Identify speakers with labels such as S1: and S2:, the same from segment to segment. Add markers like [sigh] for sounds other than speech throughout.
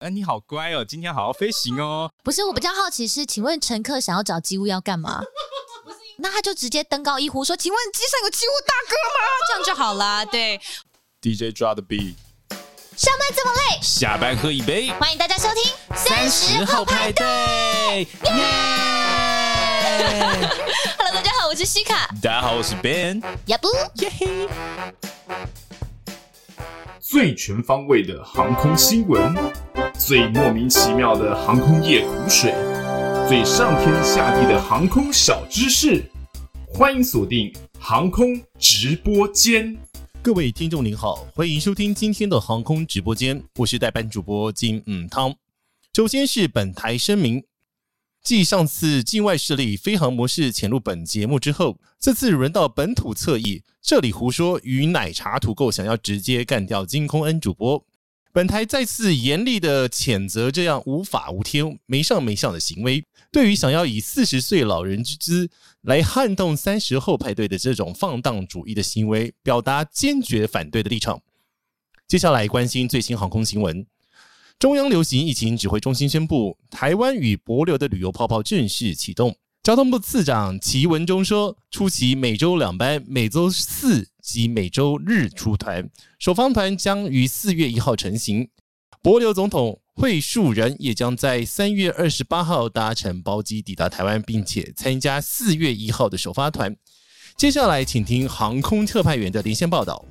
S1: 哎、你好乖哦，今天好好飞行哦。
S2: 不是，我比较好奇是，请问乘客想要找机务要干 [laughs] 嘛？那他就直接登高一呼说：“请问机上有机务大哥吗
S3: 这样就好
S2: [laughs]
S3: 啦。对，
S1: DJ 抓的 B，？”
S2: 上班这么累，
S1: 下班喝一杯，
S2: 欢迎大家收听《三十后派对》。
S1: 对，耶！
S2: Hello，大家好，我是西卡。
S1: 大家好，我是 Ben。
S2: 呀不，
S4: 最全方位的航空新闻，最莫名其妙的航空业苦水，最上天下地的航空小知识，欢迎锁定航空直播间。
S5: 各位听众您好，欢迎收听今天的航空直播间，我是代班主播金嗯汤。首先是本台声明，继上次境外势力飞航模式潜入本节目之后，这次轮到本土侧翼，这里胡说与奶茶土狗想要直接干掉金空恩主播。本台再次严厉的谴责这样无法无天、没上没下的行为。对于想要以四十岁老人之姿来撼动三十后派对的这种放荡主义的行为，表达坚决反对的立场。接下来关心最新航空新闻。中央流行疫情指挥中心宣布，台湾与帛琉的旅游泡泡正式启动。交通部次长齐文忠说，初期每周两班，每周四及每周日出团，首方团将于四月一号成型。帛琉总统惠树人也将在三月二十八号搭乘包机抵达台湾，并且参加四月一号的首发团。接下来，请听航空特派员的连线报道。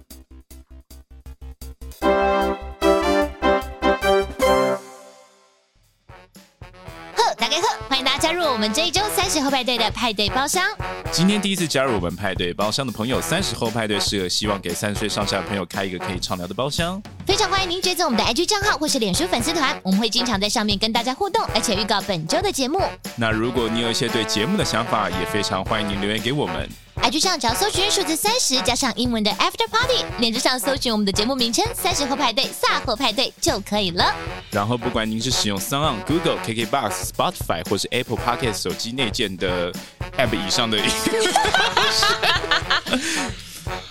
S2: 呵，大家好，欢迎大家加入我们这一周三十后派对的派对包厢。
S1: 今天第一次加入我们派对包厢的朋友，三十后派对适合希望给三十岁上下的朋友开一个可以畅聊的包厢。
S2: 非常欢迎您追踪我们的 IG 账号或是脸书粉丝团，我们会经常在上面跟大家互动，而且预告本周的节目。
S1: 那如果你有一些对节目的想法，也非常欢迎您留言给我们。
S2: IG 上只要搜寻数字三十加上英文的 After Party，脸书上搜寻我们的节目名称“三十后派对”“萨后派对”就可以了。
S1: 然后，不管您是使用 s o n Google、KKBox、Spotify 或是 Apple Podcast 手机内建的 App 以上的，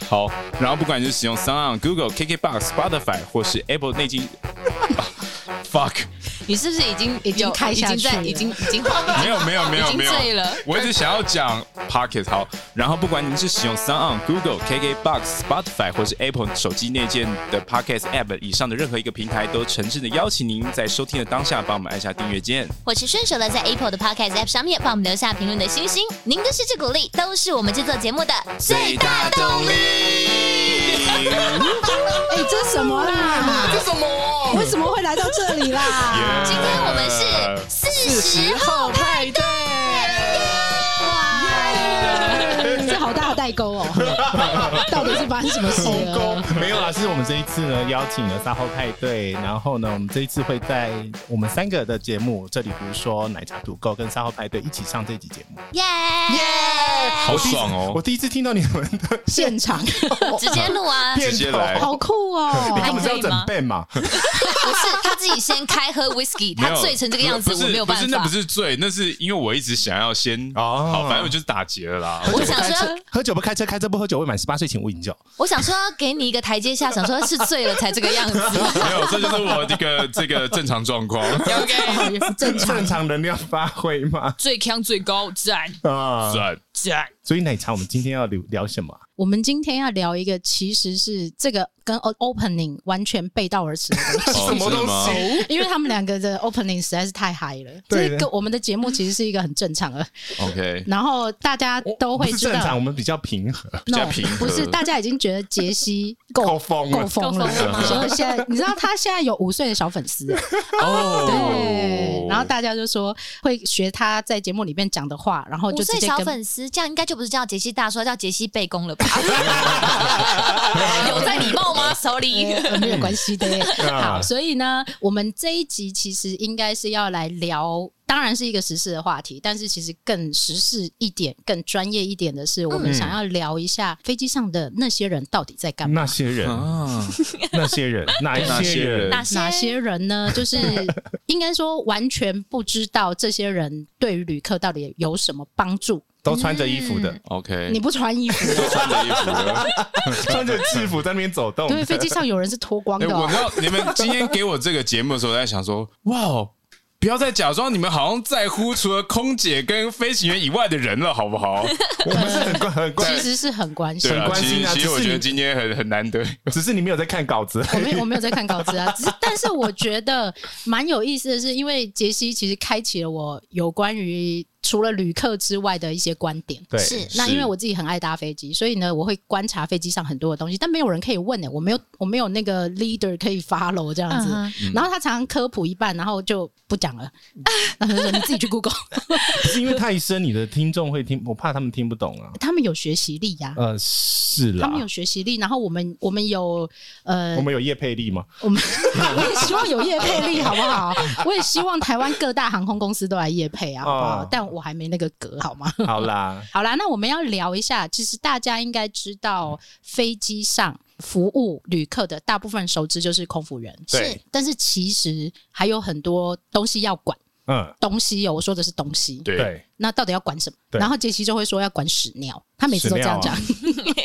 S1: 好，然后不管是使用 s o n Google、KKBox、Spotify 或是 Apple 内建、fuck，
S3: 你是不是已经已
S6: 啊经开下
S3: 已经
S6: 去
S3: 在
S6: 了哎
S3: 已
S6: [laughs]
S3: 经已经
S1: 没有没有没
S3: 已
S1: 有
S3: 经
S1: 没有
S3: 醉了，
S1: 我一直想要讲 Pocket 好，然后不管您是使用 s o n Google、KKBox、Spotify 或是 Apple 手机内建的 Podcast App 以上的任何一个平台，都诚挚的邀请您在收听的当下帮我们按下订阅键。
S2: 或是顺手的在 Apple 的 Podcast App 上面帮我们留下评论的星星，您的支持鼓励都是我们制作节目的最大动力。
S1: 力。
S6: 哎、这是什么
S3: [laughs]
S6: 啦？
S1: 这什么？
S6: 为什么会来到这里啦？
S2: 今天我们是四十后派对，
S6: 这好大的代沟哦！
S3: [laughs]
S6: 到底是发生什么事了？
S5: 没有啦，是我们这一次呢邀请了三号派对，然后呢，我们这一次会在我们三个的节目这里，比如说奶茶独购跟三号派对一起上这集节目。
S2: 耶！
S1: 好爽哦！
S5: 我第一次听到你们的
S6: 现
S3: [laughs]
S6: 场
S2: 直接录啊！
S1: 直接来，
S6: 好酷
S5: 你
S6: 哦！
S5: 根本是要整备嘛？ [laughs]
S2: 不是他自己先开喝 whisky，
S1: [laughs] 没有
S2: 他醉成这个样子，
S1: 不是
S2: 我没有办
S1: 不是，那
S2: 法
S1: 不。是醉，那是因为我一直想要先
S5: 哦
S1: 好，反正我就是打劫了啦。
S2: 我想说，
S5: 喝酒不开车，开车不喝酒，未满十八岁请勿饮酒。
S2: 我想说要给你一个台阶下，想说是醉了才这个样 [laughs] 子。
S1: 没有，这就是我这个这个正常状 [laughs] 况。
S6: 哦也不正常，
S5: 正常能量发挥嘛？
S3: 最强最高赞
S5: [laughs] 啊，
S1: 算
S3: 赞。
S5: 所以奶茶，我们今天要聊聊什么啊？
S6: 我们今天要聊一个，其实是这个跟 o- opening 完全背道而驰的
S3: [laughs]
S6: 东西，
S1: 什么东西？
S3: 哦
S6: 因为他们两个的 opening 实在是太嗨了。
S5: 对
S6: 这个我们的节目其实是一个很正常的，
S1: ？OK，
S6: 然后大家都
S3: 哦
S6: 会
S5: 不是
S6: 知
S5: 正常，
S6: 道啊
S5: 我。们比较平和。
S1: 比较平和
S6: 不是，大家已经觉得
S1: [laughs]
S6: 杰西够
S5: 够疯了
S6: 够疯了
S2: 够疯了吗，
S6: 所以现在你知道他现在有五岁的小粉
S1: [laughs]
S6: 丝，
S1: 哦
S6: 对，然后大家就说会学他在节目里面讲的话，然后
S2: 五
S6: 就直
S2: 岁
S6: 接
S2: 小
S6: 跟
S2: 粉丝，这样应该就不是叫杰西大叔，叫杰西背公 [laughs] 了吧？
S3: 有在礼貌吗？Sorry，
S6: 呃没有关
S1: [laughs]
S6: 系的。
S5: 啊
S6: 好，所以呢，我们这一集其实应该是要来聊，当然是一个时事的话题，但是其实更时事一点、更专业一点的是，我
S1: 嗯
S6: 们想要聊一下飞机上的那些人到底在干嘛。
S5: 那些
S1: [laughs]
S5: 人，
S1: 啊，
S5: 那
S1: [laughs]
S5: 些人，
S1: 那
S5: 哪一
S1: 些
S5: 些
S1: 人
S5: 人？
S2: 哪
S6: 哪些人呢？
S1: [laughs]
S6: 就是应该说完全不知道这些人对于旅客到底有什么帮助。
S5: 都穿着衣服的，
S1: OK，
S6: 你不穿衣
S1: [laughs]
S6: 服的，
S1: 穿着衣服了。
S5: [laughs] 穿着制服在那边走动的。
S6: 嗯对，飞机上有人是脱光
S1: 哎、
S6: 的
S1: 我
S6: 哦、
S1: 知道你们今天给我这个节目的时候，我在想说，哇哦，不要再假装你们好像在乎除了空姐跟飞行员以外的人了，好不好？
S5: 我们是很关很
S6: [laughs]
S5: 关，
S6: 其实是很关心
S1: 对。啊，
S5: 关
S1: 其
S5: 心
S1: 实
S5: 啊
S1: 其
S5: 只
S1: 实
S5: 是
S1: 我觉得
S5: 你
S1: 今天很很难得，
S5: 只是你没有在看稿子。
S6: 我没有我没有在看稿子啊，只是但是我觉得蛮有意思的是，因为杰西其实开启了我有关于除了旅客之外的一些观点。
S5: 对，
S2: 是
S6: 那
S1: 是
S6: 因为我自己很爱搭飞机，所以呢，我会观察飞机上很多的东西，但没有人可以问呢、欸我没有我没有那个 leader 可以 follow 这样子。
S2: 嗯
S6: 然后他常常科普一半，然后就不讲了，然后就说你自己去 Google，
S5: 不是因为太深，你的听众会听，我怕他们听不懂啊。
S6: 他们有学习力呀、
S5: 呃，是哦啦
S6: 他，们有学习力，然后我们我们有呃
S5: 我，们有叶佩丽
S6: [laughs]
S5: 吗？
S6: 我们我也希望有业配力，好不好？我也希望台湾各大航空公司都来业配啊，好不好？
S5: 哦
S6: 但我还没那个格，好吗？
S5: 好啦，
S6: 好啦，那我们要聊一下，其实大家应该知道，飞机上服务旅客的大部分熟知就是空服员，
S5: 对，
S6: 但是其实还有很多东西要管，
S5: 嗯，
S6: 东西哦，我说的是东西，
S1: 对
S5: 对，
S6: 那到底要管什么？
S5: 对
S6: 然后杰西就会说要管屎尿，他每次都这样讲，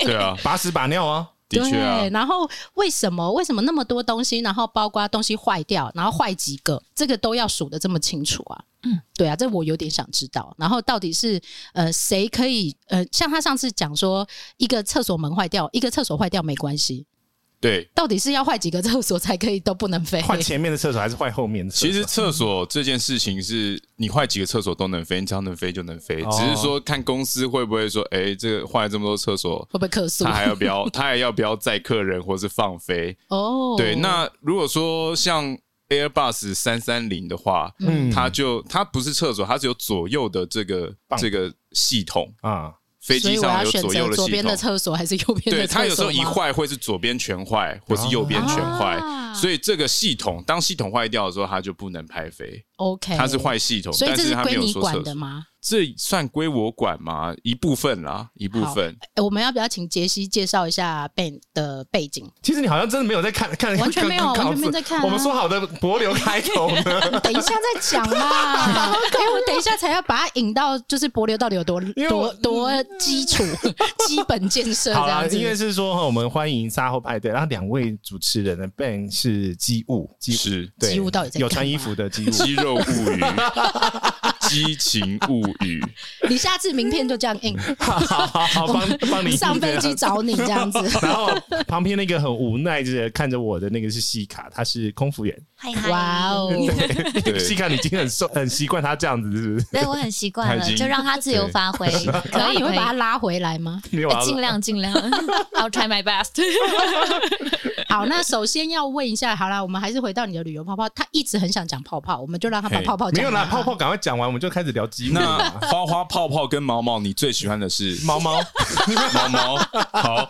S1: 对啊，
S5: 把屎把尿啊，
S1: 的确啊
S6: 对，，然后为什么为什么那么多东西，然后包括东西坏掉，然后坏几个，这个都要数的这么清楚啊？嗯，对啊，这我有点想知道。然后到底是呃谁可以呃，像他上次讲说，一个厕所门坏掉，一个厕所坏掉没关系，
S1: 对。
S6: 到底是要坏几个厕所才可以都不能
S5: [laughs]
S6: 飞？
S5: 换前面的厕所还是换后面的厕所？
S1: 其实厕所这件事情是你坏几个厕所都能飞，你只要能飞就能飞，
S5: 哦
S1: 只是说看公司会不会说，哎、这个换了这么多厕所，
S6: 会不会客诉
S1: 他？还要不要，他还要不要载客人或是放飞？
S6: 哦，
S1: 对，那如果说像 Airbus 三三零的话，
S5: 嗯
S1: 它就它不是厕所，它只有左右的这个
S5: 棒
S1: 这个系统，
S5: 啊，
S1: 飞
S6: 所
S1: 机
S6: 以我
S1: 上
S6: 要
S1: 有
S6: 选
S1: 左右
S6: 择
S1: 的
S6: 左
S1: 系
S6: 边的
S1: 统。
S6: 厕所还是右边
S1: 对，
S6: 的厕所
S1: 它
S6: 吗？
S1: 有时候一坏会是左边全坏，或是右边全坏，
S6: 啊
S1: 所以这个系统当系统坏掉的时候，它就不能拍飞，
S6: OK，
S1: 它是，坏系统，
S6: 哎所以
S1: 但
S6: 这
S1: 是它没
S6: 归
S1: 有
S6: 你
S1: 说
S6: 管
S1: 厕
S6: 的
S1: 所，
S6: 吗？
S1: 这算归我管吗？一部分啦，一部
S6: 好
S1: 分。
S6: 诶我们要不要请杰西介绍一下 Ben 的背景？
S5: 其实你好像真的没有在看看，
S6: 完全没有
S5: 看看
S6: 完全没
S5: 稿子
S6: 在看啊
S5: 我们说好的柏流开头呢？
S6: 等一下再讲嘛，因为我等一下才要把它引到，就是柏流到底有多
S5: 因为我
S6: 多多基
S5: [laughs]
S6: 础、基本建设
S5: 好
S6: 这
S5: 啦，
S6: 样
S5: 因为
S6: 子。
S5: 是说哦我们欢迎沙后派对，然后两位主持人的 Ben 是机务，机务
S1: 是 [laughs]
S5: 对
S6: 机务到底在
S5: 有
S6: 干
S5: 穿衣
S6: 嘛
S5: 服的机务，
S1: 肌肉物
S6: [laughs]
S1: 语，激情物语，
S6: 你下次名片就这样
S5: [laughs]
S6: 印，
S5: 好好好，帮帮你
S6: 上飞机找你这样子。
S5: 然后旁边那个很无奈，就是看着我的那个是西卡，他是空服员。
S2: 嗨嗨，
S6: 哇哦！
S1: 对
S5: 西卡，你已经很受很习惯他这样子，是不是？
S2: 对我很习惯
S1: 他已
S2: 了，
S1: 经
S2: 就让他自由发挥，
S6: 然
S2: 可
S6: 后
S2: 以
S6: 你 [laughs] 会把它
S2: 可
S6: 拉回来吗？
S5: 没有
S2: 以
S6: [laughs]
S5: 啊，
S2: 尽量尽 [laughs] 量。
S3: I'll try my best。
S6: 好，那首先要问一下，好啦，我们还是回到你的旅游泡泡。他一直很想讲泡泡，我们就让他把
S1: 嘿
S6: 泡泡
S5: 没
S6: 讲
S5: 有
S6: 完啊。
S5: 啦，泡泡赶快讲完，我们就开始聊机务
S1: 那
S5: 啦。
S1: 花花泡泡跟毛毛，你最喜欢的是
S5: [laughs] 猫猫，
S1: 毛毛？好，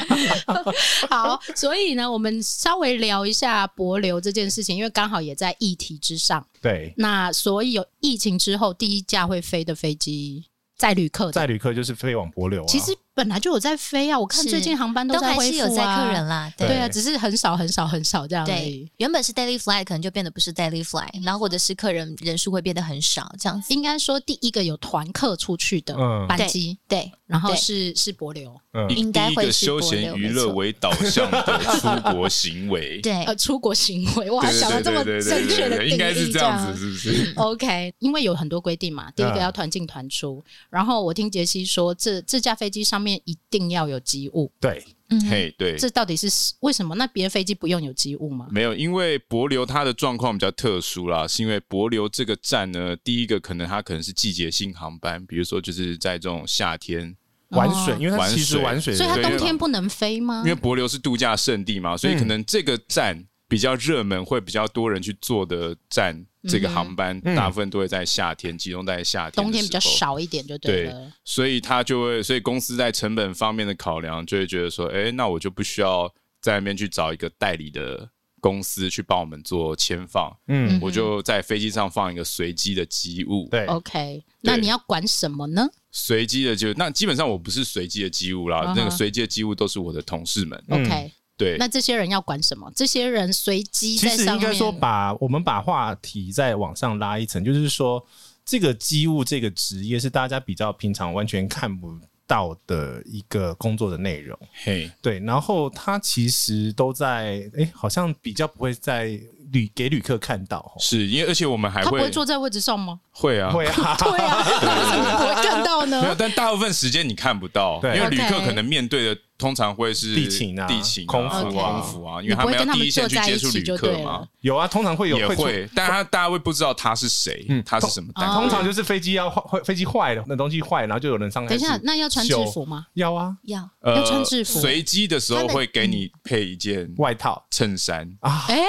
S6: 好，所以呢，我们稍微聊一下博流这件事情，因为刚好也在议题之上。
S5: 对，
S6: 那所以有疫情之后，第一架会飞的飞机载旅客的
S5: 载旅客就是飞往柏流啊。
S6: 其实本来就有在飞啊。我看
S2: 是
S6: 最近航班
S2: 都
S6: 在
S2: 还
S6: 恢
S2: 是
S6: 复、啊、
S2: 有载客人啦，对。
S6: 对啊，只是很少很少很少这样而
S2: 对
S6: 已。，
S2: 原本是 daily fly，可能就变得不是 daily fly，然后或者是客人人数会变得很少，这样子。
S6: 应该说第一个有团客出去的
S5: 嗯
S6: 班机，
S2: 对，
S6: 然后
S2: 对
S6: 是是博流，
S5: 嗯
S1: 以
S2: 应该
S1: 第一
S2: 会
S1: 个
S2: 是
S1: 休
S2: 多
S1: 闲
S2: 流
S1: 娱
S2: 没
S1: 乐
S2: 错
S1: 为导向的出国行为。
S2: [laughs] 对，
S6: 呃，出国行为，哇，
S1: 对
S6: 想到
S1: 对
S6: 这么
S1: 对对对
S6: 正
S1: 对
S6: 确的定
S1: 对，
S6: 义，
S1: 应该是
S6: 这
S1: 这样子，嗯
S6: 啊。
S1: 是不是？
S6: OK，因为有很多规定嘛，第一个要团进团出，然后我听杰西说，这这架飞机上面一定要有机务，
S5: 对，
S2: 嗯，
S1: 嘿，对，
S6: 这到底是为什么？那别的飞机不用有机务吗？
S1: 没有，因为博流它的状况比较特殊啦，是因为博流这个站呢，第一个可能它可能是季节性航班，比如说就是在这种夏天，
S5: 玩水，因为它
S1: 玩
S5: 其实
S1: 水
S5: 玩水的
S6: 哦所以它
S1: 对
S6: 冬天不能飞吗
S1: 因？为博流是度假胜地嘛，所以可
S5: 嗯
S1: 能这个站比较热门，会比较多人去坐的站，这个航班
S5: 嗯
S1: 大部分都会在夏天，集中在夏天，
S6: 冬天比较。少一点就
S1: 对
S6: 对了。，
S1: 所以他就会，所以公司在成本方面的考量，就会觉得说，哎，那我就不需要在那边去找一个代理的公司去帮我们做签放，
S5: 嗯，
S1: 我就在飞机上放一个随机的机务，
S5: 对，
S6: OK，那你要管什么呢？
S1: 随机的就那基本上我不是随机的机务啦，
S6: 嗯哼
S1: 那个随机的机务都是我的同事们，
S5: 嗯
S6: OK，
S1: 对，
S6: 那这些人要管什么？这些人随机
S5: 其
S6: 在
S5: 实
S6: 上
S5: 应该
S6: 面，
S5: 说把，我们把话题再往上拉一层，就是说，这个机务这个职业是大家比较平常完全看不到的一个工作的内容。
S1: 嘿，
S5: 对，然后它其实都在，哎、好像比较不会在旅给旅客看到。吼
S1: 是因为而且我们还
S6: 他不
S1: 会
S6: 会坐在位置上吗？
S1: 会啊，
S5: 会啊， [laughs]
S6: 对啊，那为什么不会看
S1: [laughs]
S6: 到
S1: 没有，
S6: 呢？
S1: 但大部分时间你看不到，
S5: 对
S1: 因为旅客
S6: OK
S1: 可能面对的通常会是
S5: 地勤啊
S1: 地勤、
S5: 空
S6: 服
S1: 啊、
S6: 啊
S1: 空服啊，因
S6: 你
S1: 为
S6: 不会
S1: 们
S6: 跟
S1: 要
S6: 他
S1: 第一
S6: 们
S1: 线
S6: 坐
S1: 去
S6: 在
S1: 接
S6: 一
S1: 触
S6: 起
S1: 旅
S6: 就
S1: 客
S6: 对
S1: 嘛
S6: 了，。
S5: 有啊，通常会有
S1: 也
S5: 出
S1: 会，但他大家会不知道他是谁，
S5: 嗯
S1: 他是什么单位。
S6: 哦
S5: 通常就是飞机要坏，坏飞机坏了，那东西坏了，然后就有人上来。
S6: 等一下，那要穿制服？吗？
S5: 要啊，
S6: 要，
S1: 呃
S6: 要穿制服。哦嗯
S1: 随机的时候会给你配一件
S5: 外套
S1: 衬衫，
S5: 啊，
S6: 哎，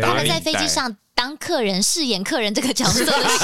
S2: 他
S1: 打
S2: 们
S1: 领
S2: 在飞机
S1: 带
S2: 上当客人饰演客人这个角色的时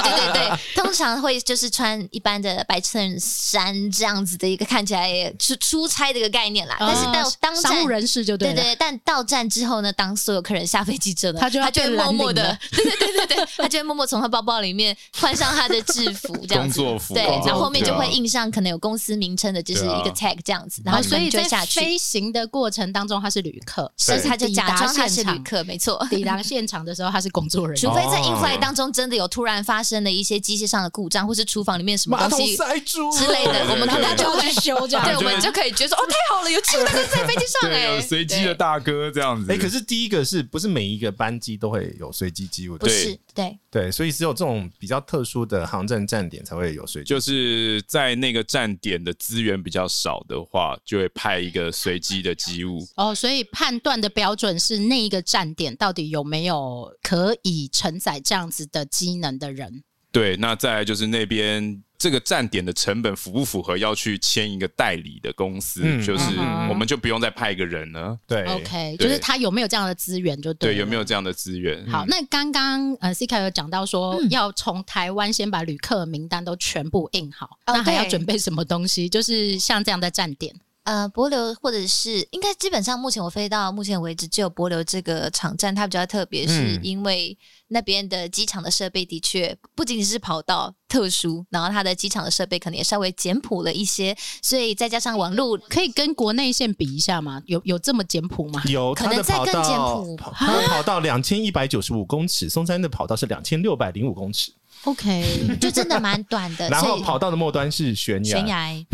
S1: [laughs]
S2: 对对对，通常会就是穿一般的白衬衫这样子的一个看起来也出出差的一个概念啦。但是到
S6: 哦
S2: 当
S6: 商
S2: 站
S6: 务人士就
S2: 对
S6: 了。
S2: 对，但到站之后呢，当所有客人下飞机之后呢，
S6: 他就要
S2: 他就会
S6: 变蓝
S2: 默默
S6: 领
S2: 的
S6: 了，
S2: 对 [laughs] 对对对对，他就会默默从他包包里面换上他的制服，这样子，
S1: 工作服
S2: 对
S1: 工，
S5: 作
S2: 然后后面
S1: 服
S2: 就会
S1: 对啊
S2: 印上可能有公司名称的，就是
S1: 对啊
S2: 一个 tag 这样子，然后
S6: 然后所以
S2: 追
S6: 在
S2: 下去，
S6: 飞行的过程当中，他是旅客，
S2: 所以他就
S6: 抵
S2: 假
S6: 达
S2: 装他
S6: 现
S2: 是旅
S6: 场
S2: 客，没错。
S6: 抵达现场的时候，他是工作人
S2: 除
S6: 员。
S2: 非在 in
S5: 哦
S2: flight 当中真的有突然发生的一些机械上的故障，或是厨房里面什么
S5: 马
S2: 东
S5: 桶
S2: 西
S5: 塞住
S2: 之类
S1: 对
S2: 的
S1: 对，
S2: 我们
S1: 对
S2: 可能
S1: 对
S2: 就会
S6: 去修这样
S2: 对，
S1: 就
S2: 我
S1: 是
S2: 们就可以觉得说，哦，太好了，有这个大哥在飞机上
S1: 对，
S2: 哎，
S1: 有随机的
S2: 对
S1: 大哥这样子。
S5: 哎、可是第一个是不是每一个班机都会有随机机务？
S2: 不是对，
S5: 对，所以只有这种比较特殊的航站站点才会有随机。
S1: 就是在那个站点的资源比较少的话，就会派一个随机的机务。
S6: 哦，所以判断的标准是那一个站点到底有没有可以承载这样子的机能的人。
S1: 对，那再来就是那边这个站点的成本符不符合要去签一个代理的公司，
S5: 嗯
S1: 就是
S6: 嗯哼
S1: 我们就不用再派一个人了。
S5: 对
S6: OK，
S1: 对
S6: 就是他有没有这样的资源就
S1: 对，
S6: 了
S1: 有没有嗯这样的资源？
S6: 好，那刚刚呃，C 凯有讲到说，
S2: 嗯
S6: 要从台湾先把旅客名单都全部印好，
S2: 哦
S6: 那还要
S2: 对
S6: 准备什么东西？就是像这样的站点，
S2: 呃，博流或者是应该基本上，目前我飞到目前为止，只有博流这个场站它比较特别，是
S5: 嗯
S2: 因为那边的机场的设备的确不仅仅是跑道特殊，然后它的机场的设备可能也稍微简朴了一些，所以再加上网络
S6: 可以跟国内线比一下吗？有有这么简朴吗？
S5: 有
S2: 可
S5: 它的
S2: 能再
S5: 跑
S2: 更简
S5: 道
S2: 朴，
S5: 它的跑道两千一百九十五公尺，松山的跑道是两千六百零五公尺，
S6: OK，
S2: 就真的蛮短
S1: [laughs]
S2: 的，
S5: 然
S2: 呃所
S5: 后
S2: 以
S5: 跑道的末端是悬崖。
S2: 悬
S1: 啊
S2: 崖。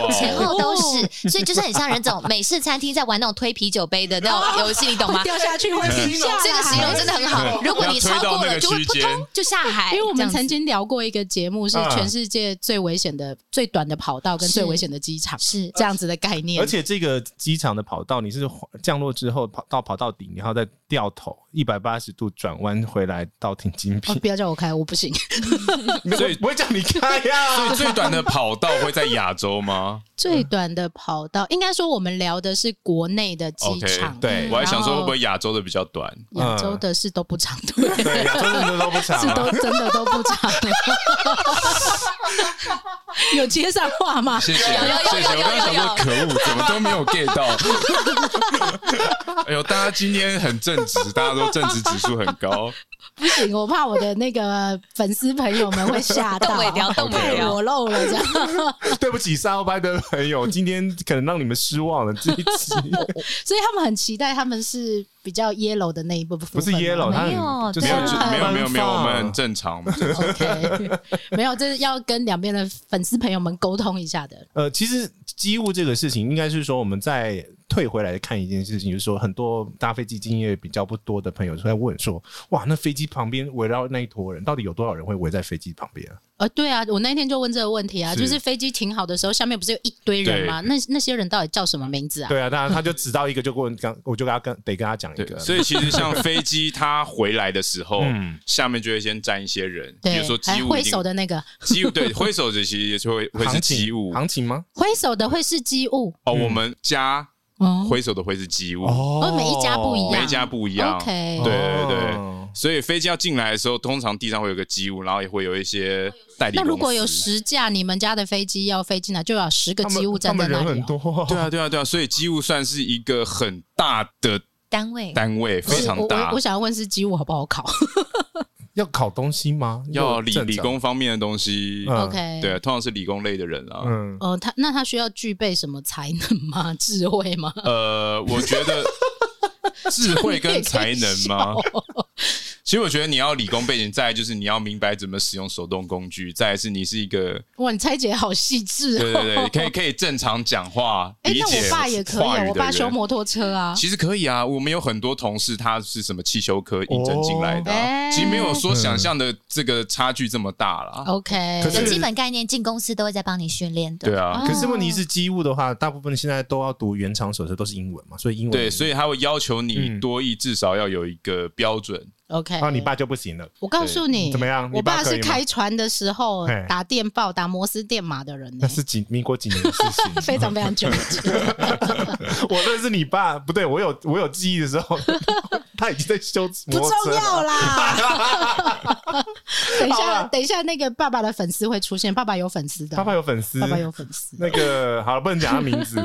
S1: 哇
S2: 前
S1: 哦，
S2: 后都是，所以就是很像人这种美式餐厅在玩那种推啤酒杯的那
S6: 哦
S2: 种游戏，你懂
S6: [laughs]
S2: 吗？
S6: 掉下去会
S1: 停
S6: 下
S2: 这个形容真的很好。如果你超过了，就会扑通就下海。
S6: [laughs] 因为我
S2: 这
S6: 们
S2: 样子
S6: 曾经聊过一个节目，是
S1: 啊
S5: 嗯
S6: 全世界最危险的、最短的跑道跟
S2: 是
S6: 最危险的机场，
S2: 是
S6: 这样子的概念。
S5: 而且这个机场的跑道，你是降落之后跑到跑道顶，然后再掉头一百八十度转弯回来到停金
S6: 哦，
S5: 坪， [laughs]
S6: 不要叫我开，我不行。
S1: 所以
S5: 不会叫你开呀、
S1: 所以最短的跑道会在亚洲吗？
S6: 最
S5: 嗯
S6: 短的跑道，应该说我们聊的是国内的 [laughs] 机
S1: OK，
S6: 场，嗯
S5: 对嗯
S1: 我还想说会不会亚洲的比亚洲的比较短？
S6: 亚洲的是都不长，对，
S5: 对，亚洲 [laughs] 真的都不长
S6: [laughs] 是都
S5: 啊。
S6: 真的都不长。
S5: [laughs]
S6: 有接上话吗？
S1: 谢谢，谢谢。我刚刚想说，可恶，怎么都没有 get 到。 [laughs] 哎呦，大家今天很正直，大家都正直指数很高。
S6: 不行，我怕我的那个粉丝朋友们会吓
S5: [laughs]
S6: 到，
S3: 动尾雕动尾
S6: 太
S3: 雕
S6: 裸露了这样。 [laughs]
S5: 对不起，沙欧班的朋友，今天可能让你们失望了。这一集
S6: 所以他们很期待，他们是比较 yellow 的那一部分吗，
S5: 不是 yellow，它
S2: 没有
S5: 很就是
S1: 没有，就
S5: 很
S1: 没有，没有，没有，我们很
S5: 奔放
S1: 正常。我们正常
S6: [laughs] OK，没有，这是要跟两边的粉丝朋友们沟通一下的。
S5: 呃，其实机务这个事情，应该是说我们再退回来看一件事情，就是说很多搭飞机经验比较不多的朋友就在问说，哇，那飞机旁边围绕那一坨人，到底有多少人会围在飞机旁边啊？
S6: 呃，对啊，我那天就问这个问题啊，
S5: 是
S6: 就是飞机停好的时候，下面不是有一堆人吗？那那些人到底叫什么名字啊？
S5: 对啊，当然他就指到一个就问刚，我就跟他跟得跟他讲一
S1: 对，
S5: 个，
S1: 所以其实像飞机它回来的时候
S5: 嗯，
S1: 下面就会先站一些人，比
S6: 对，
S1: 如说
S6: 还
S1: 机务
S6: 挥
S1: 一定
S6: 手的那个，
S1: [laughs] 机务对挥手的其实也就会会是
S5: 行情
S1: 机务
S5: 行情吗？
S6: 挥手的会是机务
S1: 哦，我们家
S6: 哦，
S1: 挥手的会是机务，
S5: 嗯哦
S6: 每一家不一
S1: 每
S6: 样
S1: 一家不一样。
S6: OK
S1: 对对对
S5: 哦，
S1: 所以飞机要进来的时候，通常地上会有个机务，然后也会有一些代理
S6: 那
S1: 公司。
S6: 如果有十架你们家的飞机要飞进来，就要十个
S5: 他们
S6: 机务
S5: 他
S6: 站在
S5: 们
S6: 那
S5: 人
S6: 里
S5: 很
S6: 哦、
S5: 多啊，
S1: 对啊，对啊，对啊，所以机务算是一个很大的
S2: 单位
S1: 单位，非
S6: 是
S1: 常
S6: 我我
S1: 大
S6: 我。想要问是机务好不好考？
S5: 要考东西吗？
S1: 要理
S5: 正常
S1: 理，工方面的东西，
S5: 嗯
S6: OK，
S1: 对，通常是理工类的人啊。
S5: 嗯，
S6: [laughs] 呃，他那他需要具备什么才能吗？智慧吗？ [laughs]
S1: 呃，我觉得智慧跟才能吗？其实我觉得你要理工背景，再来就是你要明白怎么使用手动工具，再来是你是一
S6: [laughs]
S1: 个
S6: 哇，你拆解好细致
S1: 对
S6: 哦！
S1: 对对，可以可以正常讲话，
S6: 哎，
S1: 理
S6: 那
S1: 解
S6: 我爸也可以
S1: 话语
S6: 啊，
S1: 的
S6: 我爸
S1: 人
S6: 修摩托车啊。
S1: 其实可以啊，我们有很多同事他是什么汽修科应征进来的啊、
S6: 哦
S1: 其实没有说想象的这个差距这么大啦。
S6: OK，
S5: 可是
S2: 有基本概念，进公司都会在帮你训练的。
S1: 对啊，
S6: 哦
S5: 可是问题是机务的话，大部分现在都要读原厂手册，都是英文嘛，所以英文
S1: 对，所以他会要求你
S5: 嗯
S1: 多艺至少要有一个标准。
S6: OK，
S5: 啊，你爸就不行了。
S6: 我告诉你
S5: 怎么样你
S6: 我
S5: 爸
S6: 爸
S5: 可
S6: 是
S5: 以吗
S6: 开船的时候
S5: 嘿
S6: 打电报、打摩斯电码的人呢
S5: 那，是几民国几年的事 [laughs] 情？
S6: [laughs] 非常非常久之前。
S5: 我认识你爸，不对，我有我有记忆的时 [laughs] 候，他已经在修摩
S6: 不
S5: 托车
S6: 重
S5: 了。
S6: 要啦。
S5: [laughs]
S6: 等一
S5: 好
S6: 下
S5: 啦，
S6: 等一下，那个爸爸的粉丝会出现，爸爸有粉丝的，
S5: 爸爸有粉丝，
S6: 爸爸有粉丝，
S5: 那个好了，不能讲他名字。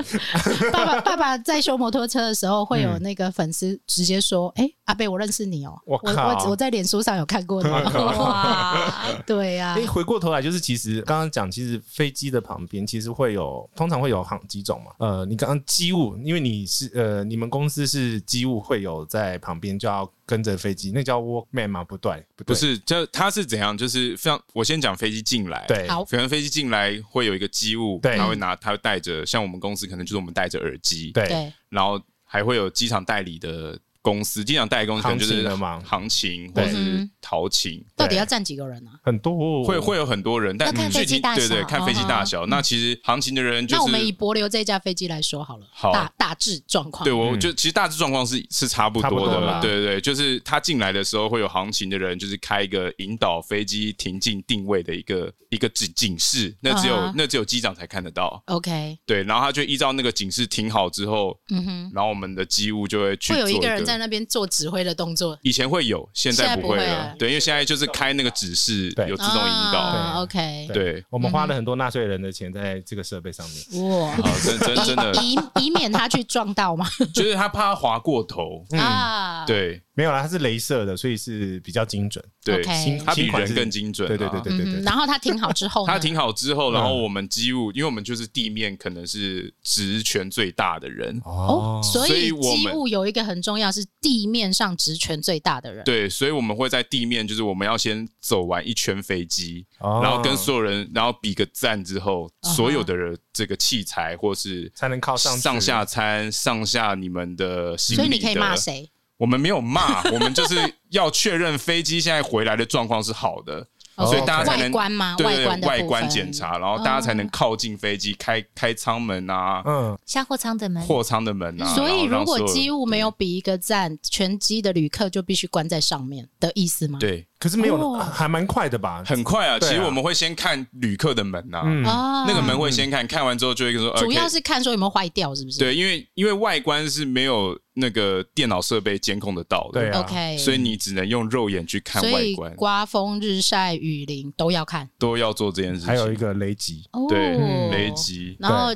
S6: 爸爸爸爸在修摩托车的时候，会有那个粉丝直接说：“哎、阿贝，我认识你哦、
S5: 我
S6: 我
S5: 靠
S6: 我我在脸书上有看过你。哦
S5: [laughs]
S3: 哇，”
S6: [laughs] 对啊呀、
S5: 哎，回过头来，就是其实刚刚讲，其实飞机的旁边其实会有，通常会有航几种嘛。呃，你刚刚机务，因为你是呃，你们公司是机务，会有在旁边就要跟着飞机，那叫 workman 吗？不对，不对
S1: 不是，这他是怎样？就是非常，我先讲飞机进来，啊
S5: 对，
S6: 好
S1: 可能飞机进来会有一个机务，
S5: 对
S1: 他会拿，他会带着，像我们公司可能就是我们带着耳机，
S5: 对，
S6: 对，
S1: 然后还会有机场代理的公司，机场代理公司可能就是
S5: 行情的嘛
S1: 行情或
S5: 对哦
S1: 是
S2: 嗯
S1: 陶琴，
S6: 到底要站几个人啊？
S5: 很多
S1: 会会有很多人，但嗯
S2: 要看
S1: 具
S2: 飞机
S1: 体
S2: 大
S1: 对对，
S2: 小哦
S1: 看飞机大小。那其实行情的人就
S6: 那我们以
S1: 是。
S6: 博流这架飞机来说好了，
S1: 好
S6: 大大致状况。
S1: 对，我就其实大致状况是是差不
S5: 嗯差不
S1: 多
S5: 多
S1: 的
S5: 啦，
S1: 对对对，就是他进来的时候会有行情的人，就是开一个引导飞机停进定位的一个一个警警示，那只
S6: 嗯
S1: 有
S6: 哼
S1: 那只有机长才看得到，
S6: OK，
S1: 对，然后他就依照那个警示停好之后，
S6: 嗯哼，
S1: 然后我们的机务就会去
S6: 会有
S1: 做
S6: 一
S1: 个
S6: 个人在那边做指挥的动作。
S1: 以前会有，现
S6: 现
S1: 在
S6: 在
S1: 不
S6: 不
S1: 会
S6: 会
S1: 了
S6: 了，
S1: 对，因为现在就是开那个指示
S5: 对
S1: 有自动引导，
S6: 啊、OK，
S1: 对，
S5: 我们花了很多纳税人的钱在这个设备上
S1: 嗯
S5: 面。
S6: 哇，
S1: 好，真真真
S6: [laughs]
S1: 的，
S6: 以以免他去撞到嘛。
S1: 就是他怕他滑过头，
S6: 啊，
S1: 对
S5: 没有啦，它是镭射的，所以是比较精准。
S1: 对，
S6: OK
S5: 新
S1: 他比
S5: 新款
S1: 人
S5: 是
S1: 更精准啊，
S5: 对对对对
S6: 嗯
S5: 对
S6: 哼
S5: 对。
S6: 然后他停好之后呢，
S1: 他停好之后，然后
S5: 嗯
S1: 我们机务，因为我们就是地面可能是职权最大的人，
S6: 哦，所
S1: 所以
S6: 以
S1: 我
S6: 机
S1: 们
S6: 务有一个很重要是地面上职权最大的人。
S1: 对，所以我们会在地面，就是我们要先走完一圈飞机，
S5: 哦
S1: 然后跟所有人，然后比个赞之后，
S6: 嗯
S1: 所有的人这个器材或是
S5: 才能靠上去
S1: 上下餐上下你们的行李
S6: 所以你可以
S1: 的
S6: 骂谁？
S1: 我们没有骂，我们就是要确认飞机现在回来的状况是好的，所以大家才能
S6: 哦外观吗
S1: 对
S6: 外观的部分嗯
S1: 外观检查，然后大家才能靠近飞机，开开舱门啊，
S5: 嗯，
S2: 下货舱的门，
S1: 货舱的门啊。
S6: 所以
S1: 然后让
S6: 如
S1: 所
S6: 果
S1: 有
S6: 机务没有比一个赞，全机的旅客就必须关在上面的意思吗？，
S1: 对，
S5: 可是没有，
S6: 哦
S5: 还蛮快的吧？
S1: 很快啊，其
S5: 对啊
S1: 实我们会先看旅客的门啊，
S5: 嗯，
S6: 哦，
S1: 那个门会先看，看完之后就会说，
S6: 主要
S1: OK
S6: 是看说有没有坏掉，是不是？
S1: 对，因为因为外观是没有那个电脑设备监控得到的，
S5: 对啊
S6: ，OK，
S1: 所以你只能用肉眼去看
S6: 所
S1: 外
S6: 以
S1: 观，
S6: 刮风、日晒、雨淋都要看。
S1: 都要做这件事情。
S5: 还有一个雷击，
S6: 哦
S1: 对
S5: 嗯
S1: 雷。击
S6: 然后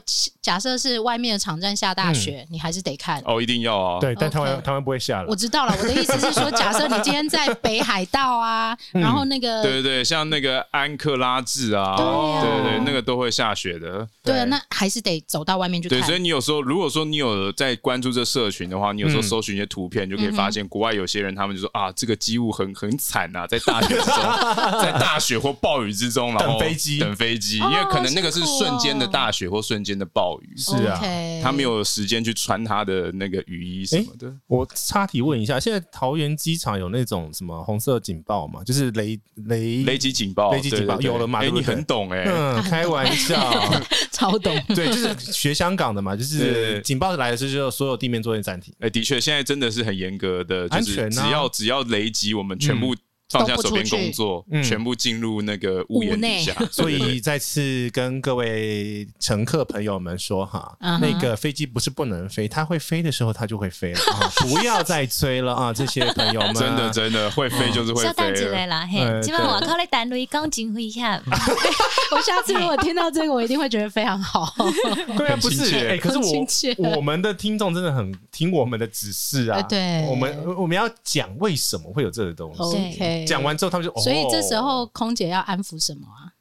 S6: 假设是外面的场站下
S5: 嗯
S6: 大雪，你还是得看。
S1: 哦，一定要啊，
S5: 对，但台湾
S6: OK
S5: 台湾不会下了
S6: 我。知道了，我的意思是说，假设你今天在北海
S5: [laughs]
S6: 道啊，
S5: 嗯
S6: 然后那个
S1: 对对对，像那个安克拉治啊，
S6: 对啊
S1: 对对对，那个都会下雪的。
S6: 对啊，那还是得走到外面去
S1: 对，
S6: 看。
S1: 所以你有时候如果说你有在关注这社群的话，你有时候
S5: 嗯
S1: 搜寻一些图片，就可以发现国外有些人他们就说啊，这个机务很很惨呐，在大雪
S5: [laughs]
S1: 中，在大雪或暴雨之中，然后
S5: 等飞机
S1: 等飞机，因
S6: 哦
S1: 为可能那个是
S6: 辛苦哦
S1: 瞬间的大雪或瞬间的暴雨，
S5: 是啊
S6: OK
S1: 他没有时间去穿他的那个雨衣什么的。
S5: 我插题问一下，现在桃园机场有那种什么红色警报嘛？就是雷雷
S1: 雷击警报，
S5: 雷击警报
S1: 对对对
S5: 有了嘛
S1: 哎，
S5: 对不
S1: 你
S5: 对
S1: 很懂哎，
S6: 啊
S5: 嗯，开玩笑，
S6: [laughs] 超
S5: [laughs]
S6: 懂。
S5: 对，就是学香港的嘛，就
S1: 对对
S5: 是
S1: 对
S5: 警报来的时候，就所有地面作业暂停。
S1: 哎、的确，现在真的是很严格的，就
S5: 安
S1: 是
S5: 全
S1: 只
S5: 啊
S1: 要、只要雷击，我们全部放下手边工作，
S5: 嗯
S1: 全部进入那个屋檐底下。
S5: 所
S1: 对对
S5: 以
S1: 对
S5: 再次跟各位乘客朋友们说哈，
S6: 嗯哼
S5: 那个飞机不是不能飞，它会飞的时候它就会飞了，
S6: [laughs]
S5: 啊、不要再催了啊，这些朋友们。
S1: 真的真的会
S6: 嗯
S1: 飞就是会
S2: 稍等一
S1: 飞了哎
S2: 下啦，
S5: 呃
S2: 嘿，今晚
S5: 对
S2: 我靠咧单位讲真危
S1: [laughs]
S2: 险，
S6: 我下次如果听到这个，我一定会觉得非
S5: [laughs]
S6: 常好。
S5: 对啊，
S1: 很
S5: 不
S1: 亲
S5: 是
S1: 切
S5: 哎、可是
S6: 很亲切
S5: 我我们的听众真的很听我们的指示啊，
S6: 呃对哦
S5: 我们我们要讲为什么会有这个东西。
S2: 对
S6: OK，对，
S5: 讲完之后他们就，哦
S6: 所以这时候空姐要安抚什么啊？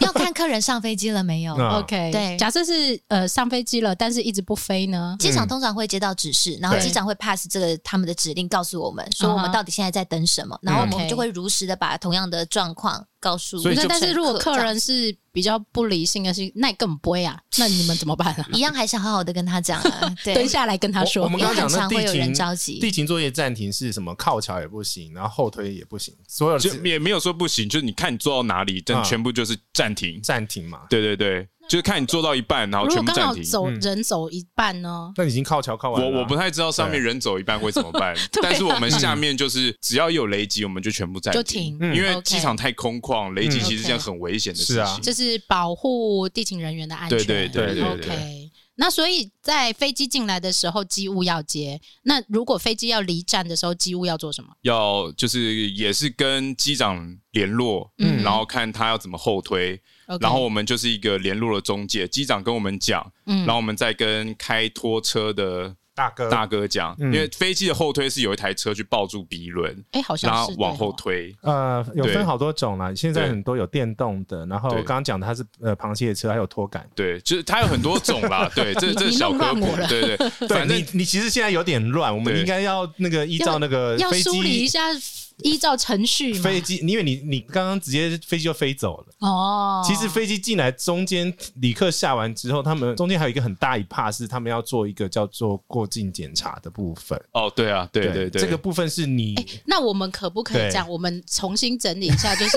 S2: 要看客人上飞机了没有。
S5: 啊
S6: OK，
S2: 对
S6: 假设是呃上飞机了，但是一直不飞呢？
S2: 机
S1: 嗯
S2: 场通常会接到指示，然后
S5: 对
S2: 机长会 pass 这个他们的指令，告诉我们说我
S6: 嗯
S2: 们
S6: 哼
S2: 到底现在在等什么，然后我们
S1: 嗯
S6: OK
S2: 就会如实的把同样的状况告诉
S5: 所
S2: 乘
S5: 以
S2: 客。
S6: 那但是如果客
S2: 这样
S6: 人是比较不理性的是，那更不会啊，那你们怎么办 [laughs] 啊？
S2: 一样，还是好好的跟他讲啊， [laughs] 对
S6: 蹲，下来跟他
S5: 我
S6: 说
S5: 我们
S2: 因
S5: 刚
S2: 为
S5: 刚
S2: 很
S5: 讲
S2: 常
S5: 的
S2: 会有
S5: 地
S2: 人
S5: 勤
S2: 着急。
S5: 地勤作业暂停是什么？靠桥也不行，然后后推也不行，所有
S1: 就
S5: 的
S1: 也没有说不行，就是你看你做到哪里，但
S5: 嗯
S1: 全部就是暂停。
S5: 暂停嘛。
S1: 对对对，就是看你做到一半，然后
S6: 如
S1: 全部
S6: 果刚
S1: 暂
S6: 好
S1: 停。
S6: 走
S5: 嗯
S6: 人走一半呢？
S5: 那已经靠桥靠完了
S1: 我
S5: 啊，
S1: 我不太知道上面
S5: 对
S1: 人走一半会怎么
S6: [laughs]
S1: 办，但是我们下面就是只要有雷击，我们就全部暂
S6: 啊嗯就
S1: 停
S6: 停，嗯
S1: 因为
S6: OK
S1: 机场太空旷，雷击
S5: 嗯
S1: 其实是件很危险的事
S5: 是啊
S1: 情。
S6: 就是保护地勤人员的安全。
S1: 对对对
S5: 对对
S6: OK，那所以在飞机进来的时候，机务要接。那如果飞机要离站的时候，机务要做什么？
S1: 要就是也是跟机长联络，
S6: 嗯
S1: 然后看他要怎么后推，
S6: OK
S1: 然后我们就是一个联络的中介，机长跟我们讲，
S6: 嗯
S1: 然后我们再跟开拖车的
S5: 大哥
S1: 大哥讲，
S5: 嗯
S1: 因为飞机的后推是有一台车去抱住鼻轮，
S6: 哎、好像
S1: 然
S6: 是
S1: 后
S6: 对
S1: 往后
S6: 哦
S1: 推，
S5: 呃，有
S1: 对
S5: 分好多种啦，现在
S1: 对
S5: 很多有电动的，然后
S1: 对
S5: 刚刚讲的它是呃螃蟹车，还有拖杆。
S1: 对，就是它有很多种
S6: [laughs]
S1: 啦，对，这
S6: 你
S1: 这
S6: 你
S1: 小
S6: 弄
S1: 科
S6: 乱
S1: 普
S6: 我，了
S1: 对 [laughs]
S6: [laughs]
S1: 对，
S5: 对
S1: 反正
S5: 你，你其实现在有点乱，我们
S1: 对
S5: 应该要那个依照那个
S6: 要
S5: 呃飞
S6: 梳理一
S5: 机
S6: 下，依照程序嘛。
S5: 飞机，因为你你刚刚直接飞机就飞走了。
S6: 哦，
S5: 其实飞机进来中间，旅客下完之后，他们中间还有一个很大一 part 是他们要做一个叫做过境检查的部分。
S1: 哦，对啊，对对对，
S5: 这个部分是你
S6: 那我们可不可以
S5: 对
S6: 这样？我们重新整理一下，就是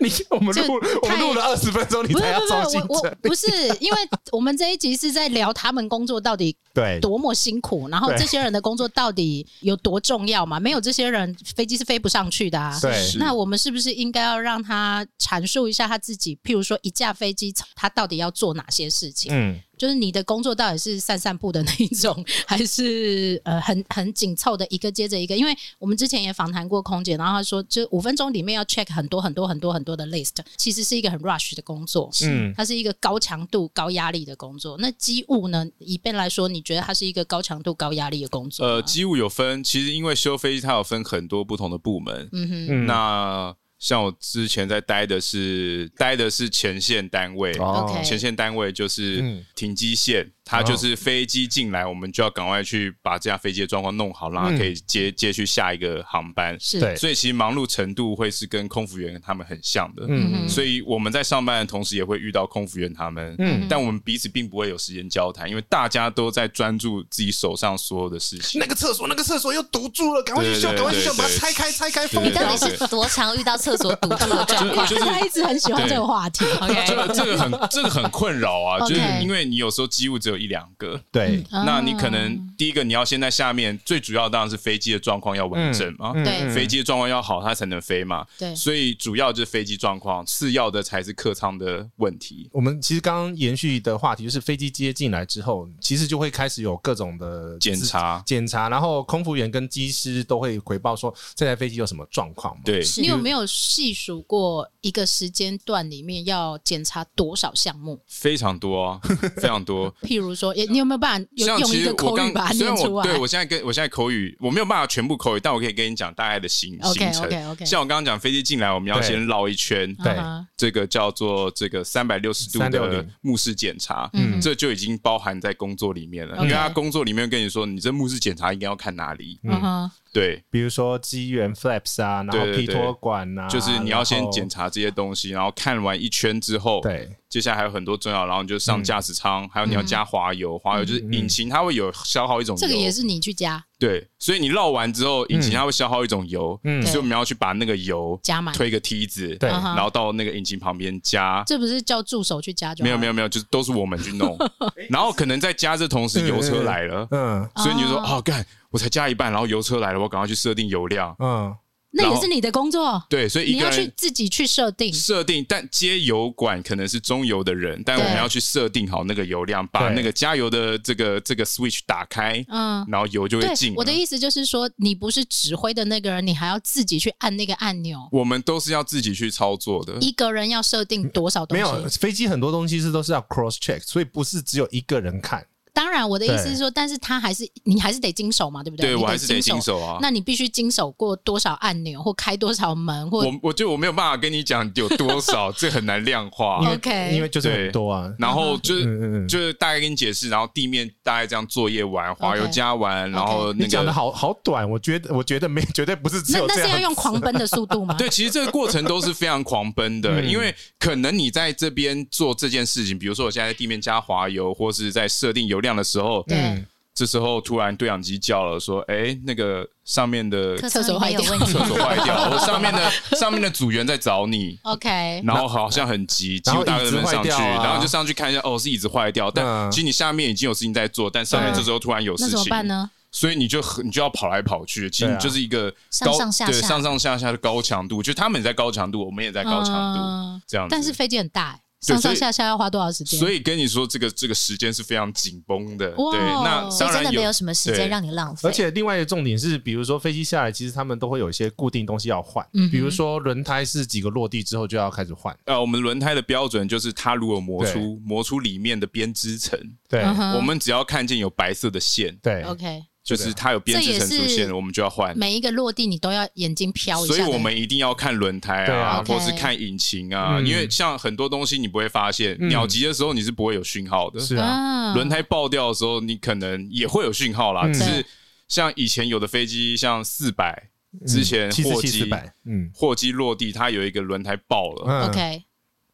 S5: 你我们
S6: 这
S5: 录我们
S6: 太
S5: 录了二十分钟，你
S6: 不是
S5: 才要重
S6: 不是
S5: 新
S6: 不是我我
S5: 整理。
S6: 不是，因为我们这一集是在聊他们工作到底
S5: 对，
S6: 多么辛苦，然后
S5: 对
S6: 这些人的工作到底有多重要嘛？没有这些人，飞机是飞不上去的啊。
S5: 对
S1: 是
S6: 那我们是不是应该要让他阐述一下他自己？譬如说，一架飞机他到底要做哪些事情？
S5: 嗯，
S6: 就是你的工作到底是散散步的那一种，还是呃很很紧凑的一个接着一个？因为我们之前也访谈过空姐，然后她说，就五分钟里面要 check 很多很多很多很多的 list，其实是一个很 rush 的工作，
S5: 嗯
S6: 它是一个高强度、高压力的工作。那机务呢，以便来说，你觉得它是一个高强度、高压力的工作吗？
S1: 呃，机务有分，其实因为修飞机它有分很多不同的部门，
S6: 嗯哼，
S5: 嗯
S1: 那像我之前在待的是待的是前线单位。
S5: 哦
S6: OK
S1: 前线单位就是
S5: 嗯
S1: 停机线，它就是飞机进来，我们就要赶快去把这架飞机的状况弄好，让
S5: 嗯
S1: 它可以接接去下一个航班。
S6: 是
S5: 对
S1: 所以其实忙碌程度会是跟空服员他们很像的。
S5: 嗯
S6: 嗯
S1: 所以我们在上班的同时也会遇到空服员他们，
S5: 嗯
S1: 但我们彼此并不会有时间交谈，因为大家都在专注自己手上所有的事情。
S5: 那个厕所那个厕所又堵住了，赶快去修，
S1: 对对
S5: 赶快去修，
S1: 对
S5: 把它
S1: 对
S5: 拆开拆开封
S1: 对
S2: 你
S1: 对
S2: 到
S5: 掉
S2: 底。是多常遇到厕所堵住的状况？
S1: 就是
S6: 他一直很喜欢
S1: 对
S6: 这个
S1: [laughs]
S6: 话题。
S1: 这个这个很这个很困扰啊，就
S6: OK 啊
S1: 是因为你有时候机务只有一两个，
S5: 对，
S1: 那你可能第一个你要先在下面，最主要当然是飞机的状况要完整嘛，
S6: 对嗯
S1: 飞机的状况要好，它才能飞嘛。
S6: 对
S1: 所以主要就是飞机状况，次要的才是客舱的问题。
S5: 我们其实刚刚延续的话题就是飞机接进来之后，其实就会开始有各种的
S1: 检查
S5: 检查，然后空服员跟机师都会回报说这台飞机有什么状况嘛。
S1: 对，
S6: 你有没有细数过一个时间段里面要检查多少项目？
S1: 非常多
S6: [laughs]
S1: 啊，非常多。
S6: 譬如说，也你有没有办法有
S1: 像
S6: 用
S1: 其
S6: 一
S1: 实
S6: 个
S1: 我
S6: 口
S1: 刚
S6: 语把它
S1: 虽然
S6: 念出
S1: 我
S6: 来？
S1: 对我现在跟我现在口语我没有办法全部口语，但我可以跟你讲大概的行
S6: OK，
S1: 行程。
S6: OK，OK
S1: 像我刚刚讲飞机进来，我们要
S5: 对
S1: 先绕一圈，
S5: 对
S6: 啊
S1: 这个叫做这个三百六十度的
S5: 360
S1: 目视检查，
S6: 嗯
S1: 这就已经包含在工作里面了。
S6: OK
S1: 因为他工作里面跟你说，你这目视检查应该要看哪里，
S6: 哈嗯哼，
S1: 对，
S5: 比如说机缘 flaps 啊，然后
S1: 对对
S5: 劈
S1: 对
S5: 托管啊，
S1: 就是你要先检
S5: 查。
S1: 查这些东西，然后看完一圈之后，
S5: 对，
S1: 接下来还有很多重要，然后你就上驾驶舱，还有你要加滑油，滑油就是引擎它会有消耗一种油，
S6: 这个也是你去加
S1: 对，所以你绕完之后，引擎它会消耗一种油，
S5: 嗯
S1: 所以我们要去把那个油
S6: 加满，
S1: 推个梯子，
S5: 对
S6: 嗯哼
S1: 然后到那个引擎旁边加。
S6: 这不是叫助手去加就
S1: 没有没
S6: 有，
S1: 有没有，就是都是我们去
S6: [laughs]
S1: 弄，
S5: 哎
S1: 然后可能在加这同时油车来了，
S5: 嗯
S1: 所以你就说
S6: 哦
S1: 哦干，我才加一半，然后油车来了，我赶快去设定油量。
S5: 嗯，
S6: 那
S1: 然
S6: 也
S1: 后
S6: 是你的工作，
S1: 对，所以
S6: 你
S1: 一个
S6: 要去
S1: 人
S6: 自己去设定。
S1: 设定，但接油管可能是中油的人，但我
S6: 对
S1: 们要去设定好那个油量，把
S5: 对
S1: 那个加油的这个这个 switch 打开，
S6: 嗯，
S1: 然后油就
S6: 对
S1: 会进。，
S6: 我的
S1: 思，
S6: 意思就是说，你不是指挥的那个人，你还要自己去按那个按钮，
S1: 我们都是要自己去操作的。
S6: 一个人要设定多少东
S5: 没
S6: 西？
S5: 有飞机很多东西是都是要 cross check，所以不是只有一个人看。
S6: 当然，我的意思是说，但是它还是你还是得经手嘛，对不
S1: 对
S6: 你
S1: 我还是得
S6: 经
S1: 经手啊。
S6: 那你必须经手过多少按钮，或开多少门，或
S1: 我我觉得我没有办法跟你讲有多少，这很难量化
S5: 因。为
S6: OK
S5: 因为就是很多啊，
S1: [laughs] 然后就是、
S5: 嗯嗯嗯
S1: 就是大概跟你解释，然后地面大概这样作业完，滑油加完，然后那
S5: 你讲的
S1: 个。
S5: 好好短，我觉得我觉得没绝对不是只
S6: 那
S5: 有
S6: 那
S5: 这
S6: 是要
S5: 样
S6: 用狂奔的速度吗？
S1: [laughs] 对，其实这个过程都是非常狂奔的，[laughs]
S5: 嗯
S1: 因为可能你在这边做这件事情，比如说我现在在地面加滑油，或是在设定油量的时候，
S6: 对
S5: 嗯
S1: 这时候突然对讲机叫了，说：“哎，那个上面的
S2: 厕
S1: 厕
S2: 所里面有问题，
S1: 所坏掉了，我上面的上面的组员在找你。”
S6: ，OK，
S1: 然后好像很
S6: 嗯
S1: 急，几
S5: 然后
S1: 乎大家都
S5: 椅子
S1: 能上去，
S5: 坏掉啊
S1: 然后就上去看一下，哦，是椅子坏掉，但
S5: 嗯
S1: 其实你下面已经有事情在做，但上面
S5: 对
S1: 这时候突然有
S6: 那
S1: 事
S6: 怎么
S1: 情，
S6: 办呢？
S1: 所以你就很你就要跑来跑去，其实
S5: 对
S1: 你
S5: 啊
S1: 就是一个
S2: 上
S1: 高
S2: 上下
S1: 对
S2: 下
S1: 上上下下的高强度，就他们也在高强度，我们也在高强度，
S6: 嗯
S1: 这样子。
S6: 但是飞机很大、欸，
S1: 对
S6: 上
S1: 所以
S6: 上下下要花多少时间？
S1: 所以跟你说，这个这个时间是非常紧绷的，
S6: 哇
S1: 对。那
S2: 所以
S1: 当
S2: 真
S1: 然
S2: 的没有什么时
S1: 对
S2: 间让你浪费。
S5: 而且另外一个重点是，比如说飞机下来，其实他们都会有一些固定东西要换，
S6: 嗯哼
S5: 比如说轮胎是几个落地之后就要开始换，
S1: 呃，我们轮胎的标准就是它如果磨
S5: 对
S1: 出磨出里面的编织层，
S5: 对
S6: 嗯哼
S1: 我们只要看见有白色的线，
S5: 对
S6: OK，
S1: 就是它有编
S6: 这
S1: 织
S6: 也
S1: 层出现
S6: 是
S1: 了，我们就要换。
S6: 每一个落地你都要眼睛瞟一下
S1: 所
S6: 的，
S1: 以我们一定要看轮胎
S5: 对
S1: 啊，
S5: 啊
S1: 或
S6: OK
S1: 是看引擎啊，
S5: 嗯
S1: 因为像很多东西你不会发现，
S5: 嗯
S1: 鸟急的时候你是不会有讯号的，
S5: 是啊，
S6: 啊
S1: 轮胎爆掉的时候你可能也会有讯号啦，
S5: 嗯
S1: 只是像以前有的飞机，像四百
S5: 嗯
S1: 之前
S5: 七
S1: 货
S5: 四七四
S1: 机
S5: 百，嗯，
S1: 货机落地，它有一个轮胎爆了，
S5: 嗯
S6: OK，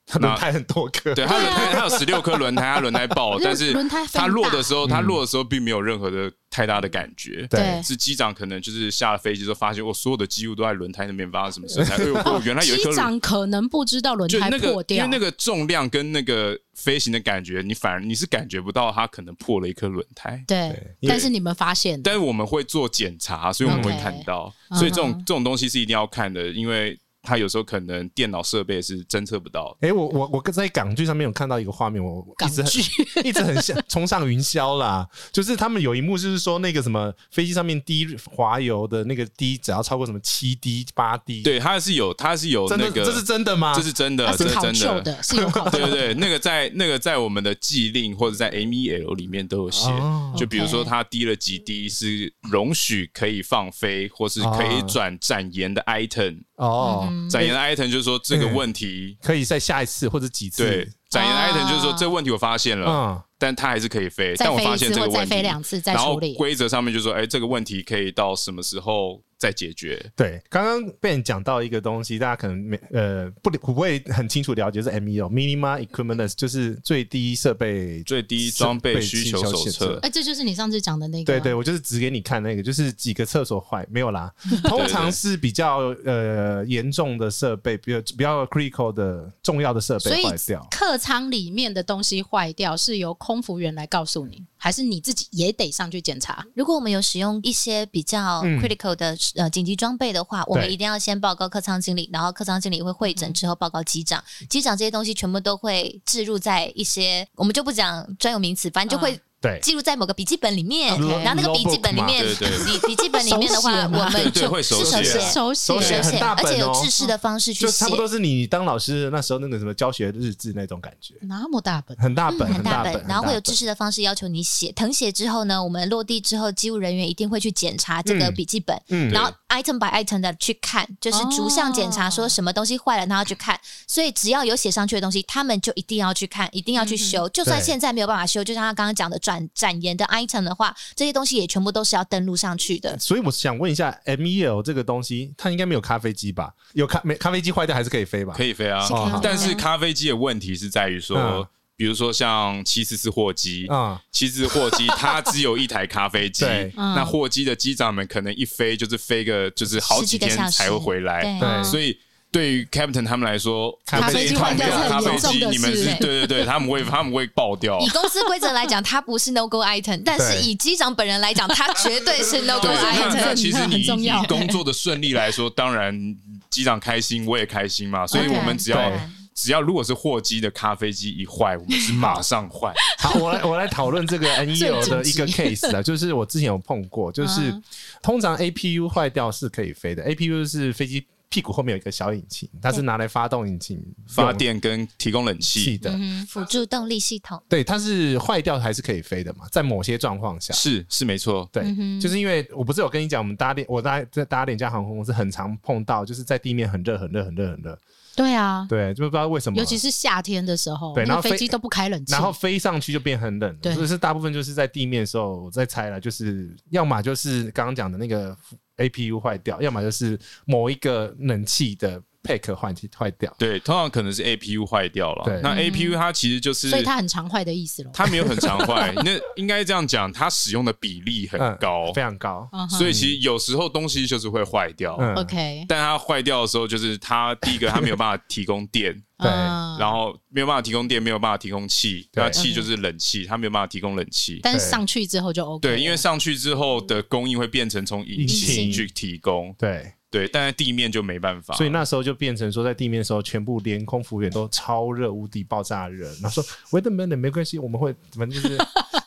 S5: 它轮胎很多颗，
S1: 对，它轮胎它有十六颗轮胎，它轮胎
S6: [laughs]
S1: 爆了，
S6: 可
S1: 但
S6: 是
S1: 是
S6: 啊轮胎非常
S1: 它落的时候，
S5: 大
S1: 它落的时候并没有任何的太大的感觉，
S6: 对
S1: 是机长可能就是下了飞机之后发现，我哦所有的机务都在轮胎那边发生什么事？才
S6: [laughs]
S1: 哎呦，我原来有一颗
S6: 机
S1: 轮。
S6: 长可能不知道轮
S1: 就
S6: 胎
S1: 那个
S6: 破，
S1: 因
S6: 掉，
S1: 为那个重量跟那个飞行的感觉，你反而你是感觉不到它可能破了一颗轮胎。
S6: 对，
S5: 因为
S6: 但是你们发现的
S1: 但是我们会做检查，所以我们会
S6: OK
S1: 看到。所以这种
S6: 嗯哼
S1: 这种东西是一定要看的，因为它有时候可能电脑设备是侦测不到的。
S5: 哎，我我我在港剧上面有看到一个画面，我一
S6: 港
S5: 直很
S6: 剧
S5: [laughs] 一直很像冲上云霄啦，就是他们有一幕就是说那个什么飞机上面滴滑油的那个滴，只要超过什么七滴八滴，，
S1: 对，它是有，它是有
S5: 真
S1: 那
S5: 的啊
S1: 个，
S5: 这是真的吗？
S1: 这是真的，
S6: 它
S1: 这
S6: 啊是
S1: 是
S6: 考
S1: 真
S6: 究
S1: 的。
S6: 的，是有考
S1: [laughs]
S6: 究
S1: 对
S6: 的，
S1: 对，那个在那个在我们的技令或者在 MEL 里面都有写，
S5: 哦
S1: 就比如说
S6: OK
S1: 它滴了几滴是容许可以放飞或是可以
S5: 哦
S1: 转展延的 item，
S5: 哦，
S6: 嗯
S1: 展延的 item 就是说这个问题，
S5: 可以在下一次或者几次，
S1: 对，展延的 item 就是说这问题我发现了，
S5: 嗯，
S1: 但它还是可以飞，
S6: 啊再
S1: 但我
S6: 飞
S1: 发
S6: 一
S1: 现
S6: 次
S1: 这
S6: 或
S1: 个
S6: 再
S1: 问
S6: 飞
S1: 题，
S6: 两次再
S1: 然后
S6: 处理，
S1: 规则上面就说，哎，这个问题可以到什么时候再解决？
S5: 对，刚刚被你讲到一个东西，大家可能没呃不不会很清楚了解，是 MEO Minima Equipment，就是最低设备
S1: 最低装备需求手
S5: 设
S1: 册
S6: 哎，这就是你上次讲的那个，
S5: 对
S2: 啊
S5: 对，我就是指给你看那个，就是几个厕所坏没有
S2: [laughs]
S5: 啦，通常是比较呃严重的设备，比较比较 critical 的重要的设
S6: 所
S5: 备
S6: 以
S5: 坏掉。
S6: 客舱里面的东西坏掉是由空服员来告诉你，还是你自己也得上去检查？
S2: 如果我们有使用一些比较
S5: 嗯
S2: critical 的、呃紧急装备的话，我们
S5: 对
S2: 一定要先报告客舱经理，然后客舱经理会会诊之后报告机长，机长这些东西全部都会置入在一些我们就不讲专有名词，反正就会
S5: 对，
S2: 记录在某个笔记本里面，
S5: OK
S2: 然后那个笔记本里面
S1: Logbook 嘛对对
S2: 笔笔记本里面的
S6: 手
S2: 话，
S6: 写嘛
S2: 我
S1: 对
S2: 们
S1: 对
S2: 就
S1: 会手
S2: 是
S1: 写
S2: 写。
S6: 手
S5: 手
S2: 是
S5: 写
S2: 手
S5: 很
S2: 写，
S5: 大
S2: 而
S5: 本
S2: 且有
S5: 哦
S2: 制式的方式去
S5: 就
S2: 写
S5: 差不，多是你当老师那时候那个什么教学日志那种感觉，
S6: 那么大本，
S5: 很大本，
S2: 嗯很
S5: 大
S2: 大本，然后会有制
S5: 识。
S2: 式的方式要求你写。誊写之后呢，我们落地之后，机务人员一定会去检查这个
S5: 嗯
S2: 笔记本，
S5: 嗯
S2: 然后 item by item 的去看，就是逐项检查，
S6: 哦
S2: 说什么东西坏了，然后去看。所以只要有写上去的东西，他们就一定要去看，一定要去修。就算
S5: 对
S2: 现在没有办法修，就像他刚刚讲的转展延的 item 的话，这些东西也全部都是要登录上去的。
S5: 所以我想问一下，MEL 这个东西，它应该没有咖啡机吧？有咖没咖啡机坏掉还是可以飞吧？
S1: 可
S5: 以，
S1: 以飞啊
S2: 是可以
S5: 哦，
S1: 但是咖啡机的问题是在于说
S5: 嗯，
S1: 比如说像七四四货机，
S5: 嗯，
S1: 其实货机它只有一台咖啡
S6: [laughs]
S1: 机
S5: 对，
S6: 嗯
S1: 那货机的机长们可能一飞就是飞个就是好几天
S2: 10个小时
S1: 才会回来，
S2: 对啊
S6: 嗯
S5: 对
S1: 所以。对于 Captain 他们来说，
S5: 咖
S1: 这
S5: 啡
S1: 一
S5: 机
S1: 趟
S5: 坏掉
S1: 没有
S5: 是
S1: 咖
S5: 很
S1: 啡
S5: 严
S6: 重
S1: 机，
S6: 的
S1: 你们
S6: 事
S1: 是
S6: 欸
S1: 对对对，他们会他们会爆掉。
S2: 以公司规则来讲，它不是 no go item，但是
S5: 对
S2: 以机长本人来讲，它绝对是 no go
S1: [laughs] 对，
S6: 很
S1: 那
S2: item。
S1: 那其实
S6: 很
S1: 你
S6: 重
S1: 以
S6: 要
S1: 工作的顺利来说，当然机长开心，我也开心嘛。所以我们
S6: OK
S1: 只要
S5: 对
S1: 只要如果是货机的咖啡机一坏，我们是马上
S5: [laughs]
S1: 换。
S5: 好，我来我来讨论这个 NEO 的一个 case 啊，就是我之前有碰过，就是
S6: 嗯
S5: 通常 APU 坏掉是可以飞的，APU 是飞机屁股后面有一个小引擎，它是拿来发动引擎
S1: 发电跟提供冷
S5: 用
S1: 气
S5: 器的。
S2: 嗯哼辅助动力系统，
S5: 对，它是坏掉还是可以飞的嘛？在某些状况下，
S1: 是是没错，
S5: 对，
S2: 嗯哼
S5: 就是因为我不是有跟你讲，我们搭电，我搭在搭廉价航空公司很常碰到，就是在地面很热、很热、很热、很热，
S6: 对啊，
S5: 对，就不知道为什么，
S6: 尤其是夏天的时候，
S5: 对
S6: 那
S5: 然后飞
S6: 个飞机都不开冷气，
S5: 然后飞上去就变很冷了，
S6: 对
S5: 所以是大部分就是在地面的时候，我在猜了，就是要么就是刚刚讲的那个 APU 坏掉，要么就是某一个冷气的 pack 换气坏掉，
S1: 对，通常可能是 APU 坏掉
S5: 对
S1: 了。那 APU 它其实就是，
S6: 嗯所以它很常坏的意思咯。
S1: 它没有很常坏，那应该这样讲，它使用的比例很高，
S5: 非常高，
S6: 嗯哼
S1: 所以其实有时候东西就是会坏掉。
S5: 嗯
S6: OK，
S1: 但它坏掉的时候，就是它第一个它没有办法提供电，
S5: 对
S6: [laughs] 嗯
S1: 然后没有办法提供电，没有办法提供气，
S5: 对
S1: 那气就是冷气，它没有办法提供冷气。
S6: 但是上去之后就 OK，
S1: 对，因为上去之后的供应会变成从引
S5: 引
S1: 擎
S5: 擎
S1: 去提供，
S5: 对，
S1: 对，但在地面就没办法。
S5: 所以那时候就变成说，在地面的时候，全部连空服务员都超热，无敌爆炸热。然后说 Wait a minute，没关系，我们会反正就是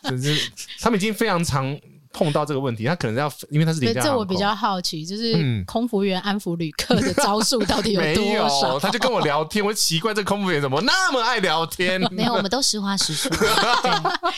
S5: 就是他们已经非常常碰到这个问题，他可能要因为他是廉
S6: 对，
S5: 价
S6: 这
S5: 航
S6: 我
S5: 空
S6: 比较好奇，就是
S5: 嗯
S6: 空服员安抚旅客的招数到底
S5: [laughs] 没
S6: 多
S5: 有，
S6: 少？
S5: 他就跟我聊天，我就奇怪这空服员怎么那么爱聊
S6: [laughs]
S5: 天。
S2: 没有，我们都实话实说。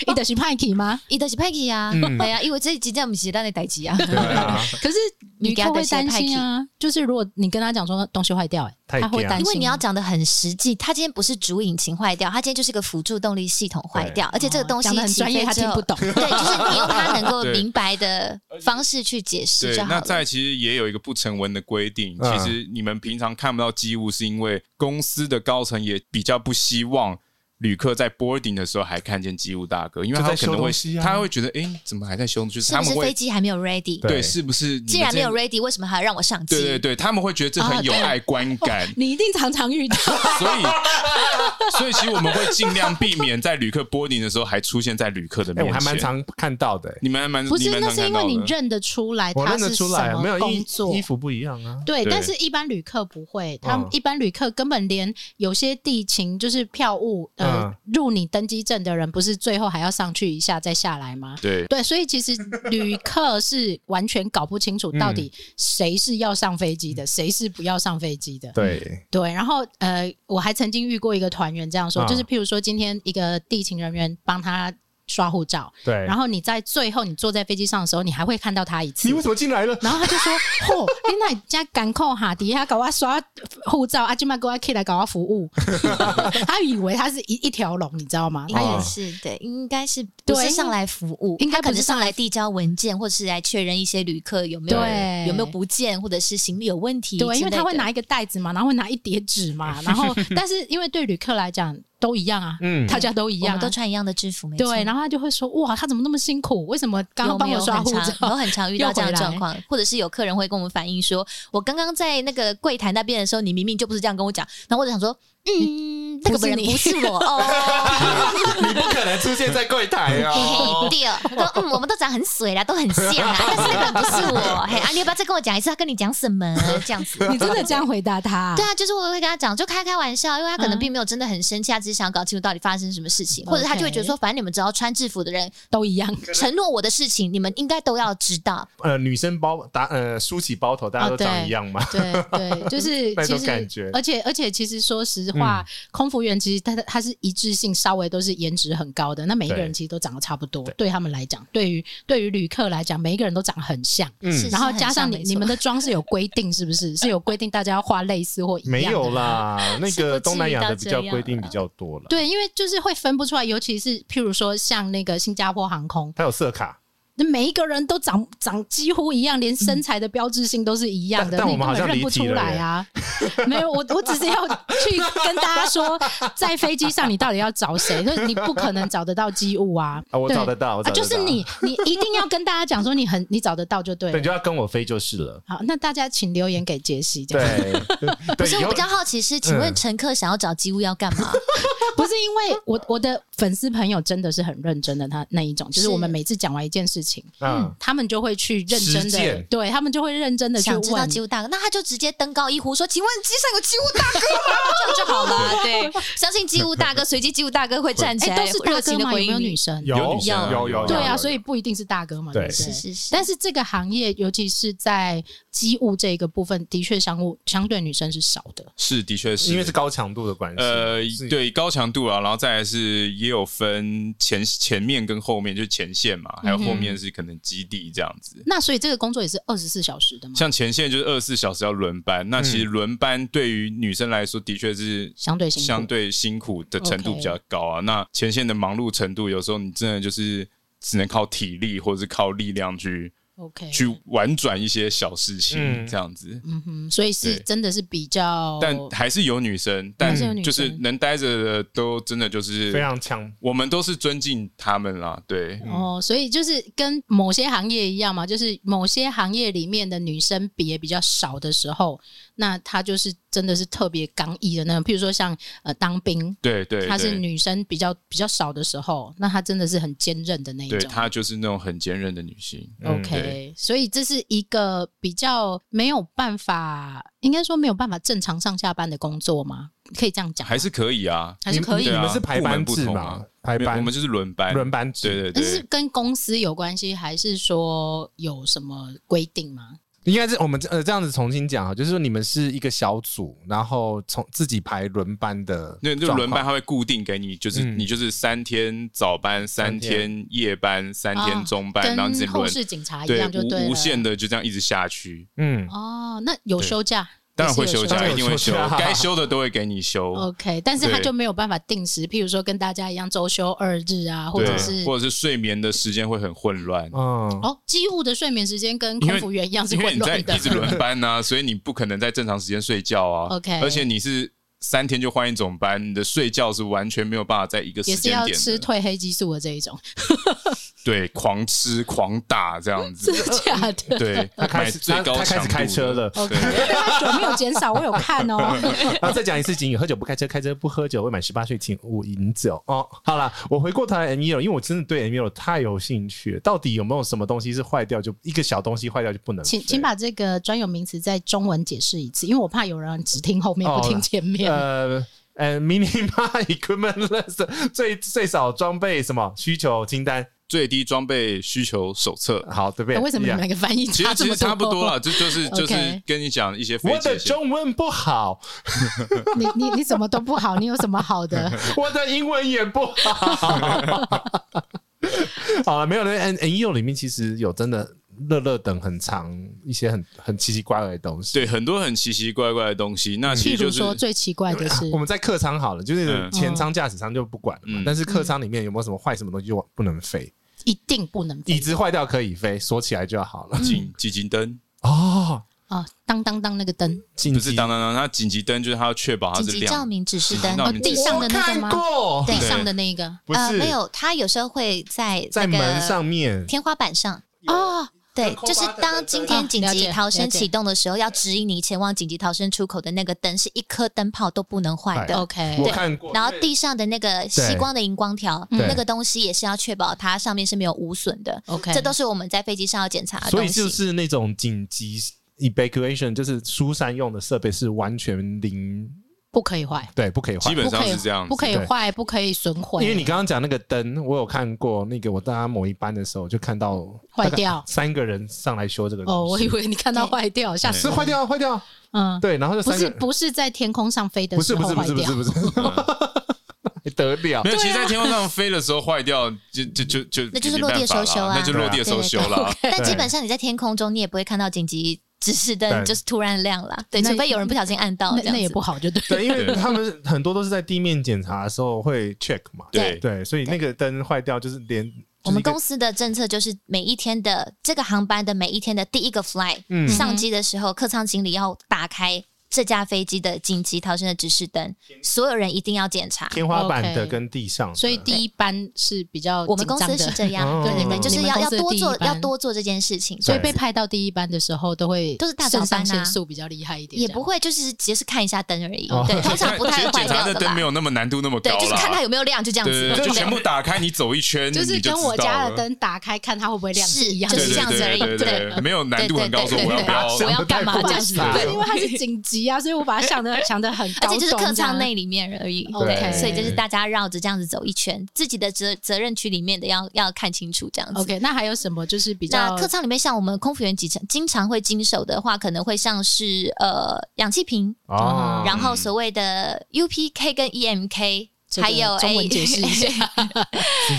S6: 你的是派
S5: [laughs]
S6: y 吗？
S2: 伊都是派去啊，
S1: 嗯
S2: 对啊，因为这一集这样不是咱的代
S1: [laughs]
S2: 志啊。
S5: 对啊，
S6: 可是旅客会担心啊，就是如果你跟他讲说东西坏掉、欸，
S5: 太
S6: 他会
S5: 惊
S6: 担心，
S2: 因为你要讲的很实际，它今天不是主引擎坏掉，它今天就是一个辅助动力系统坏掉，而且这个东西
S6: 哦讲的很
S2: 起飞
S6: 专业，他
S2: 之
S6: 听
S2: 后
S6: 不。懂。
S1: [laughs]
S2: 对，就是你用它能够
S1: 对
S2: 明白的方式去解释
S1: 对
S2: 就，好
S1: 那
S2: 了。
S1: 在其实也有一个不成文的规定，
S5: 嗯
S1: 其实你们平常看不到机务，是因为公司的高层也比较不希望旅客在 boarding 的时候还看见机务大哥，因为
S5: 就
S1: 他
S5: 在
S1: 可能
S5: 修
S1: 会
S5: 东西啊
S1: 他会觉得，哎，怎么还在修？就是
S2: 是
S1: 他
S2: 不
S1: 们
S2: 是
S1: 会
S2: 飞机还没有 ready？
S5: 对
S1: 对，是不是？
S2: 既然没有，ready，为什么还要让我上机？啊
S1: 对对对，他们会觉得这很有碍观
S2: [laughs]
S1: 感。
S6: 你一定常常遇到，
S5: [laughs]
S1: 所以，所以其实我们会尽量避免在旅客 boarding 的时候还出现在旅客的
S5: 哎，
S1: 面
S5: 我
S1: 前。
S5: 还蛮，常看到的欸，
S1: 你们还蛮
S6: 不
S1: 你
S6: 是？
S1: 蛮
S6: 那
S1: 常
S6: 是
S1: 看
S6: 因
S1: 到
S6: 为
S1: 的
S6: 你认得出来
S5: 我
S6: 他
S5: 认得
S6: 是什
S5: 出来，啊没有
S6: 么
S5: 衣
S6: 工作
S5: 衣。服不一样啊。
S6: 对，
S1: 对
S6: 但是一般旅客不会，他们
S5: 嗯
S6: 一般旅客根本连有些地勤就是票务，呃
S5: 嗯，
S6: 入你登机证的人，不是最后还要上去一下再下来吗？
S1: 对
S6: 对，所以其实旅客是完全搞不清楚到底
S5: 嗯
S6: 谁是要上飞机的，谁是不要上飞机的。
S5: 对，
S6: 对，然后呃，我还曾经遇过一个团员这样说，
S5: 嗯
S6: 就是譬如说今天一个地勤人员帮他刷护照，
S5: 对，
S6: 然后你在最后你坐在飞机上的时候，你还会看到他一次
S5: 你。为什么进来了？
S6: 然后他 [laughs] 就说：“嚯、你哪家敢扣哈迪下搞我刷护照，阿舅妈给我 K 来搞我服 [laughs] 务。”他以为他是一一条龙，你知道吗？
S2: 应
S6: 他
S2: 该
S6: 也
S2: 是对，应该是不
S6: 对
S2: 是上来服务，
S6: 应该
S2: 他可
S6: 不是
S2: 能
S6: 上
S2: 上来递交文件，或是来确认一些旅客有没有
S6: 对
S2: 有没有不见，或者是行李有问题之类的。
S6: 对，因为他会拿一个袋子嘛，然后会拿一叠纸 [laughs] 嘛，然后但是因为对旅客来讲都一样啊，
S5: 嗯
S6: 大家都一
S2: 我
S6: 样
S2: 们
S6: 啊、
S2: 都穿一样的制服，没错。
S6: 对，然后他就会说哇，他怎么那么辛苦？为什么刚刚
S2: 有
S6: 帮
S2: 没
S6: 我
S2: 有
S6: 刷
S2: 很
S6: 护
S2: 常有
S6: 照？
S2: 很常遇到
S6: 又
S2: 这样的
S6: 回来
S2: 状况，或者是有客人会跟我们反映说，我刚刚在那个柜台那边的时候，你明明就不是这样跟我讲，然后我就想说，嗯，那
S6: 不
S2: 个
S6: 是
S2: 本人
S6: 你
S2: 不是 [laughs] 我哦，
S5: 你不可能出现在柜台
S6: [laughs]
S2: 嘿
S5: 哦。
S2: 对哦，他说嗯，我们都长很水啦，都很像啊，但是那个人不是我，嘿啊，你要不要再跟我讲一次？他跟你讲什么？这样子，
S6: [laughs] 你真的这样回答 [laughs] 他、
S2: 对啊，就是我会跟他讲，就开开玩笑，因为他可能
S6: 嗯
S2: 并没有真的很生气，他只是想搞清楚到底发生什么事情，或者他就会觉得说，反正你们只要穿制服的人
S6: 都一样。
S2: 承诺我的事情，你们应该都要知道。
S5: 呃，女生包打呃梳起包头，大家
S6: 哦
S5: 都长
S6: 对
S5: 一样嘛。
S6: [laughs] 对对，就是
S5: [laughs] 那
S6: 其
S5: 种感觉嗯
S6: 实，而且而且，其实说实话，空服员其实他他是一致性，稍微都是颜值很高的。那每一个人
S5: 对
S6: 其实都长得差不多，
S5: 对
S6: 对他们来讲，对于对于旅客来讲，每一个人都长得很像。
S5: 嗯
S2: 是
S6: 然后加上
S2: 是很像没
S6: 你
S2: 错
S6: 你们的妆是有规定，是不是？是有规定大家要画类似或一样的
S5: 没有。啦，那
S2: 是
S5: 个
S2: 不至
S5: 东南
S2: 于
S5: 亚
S2: 到
S5: 的比
S2: 这
S5: 较
S2: 样
S5: 规定比
S2: 啦
S5: 较多了。
S6: 对，因为就是会分不出来，尤其是譬如说像那个新加坡航空，
S5: 它有色卡，
S6: 那每一个人都长长几乎一样，连身材的标志性都是一样的，
S5: 嗯但但我
S6: 你根
S5: 们好
S6: 本
S5: 像
S6: 认不
S5: 离题
S6: 出
S5: 了
S6: 来
S5: 耶
S6: 啊。没有，我我只是要去跟大家说，在飞机上你到底要找谁？就是你不可能找得到机务啊。
S5: 啊我
S6: 对
S5: 找得到我找
S6: 啊，
S5: 得
S6: 就是
S5: 到
S6: 你，你一定要跟大家讲说你很你找得到就对
S5: 对，
S6: 了
S5: 你。就要跟我飞就是了。
S6: 好，那大家请留言给杰西。这
S5: 对 [laughs]
S6: 样，
S5: 对
S2: 不
S5: 对，
S2: 是
S5: 以
S2: 我
S5: 后
S2: 比较好奇是，请问乘客想要找机务要干 [laughs] 嘛？
S6: 不是因为我我的粉丝朋友真的是很认真的，他那一种，就是
S2: 是
S6: 我们每次讲完一件事情，
S5: 嗯，
S6: 他们就会去认真
S5: 实
S6: 的
S5: 践，
S6: 对他们就会认真的去
S2: 想知道
S6: 问。
S2: 机务大哥，那他就直接登高一呼说：“请问机上有机务大哥吗？” [laughs] 这样就好 [laughs] 了。对，相信机务大哥，随机机务大哥会站起 [laughs]
S6: 哎，
S2: 来，
S6: 都是大
S2: 热情
S6: 哥
S2: 的
S6: 吗？
S2: 回
S6: 有没
S2: 应
S6: 有女
S2: 你。
S6: 生？
S5: 有
S1: 女生
S5: 有有
S6: 对
S5: 有
S6: 啊，
S5: 有
S6: 所以不一定是大哥嘛，
S5: 对
S6: 对不对？
S2: 是是是，
S6: 但是这个行业，尤其是在机务这一个部分，的确相互相对女生是少的。
S1: 是的确是
S5: 因为是高强度的关系，
S1: 呃
S5: 是，
S1: 对，高强度啊，然后再来是也有分前前面跟后面，就是前线嘛，
S5: 嗯
S1: 还有后面是可能基地这样子。
S6: 那所以这个工作也是二十四小时的嘛，
S1: 像前线就是二十四小时要轮班，那
S5: 嗯
S1: 其实轮班对于女生来说的确是
S6: 相对辛苦
S1: 相对辛苦的程度比较高啊。那前线的忙碌程度，有时候你真的就是只能靠体力或者是靠力量去
S6: OK，
S1: 去婉转一些小事情
S5: 嗯
S1: 这样子。
S6: 嗯哼，所以是
S1: 对
S6: 真的是比较，
S1: 但还是有女生，但
S6: 是有女
S1: 就是
S6: 生
S1: 能待着的都真的就是
S5: 非常强，
S1: 我们都是尊敬他们啦，对，
S6: 哦，所以就是跟某些行业一样嘛，就是某些行业里面的女生别比较少的时候，那她就是真的是特别刚毅的那种，譬如说像呃当兵，
S1: 对对，
S6: 她是
S1: 对，
S6: 女生比较比较少的时候，那她真的是很坚韧的那一
S1: 对
S6: 种。
S1: 她就是那种很坚韧的女性，
S5: 嗯
S6: OK，、所以这是一个比较没有办法，应该说没有办法正常上下班的工作吗？可以这样讲吗，
S1: 还是可以啊，
S6: 还是可以
S5: 你
S1: 对啊
S5: 们是排班
S1: 部
S5: 制
S1: 门不同
S5: 嘛
S1: 啊？
S5: 排
S1: 没有
S5: 班，
S1: 我们就是轮班，
S5: 轮班制，
S1: 对对
S6: 但是
S1: 对，
S6: 跟公司有关系，还是说有什么规定吗？
S5: 应该是我们这呃这样子重新讲啊，就是说你们是一个小组，然后从自己排轮班的，
S1: 那就轮班，他会固定给你，就是
S5: 嗯
S1: 你就是三天早班，三天夜班，三
S6: 啊
S1: 天中班，然后你自己
S6: 跟后
S1: 轮，
S6: 世警察一
S1: 对
S6: 样就对
S1: 无
S6: 了。
S1: 无限的就这样一直下去，
S5: 嗯，
S6: 哦，那有
S1: 对
S6: 休假，哦
S1: 当然
S6: 也
S1: 会
S6: 是有
S1: 休
S5: 当
S1: 假，
S5: 然有
S1: 一定会
S5: 休
S1: [laughs] 休
S5: 假，
S1: 该休的都会给你休，
S6: OK，但是他
S1: 对
S6: 就没有办法定时，譬如说跟大家一样周休二日啊，或
S1: 对
S6: 者是，
S1: 或者是睡眠的时间会很混乱，
S5: 嗯，
S6: 哦，机务的睡眠时间跟
S1: 因
S6: 空
S1: 为
S6: 服员一啊样是
S1: 因为
S6: 混
S1: 你在
S6: 乱的
S1: 一。直轮班呐、所以你不可能在正常时间睡觉啊。
S6: OK
S1: 而且你是三天就换一种班，你的睡觉是完全没有办法在一个时
S6: 也是
S1: 间
S6: 要
S1: 点
S6: 吃
S1: 的，
S6: 褪黑激素的这一 [laughs] 种，
S1: 对，狂吃狂打这样子，
S6: 假的。
S1: 对，
S5: 他开
S1: 买
S5: 始
S1: 最高
S5: 他他开
S1: 强
S5: 始
S1: 度
S5: 开车了，
S6: OK，他啊酒没有减少，我有看哦。
S5: [laughs]
S1: [laughs]
S5: 然后再讲一次，仅有喝酒不开车，开车不喝酒，未满十八岁请勿饮酒。哦，好了，我回过头来 M E L，因为我真的对 M E L 太有兴趣了，到底有没有什么东西是坏掉就一个小东西坏掉就不能飞？
S6: 请请把这个专有名词在中文解释一次，因为我怕有人只听后面不听前面。
S5: 呃呃 [laughs] minima equipment [laughs] list 最最少装备什么需求清单？
S1: 最低装备需求手册。
S5: 好，对不对？
S6: 为什么你们两个翻译
S1: 其
S6: 差
S1: 实
S6: 这
S1: 其
S6: 么
S1: 实差不多
S6: 了？
S1: 了，这就是就是
S6: [laughs] OK
S1: 跟你讲一些飞
S5: 我
S1: 机
S5: 的中文不
S6: [laughs]
S5: 好，
S6: 你你你怎么都不好？你有什么好的？
S5: 我的英文也不好。好了，没有了。N N E O 里面其实有真的乐乐等很长一些很很奇奇怪怪的东西。
S1: 对很多很奇奇怪怪的东西，那 [laughs] 其
S6: 譬
S1: 实
S6: 如
S1: 就是
S6: 说最奇怪的是
S5: 我，们在客舱好了，就是
S1: 嗯
S5: 前舱、驾驶舱就不管了嘛。
S1: 嗯
S5: 但是客舱里面有没有什么坏什么东西就不能飞？
S6: 一定不能
S1: 嗯
S5: 椅
S6: 飞
S5: 子坏掉可以飞，锁起来就好了。
S6: 嗯
S1: 紧紧急灯，
S5: 哦，
S6: 啊！当当当那个灯，
S5: 紧
S1: 不
S5: 急
S1: 是当当当，它紧急灯就是它要确保它
S2: 紧
S1: 是
S2: 急照
S1: 亮。
S2: 明指示灯
S1: 那我
S6: 哦，
S1: 们
S6: 地上的那个
S5: 我看
S6: 吗？
S5: 过，
S6: 地
S1: 对
S6: 上的那一个
S5: 不是、
S2: 呃，没有，他有时候会在
S5: 在
S2: 那个
S5: 门上面。
S2: 天花板上。
S6: 哦，
S2: 对，就是当今天紧
S6: 啊了
S2: 急
S6: 解
S2: 逃生
S6: 了解
S2: 启动的时候，要指引你前往紧急逃生出口的那个灯，是一颗灯泡都不能坏的。
S6: OK，
S5: 哎我看过，
S2: 然后地上的那个吸光的荧光条，
S5: 对
S2: 那个东西也是要确保它上面是没有无损的。
S6: OK
S2: 这都是我们在飞机上要检查的
S5: 所
S2: 东
S5: 以
S2: 西。
S5: 就是那种紧急 evacuation，就是疏散用的设备是完全零，
S6: 不可以坏，
S5: 对，不可以换
S1: 基。本
S6: 不
S1: 上
S6: 可以
S1: 是这样子，
S6: 不可以坏，不可以损毁，
S5: 因为你刚刚讲那个灯，我有看过那个，我搭某一班的时候就看到
S6: 坏掉
S5: 三个人上来修这个东西
S6: 哦，我以为你看到坏掉，吓死
S5: 是
S6: 我
S5: 坏，掉，坏掉，
S6: 嗯，
S5: 对，然后就
S6: 不
S5: 三
S6: 是
S5: 个，
S6: 不是在天空上飞的
S5: 不是
S6: 时
S5: 不
S6: 候
S5: 是不
S6: 坏
S5: 是不
S6: 掉
S5: 是，不是，
S1: [laughs]
S5: 还得了
S1: 没？有，其实在天空上飞的时候坏掉，就就就就
S2: 啊 [laughs] 那就是
S1: 没
S2: 落地
S1: 办法
S2: 收
S1: 啦
S2: 修啊
S1: 那就落地
S2: 对
S1: 收
S2: 对
S1: 修
S2: 对
S1: 啦。
S2: 但基本上你在天空中，你也不会看到紧急指示
S5: 对
S2: 灯就是突然亮了，对，
S6: 那
S2: 除非有人不小心按到，
S6: 那
S2: 这样
S6: 那也
S2: 子
S6: 不好，就对了。
S5: 对，因为他们很多都是在地面检查的时候会 check 嘛，
S1: 对
S5: 对，所以那个灯坏掉就是连
S2: 我们公
S5: 司
S2: 司的政策就是每一天的这个航班的每一天的第一个 fly、
S5: 嗯
S2: 上机的时候，客舱经理要打开这架飞机的紧急逃生的指示灯，所有人一定要检查。
S5: 天花板的
S6: OK
S5: 跟地上的，
S6: [laughs] 所以第一班是比较
S2: 我们公司
S6: 紧张
S2: 是
S6: 的
S2: 这样，
S5: 哦
S2: 对对对，就是要
S6: 你
S2: 要
S6: 们公司
S2: 多
S6: 第一
S2: 做
S6: 班
S2: 要多做这件事情，
S6: 所以
S5: 对
S6: 被派到第一班的时候，都会
S2: 都是大早
S6: 肾
S2: 班啊
S6: 上腺素比较厉害一点，
S2: 也不
S6: 会
S2: 会就是只是看一下灯而已
S5: 哦，
S6: [laughs]
S2: 对，通常不
S1: 其
S2: 太
S1: 实
S2: 会坏
S1: 检查
S2: 掉
S1: 的
S2: 的
S1: 灯
S2: 啦
S1: 没。有那么难度那么高
S2: 对
S1: 啦，，
S2: 就是看它有没有亮，就这样子
S1: 对，对，
S2: 就
S1: 就
S2: 没有
S1: 全部打开，你走一圈，
S6: 就是
S1: 你
S6: 跟我
S1: 知道
S6: 家的
S1: 了
S6: 灯打开看它会不会亮
S2: 是
S6: 一样，
S2: 就
S1: 对
S2: 是这样子而已
S1: 对对对对
S2: 对
S1: 没有难度很高，说
S2: 对对
S1: 我要
S2: 对
S1: 不
S2: 对
S1: 要
S2: 对我要干嘛这样子
S5: 想
S6: [laughs]
S5: 得太复杂
S6: 对，因为它是紧急啊，所以我把它想 [laughs] 的想的很
S2: 而
S6: 高
S2: 且
S6: 中这啊
S2: 就是
S6: 样，
S2: 客舱内里面而已。
S6: OK，
S2: 所以就是
S5: 对
S2: 大家绕着这样子走一圈，自己的责责任区里面的要要看清楚这样子。
S6: OK，那还有什么就是比较
S2: 那客舱里面像我们空服员经常经常会经手的话，可能会像是呃氧气瓶，
S5: 哦，
S2: 然后所谓的 UPK 跟 EMK，
S6: 这个
S2: 还
S6: [laughs]
S2: 有哎
S6: 中文解释一下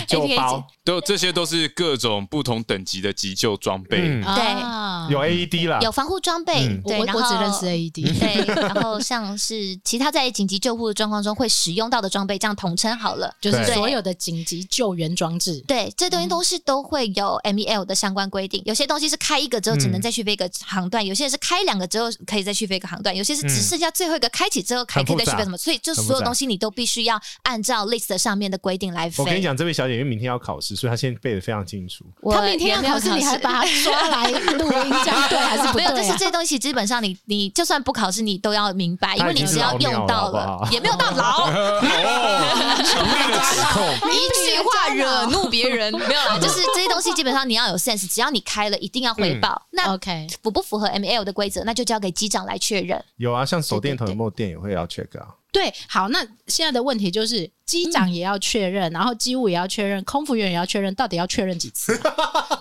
S5: 就
S2: APK
S5: 包
S1: [laughs] 都这些都是各种不同等级的急救装备
S5: 嗯。
S6: 啊
S5: 有 AED 啦，
S2: [laughs] 有防护装备，
S5: 嗯
S6: 我
S2: 对，
S6: 我
S2: 然
S6: 我
S2: 后
S6: 只认识
S5: [laughs]
S6: E AED，
S2: 对，然后像是其他在紧急救护的状况中会使用到的装备，这样统称好了。
S6: 就是
S5: 对
S6: 所有的紧急救援装置。
S2: 对，这
S5: 嗯
S2: 东西都是都会有 MEL 的相关规定。有些东西是开一个之后只
S5: 嗯
S2: 能再续飞一个航段，有些是开两个之后可以再续飞一个航段，有些是
S5: 嗯
S2: 只剩下最后一个开启之后还可以再续飞什么。所以就所有东西你都必须要按照 list 上面的规定来飞。
S5: 我跟你讲，这位小姐因为明天要考试，所以她现在背的非常清楚。
S2: 我
S6: 他明天
S2: 也
S6: 要
S2: 没有
S6: 考试，你还
S2: [laughs]
S6: 把他抓来录音，这样对还是不
S2: 没
S6: 对
S2: 有，
S6: 啊？
S2: 但是这东西基本上你你就算不考试，你都要明白，因为你只要用到
S5: 他已经是老鸟了好不好
S2: 也没有到 [laughs] 老，
S1: 哦，强烈的指控，
S2: 一句话惹怒别人，没有啦，就是这些东西基本上你要有 sense，只要你开了，一定要
S1: 嗯
S2: 回报。那
S6: OK，
S2: 符不符合 ML 的规则，那就交给机长来确认。
S5: 有啊，像手电筒
S2: 对对对
S5: 有没有电也会要 check 啊。
S6: 对，好，那现在的问题就是，机长也要确认，然后机务也要确认，空服员也要确认，到底要确认几次？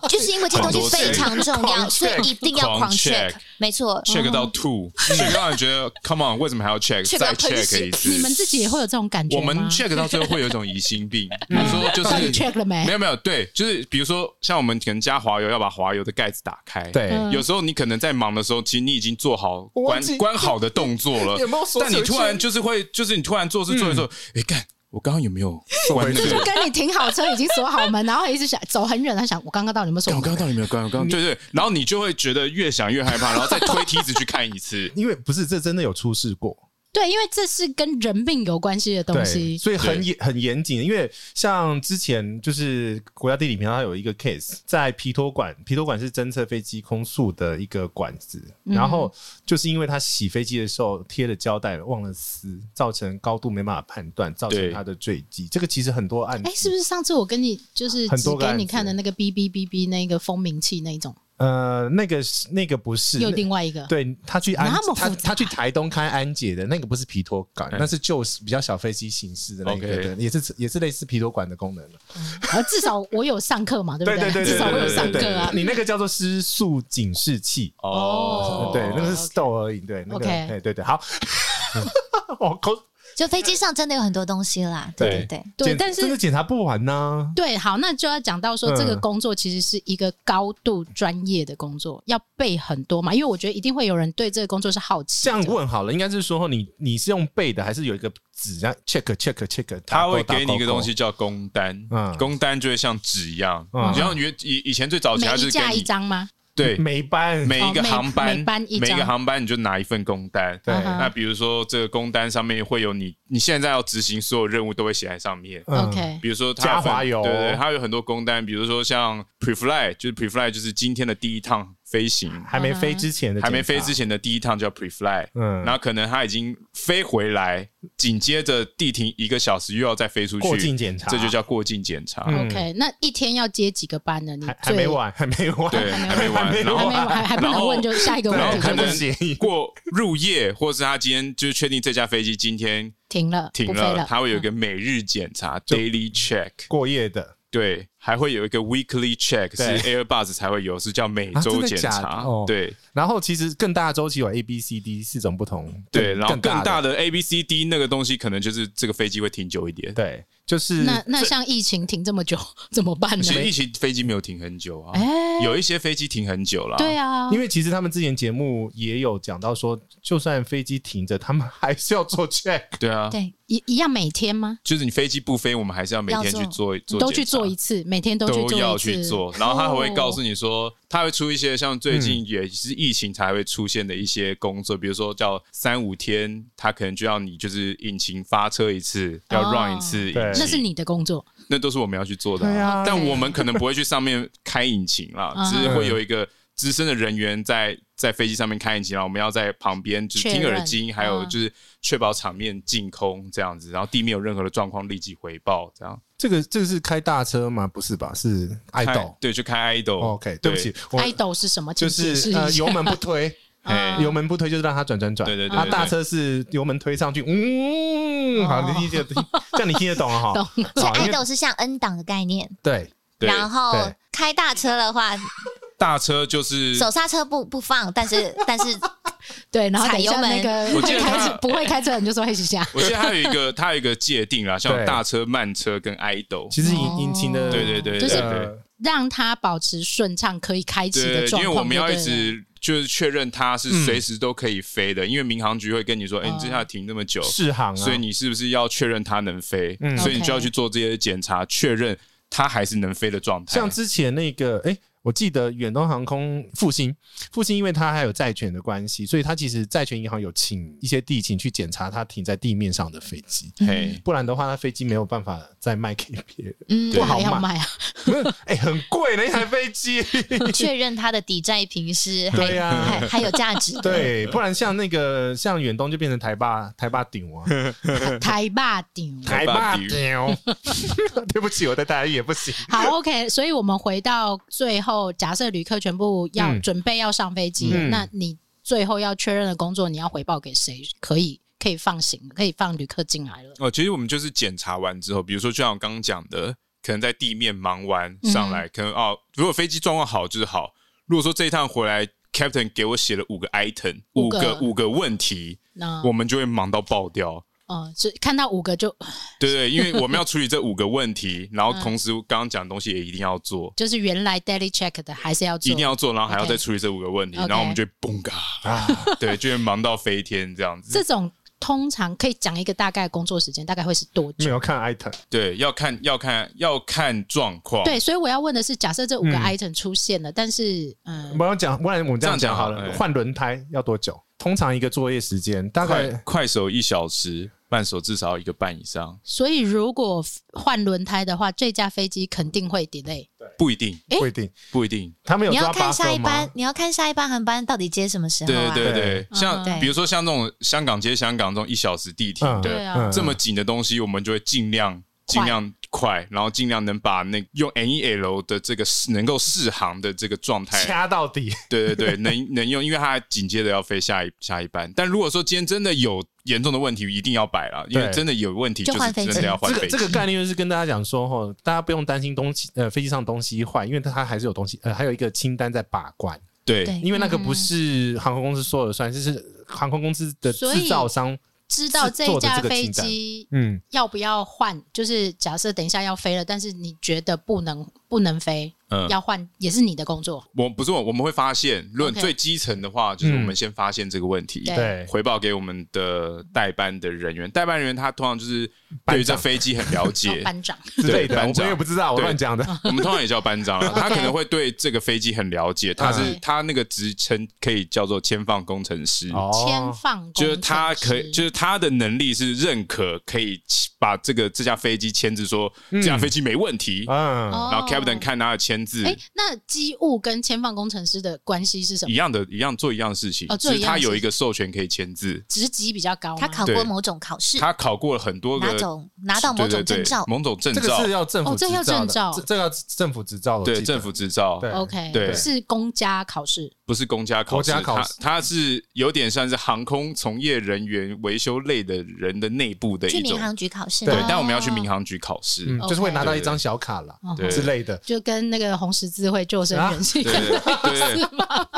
S2: 就是因为这东西非常重
S1: 哦狂
S2: 要，
S1: check
S2: 所以一定要
S1: 狂
S2: 狂 check
S1: check。
S2: 没错，
S1: check 到吐，check 到你觉得 come on，为什么还要 check？[laughs]
S2: check
S1: 再
S2: 到喷血
S1: check 一次。
S6: 你们自己也会有这种感觉
S1: 我
S6: 吗？
S1: 们 check 到最后会有一种疑心病，比
S2: 嗯
S1: 如说就
S6: 到底
S1: 是
S6: check 了没
S1: 没？有没有，对，就是比如说像我们可能加滑油要把滑油的盖子打开，
S5: 对嗯
S1: 有时候你可能在忙的时候，其实你已经做好
S5: 我忘
S1: 关
S5: 记
S1: 关好的动作了，
S5: 有没有手
S1: 但你
S5: 指。
S1: 突然就是会，就是你突然做事做的时候，哎干，我刚刚有没有关那
S6: 就
S1: 个？
S6: 跟你停好车，已经锁好门，然后一直想走很远，他想我刚刚到底有没有锁
S1: 干我
S6: 门？
S1: 刚刚到底有没有关？我刚刚对对，然后你就会觉得越想越害怕，然后再推梯子去看一次
S5: [laughs] 因为不是这真的有出事过，
S6: 对，因为这是跟人命有关系的东
S5: 对，
S6: 西。
S5: 所以很严很严谨。因为像之前就是国家地理频道它有一个 case，在皮托管，皮托管是侦测飞机空速的一个管子，
S6: 嗯
S5: 然后就是因为它洗飞机的时候贴了胶带忘了撕，造成高度没办法判断，造
S1: 对
S5: 成它的坠机。这个其实很多案
S6: 哎，是
S5: 子，
S6: 不是上次我跟你就是
S5: 嗯很
S6: 只
S5: 多个
S6: 给
S5: 案
S6: 你
S5: 子
S6: 看的那个哔哔哔哔那个蜂鸣器那一种，
S5: 呃，那个是那个不是
S6: 又
S5: 那
S6: 另外一个？
S5: 对他去安
S6: 那么
S5: 他
S6: 复杂
S5: 他去台东开安检的那个不是皮托管，那是旧式比较小飞机形式的那个
S1: OK
S5: 对，也是也是类似皮托管的功能的。
S6: 而啊至少我有上课嘛，对不
S5: 对
S6: 至少我有
S5: 对
S6: 上课啊。
S5: 你那个叫做失速警示器，
S6: 哦
S5: 对，那个是
S6: OK
S5: stow 而已，对，那个
S6: OK
S5: 对对对，好， [laughs] 哦我口
S2: 就飞机上真的有很多东西啦。对对对，
S6: 对，
S5: 检
S6: 但是
S5: 真的检查不完呢。
S6: 对，好，那就要讲到说，这个
S5: 嗯
S6: 工作其实是一个高度专业的工作，要背很多嘛，因为我觉得一定会有人对这个工作是好奇
S5: 这
S6: 的。
S5: 样问好了，应该是说你你是用背的，还是有一个纸这样 check check check？
S1: 他会
S5: 打勾
S1: 给你一个东，西
S5: 打勾
S1: 叫工单，
S5: 嗯
S1: 工单就会像纸一样，
S5: 嗯
S1: 然后你以以前最早期
S6: 每
S1: 他就
S6: 一
S1: 是给
S6: 架一
S1: 你
S6: 张吗？
S1: 对
S5: 每班
S1: 每一个
S6: 哦每
S1: 航班，
S6: 每班一张
S1: 每一个航班你就拿一份工单。
S5: 对
S6: 嗯哼
S1: 那比如说这个工单上面会有你，你现在要执行所有任务都会写在上面。
S5: 嗯
S6: OK，
S1: 比如说它
S5: 加
S1: 有分
S5: 滑油
S1: 对对，它有很多工单，比如说像 prefly，就是 prefly 就是今天的第一趟飞行，
S5: 还没飞之前的
S1: 还没飞
S5: 检查
S1: 之前的第一趟叫 prefly，
S5: 嗯
S1: 然后可能它已经飞回来，紧接着地停一个小时又要再飞出去
S5: 过境检查
S1: 这就叫过境检查。
S5: 嗯
S6: OK，那一天要接几个班呢？你
S5: 还还
S6: 最
S5: 没，完，还没完，
S1: 对，还没完，然
S6: 还
S1: 后
S6: 没完，还还不
S1: 然
S6: 能
S1: 后
S6: 问，就下一个
S1: 然
S6: 问
S1: 后
S6: 题
S1: 可
S6: 就
S1: 能
S6: 问
S5: 协议
S1: 过入夜，或是他今天就是确定这架飞机今天
S6: 停了，
S1: 停
S6: 不飞
S1: 了，
S6: 了，
S1: 他会有一个每日检查 （daily check），
S5: 过夜的
S1: 对，还会有一个 weekly check，
S5: 对
S1: 是 Airbus 才会有，是叫每
S5: 啊真
S1: 周
S5: 的
S1: 检
S5: 假的
S1: 查
S5: 哦。
S1: 对
S5: 然后其实更大的周期有 A、B、C、D 四种不同，
S1: 对，然后更大
S5: 的
S1: 的 A、B、C、D 那个东西，可能就是这个飞机会停久一点。
S5: 对，就是
S6: 嗯那那像疫情停这么久怎么办呢
S1: 其？实疫情飞机没有停很久啊，
S6: 哎
S1: 有一些飞机停很久了。
S6: 对啊，
S5: 因为其实他们之前节目也有讲到说，就算飞机停着，他们还是要做 check， [laughs]
S1: 对啊，
S2: 对
S6: 一一样每天吗？
S1: 就是你飞机不飞，我们还是要每天去做做，
S6: 都去做一次，每天都去
S1: 都
S6: 做
S1: 要
S6: 一次哦
S1: 去做。然后他还会告诉你说，他会出一些像最
S5: 嗯
S1: 近也是疫情才会出现的一些工作，比如说叫三五天，他可能就要你就是引擎发车一次，要 run 一次引擎，
S5: 对
S6: 哦那是你的工作，
S1: 那都是我们要去做的
S5: 对
S1: 啊、
S5: 啊
S1: 但我们可能不会去上面开引擎啦，
S6: 嗯
S1: [laughs] 只是会有一个资深的人员在在飞机上面开引擎，然后我们要在旁边就是
S6: 确
S1: 听
S6: 认
S1: 耳机，还有
S6: 嗯
S1: 就是确保场面净空这样子，然后地面有任何的状况立即回报这样。
S5: 这个这个是开大车吗？不是吧？是爱
S1: 开
S5: 豆。哦
S1: 对，去开 idol。
S5: OK，对不起，我
S6: 爱豆是什么？
S5: 就
S6: 请解释
S5: 是
S6: 一
S5: 呃
S6: 下
S5: 油门不推，
S1: 哎
S5: 油门不推就是让它转转转。
S1: 对对对
S5: 啊
S1: 对对
S5: 大车是油门推上去，嗯，好，
S6: 哦
S5: 你理解，这样你听得懂了哈。
S6: 懂
S2: 所以
S5: 好因
S2: 爱
S5: 为
S2: 豆是像 N 档的概念，
S5: 对，
S1: 对，
S2: 然后
S5: 对
S2: 开大车的话，
S1: 大车就是
S2: 手刹车不不放，
S1: [laughs]
S2: 但是但是
S6: 对，然后
S2: 踩
S6: 等一下
S2: 油门
S6: 那个
S1: 我记
S6: 会
S1: 得
S6: 开
S1: 他
S6: 车不会开车的人就说黑旗下，
S1: 我记得它有一
S6: [laughs]
S1: 个，它有一个界定啦，像
S5: 对
S1: 大车、慢车跟 idol。
S5: 其实
S6: 哦
S5: 引引擎的，
S1: 对对对对
S6: 就是
S1: 对哦
S5: 呃
S6: 让他保持顺畅可以开启的
S1: 对，
S6: 状
S1: 因为
S6: 况。
S1: 我们要
S6: 对
S1: 一
S6: 不对
S1: 直就是确认它
S5: 嗯
S1: 是随时都可以飞的，因为民航局会跟你
S6: 哦
S1: 说，哎，你这下停那么久，
S5: 试航啊，
S1: 所以你是不是要确认它能飞？
S5: 嗯
S1: 所以你
S6: OK
S1: 就要去做这些检查，确认它还是能飞的状态。
S5: 像之前那个，哎、我记得远东航空复兴，复兴因为它还有债权的关系，所以它其实债权银行有请一些地勤去检查它停在地面上的飞机，
S1: 嘿，
S5: 不然的话，它飞机没有办法再卖给别人。
S2: 嗯
S5: 不
S6: 不
S5: 好
S6: 还要
S5: 卖
S6: 卖
S1: [laughs]
S6: 啊，
S5: 哎、很贵呢，一台飞
S6: [laughs]
S5: 机。
S2: 确认它的抵债品是还
S5: 对呀、
S1: 啊
S2: 还还有价值的。
S5: 对，不然像那个像远东就变成台霸台霸顶
S1: [laughs]
S5: 啊，
S6: 台霸顶。
S5: 台
S1: 霸
S5: 霸
S1: 顶
S5: 顶。 [laughs] 对不起，我的台语也不行。
S6: 好，OK，所以 [laughs] 我们回到最后，假设旅客全部要、
S5: 嗯
S6: 准备要上飞机，
S5: 嗯
S6: 那你最后要确认的工作，你要回报给谁？可以，可以放行，可以放旅客进来了。
S1: 哦，其实我们就是检查完之后，比如说就像我刚刚讲的，可能在地面忙完
S6: 嗯
S1: 上来，可能哦，如果飞机状况好就是好。如果说这一趟回来，Captain 给我写了五个 item，五
S6: 五
S1: 个
S6: 个嗯
S1: 五个问题，
S6: 那
S1: 我们就会忙到爆掉。
S6: 呃，就看到五个就
S1: 对对，因为我们要处理这五个问题，然后
S6: 嗯
S1: 同时刚刚讲的东西也一定要做，
S6: 就是原来 daily check 的还是要做，
S1: 一定要做，然后还要
S6: OK
S1: 再处理这五个问题，
S6: OK
S1: 然后我们就会蹦嘎，啊对，就会忙到飞天这样
S6: 这
S1: 子。
S6: 种。通常可以讲一个大概的工作时间，大概会是多
S5: 没
S6: 久？
S5: 有看 item，
S1: 对，要看要看要看状况。
S6: 对，所以我要问的是，假设这五个
S5: 嗯
S6: item 出现了，但是嗯，
S5: 不要讲，不然我们这样
S1: 这样讲
S5: 讲好
S1: 好
S5: 了。
S1: 了哎
S5: 换轮胎要多久？通常一个作业时间大
S1: 快
S5: 概
S1: 快手一小时，慢手至少要一个半以上，
S6: 所以如果换轮胎的话，这架飞机肯定会 delay。
S1: 不一定，
S6: 诶
S5: 不一定。
S1: 不一定。
S5: 他们有
S2: 你要
S5: 抓
S2: 看下
S5: buffer
S2: 一班
S5: 吗？，
S2: 你要看下一班航班到底接什么时候
S1: 对
S2: 啊？
S1: 对
S5: 对
S1: 对，像
S6: 嗯
S1: 比如说像这种香港接香港这种一小时地铁
S5: 嗯
S6: 对
S1: 的
S6: 啊
S5: 嗯
S1: 这么紧的东西，我们就会尽量
S6: 快
S1: 尽量快，然后尽量能把那用 N E L 的这个试能够试航的这个状态，
S5: 掐到底，
S1: 对对对， [laughs] 能能用，因为它紧接着要飞下一下一班。但如果说今天真的有严重的问题，一定要摆了，因为
S5: 对
S1: 真的有问题
S2: 就
S1: 就是
S2: 换飞
S1: 真
S2: 机
S1: 的要换
S5: 这
S1: 飞机
S5: 个这。个概念就是跟大家讲说，吼，大家不用担心东西，呃，飞机上东西坏，因为它还是有东西，呃，还有一个清单在把关，
S1: 对
S2: 对
S5: 因为那个不是航空公司说了算，就是航空公司的制造商，
S6: 知道这
S5: 做的
S6: 架
S5: 这个
S6: 飞
S5: 清单
S6: 机
S5: 嗯，
S6: 要不要换，就是假设等一下要飞了，但是你觉得不能不能飞，
S1: 嗯
S6: 要换也是你的工作。
S1: 我不是我，我们会发现，论
S6: OK
S1: 最基层的话，就是我们
S5: 嗯
S1: 先发现这个问题，
S6: 对
S5: 对，
S1: 回报给我们的代班的人员。代班人员他通常就是对于这
S5: 班长
S1: 飞机很了
S6: 然
S1: 解
S6: 后，哦班长，
S5: 之类的，
S1: 班
S5: 我
S1: 长
S5: 们也不知道，我
S1: 对
S5: 乱讲的，
S1: 我们通常也叫班长了。啊他
S6: [laughs] OK
S1: 可能会对这个飞机很了解，他是
S5: 嗯
S6: OK
S1: 他那个职称可以叫做签放工程师。
S5: 哦
S6: 签放工程师
S1: 就是他可以，就是他的能力是认可，可以把这个这架飞机签字说、
S5: 嗯
S1: 这架飞机没问题，
S5: 嗯，
S6: 哦
S1: 然后 Captain 看他的签字，
S6: 哎，那机务跟签放工程师的关系是什
S1: 一
S6: 么？
S1: 样的，一样做一样的事情，
S6: 哦
S1: 只
S6: 做
S1: 是
S6: 一样
S1: 他
S6: 的事情
S1: 有一个授权可以签字。
S6: 职级比较高吗，
S2: 他考
S1: 对
S2: 过某种考试，
S1: 他考过了很多个
S2: 拿种拿到某
S1: 对
S2: 种
S1: 对对
S2: 证照，
S1: 某种证
S5: 这个
S1: 照
S5: 是，要政府
S6: 哦这个要
S5: 执照的
S6: 证照
S5: 这这个要政府执照的，我
S1: 对
S5: 记得
S1: 政府执照，
S5: 对
S6: OK，
S1: 对
S6: 是公家考试。
S1: 不是公家考
S5: 国
S1: 试，
S5: 家考试
S1: 它它是有点像是航空从业人员维修类的人的内部的
S2: 去
S1: 一种
S2: 民，航局考试
S5: 对
S1: 对
S2: 嘛。，
S1: 但我们要去民航局考试，
S5: 嗯，
S6: OK 嗯
S5: 就是会拿到一张小卡啦
S6: 对
S1: 对
S5: 之类的，
S6: 就跟那个红十字会救生员是一
S1: 对
S6: 个
S1: 啊对对对，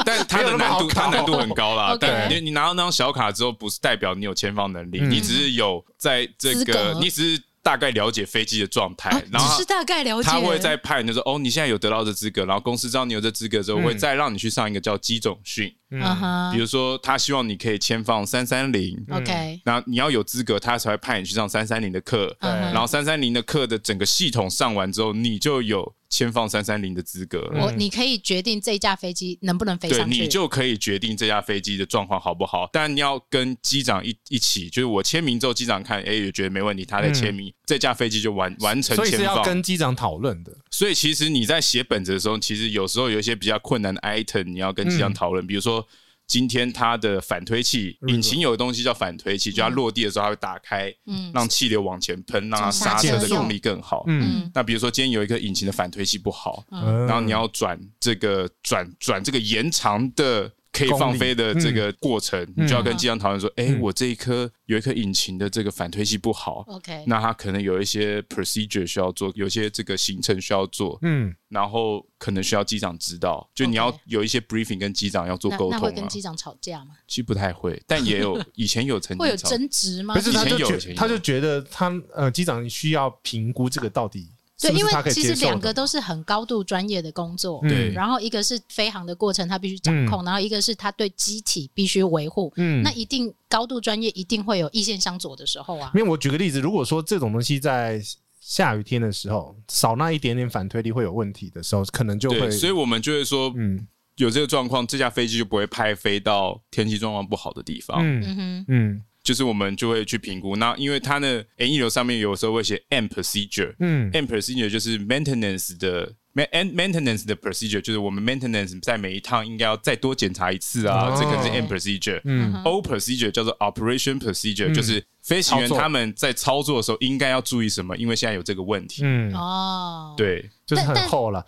S1: 但它的难度
S5: 没有那么好
S1: 它
S5: 考
S1: 难度很高啦
S6: OK，
S1: 但你你拿到那张小卡之后，不是代表你有签放能力，
S5: 嗯
S1: 你只是有在这
S6: 资
S1: 个
S6: 格，
S1: 你只是大概了解飞机的状态
S6: 啊，
S1: 哎然
S6: [laughs] 只
S1: 后
S6: 是大概了解，
S1: 他会再派人就说哦，你现在有得到这资格，然后公司知道你有这资格之后，
S5: 嗯
S1: 会再让你去上一个叫机种训，
S6: 嗯哼
S1: 比如说，他希望你可以签放三三零，
S5: 嗯
S6: ，OK，
S1: 那你要有资格，他才会派你去上三三零的课。
S6: 嗯哼
S1: 然后三三零的课的整个系统上完之后，你就有签放三三零的资格
S5: 嗯
S1: 了。
S6: 我你可以决定这架飞机能不能飞
S1: 对，
S6: 上
S1: 你
S6: 去，
S1: 就可以决定这架飞机的状况好不好，但你要跟机长一一起，就是我签名之后，机长看，哎，也觉得没问题，他再签名，这架飞机就完完成
S5: 嗯所以
S1: 签
S5: 是要
S1: 放。
S5: 跟机长讨论的。
S1: 所以其实你在写本子的时候，其实有时候有一些比较困难的 item，你要跟机
S5: 嗯
S1: 长讨论，比如说。今天它的反推器，引擎有个东西叫反推器，就它落地的时候它会打开，
S6: 嗯
S1: 让气流往前喷，让它刹车的动力更好。
S5: 嗯，
S6: 嗯
S1: 那比如说今天有一个引擎的反推器不好，
S5: 嗯
S1: 然后你要转这个转转这个延长的可以放飞的这个过程，
S5: 嗯
S1: 你就要跟机长讨论说，哎，我这一颗有一颗引擎的这个反推器不好，
S6: ，OK，
S1: 那它可能有一些 procedure 需要做，有些这个行程需要做，
S5: 嗯，
S1: 然后可能需要机长知道，就你要
S6: OK
S1: 有一些 briefing 跟机长要做
S6: 那
S1: 沟
S6: 那
S1: 通
S6: 会跟
S1: 啊。
S6: 机长吵架吗？
S1: 其实不太
S6: [laughs]
S1: 会，但也有以前有曾经
S6: 会有
S1: 吵
S6: 争执吗？
S5: 不是，
S1: 以前
S5: 他就
S1: 有以
S5: 觉
S1: 前有
S5: 他就觉得他呃，机长需要评估这个到底是
S6: 对，
S5: 不
S6: 因
S5: 是他可
S6: 为
S5: 以
S6: 其
S5: 接
S6: 实
S5: 受
S6: 两个
S5: 的。
S6: 都是很高度专业的工作，
S5: 嗯
S1: 对
S6: 然后一个是飞航的过程，他必须掌控，然后一个是他对机体必须维护。
S5: 嗯
S6: 那一定高度专业，一定会有意见相左的时候啊。
S5: 因为我举个例子，如果说这种东西在下雨天的时候，少那一点点反推力会有问题的时候，可能就会
S1: 对，，所以我们就会说，
S5: 嗯
S1: 有这个状况，这架飞机就不会派飞到天气状况不好的地方。
S5: 嗯
S6: 嗯哼，
S5: 嗯
S1: 就是我们就会去评估。那因为它的 N 一流上面有时候会写 M procedure，
S5: 嗯
S1: m procedure 就是 maintenance 的 ma- and maintenance 的 procedure，就是我们 maintenance 在每一趟应该要再多检查一次啊，
S5: 哦
S1: 这可能是 M procedure。
S5: 嗯
S1: O procedure 叫做 operation procedure，、
S5: 嗯
S1: 就是飞行员
S5: 操作
S1: 他们在操作的时候应该要注意什么，因为现在有这个问题。
S5: 嗯，
S6: 哦，，
S1: 对，
S5: 就是
S2: 但
S5: 很
S2: 但
S5: 厚了，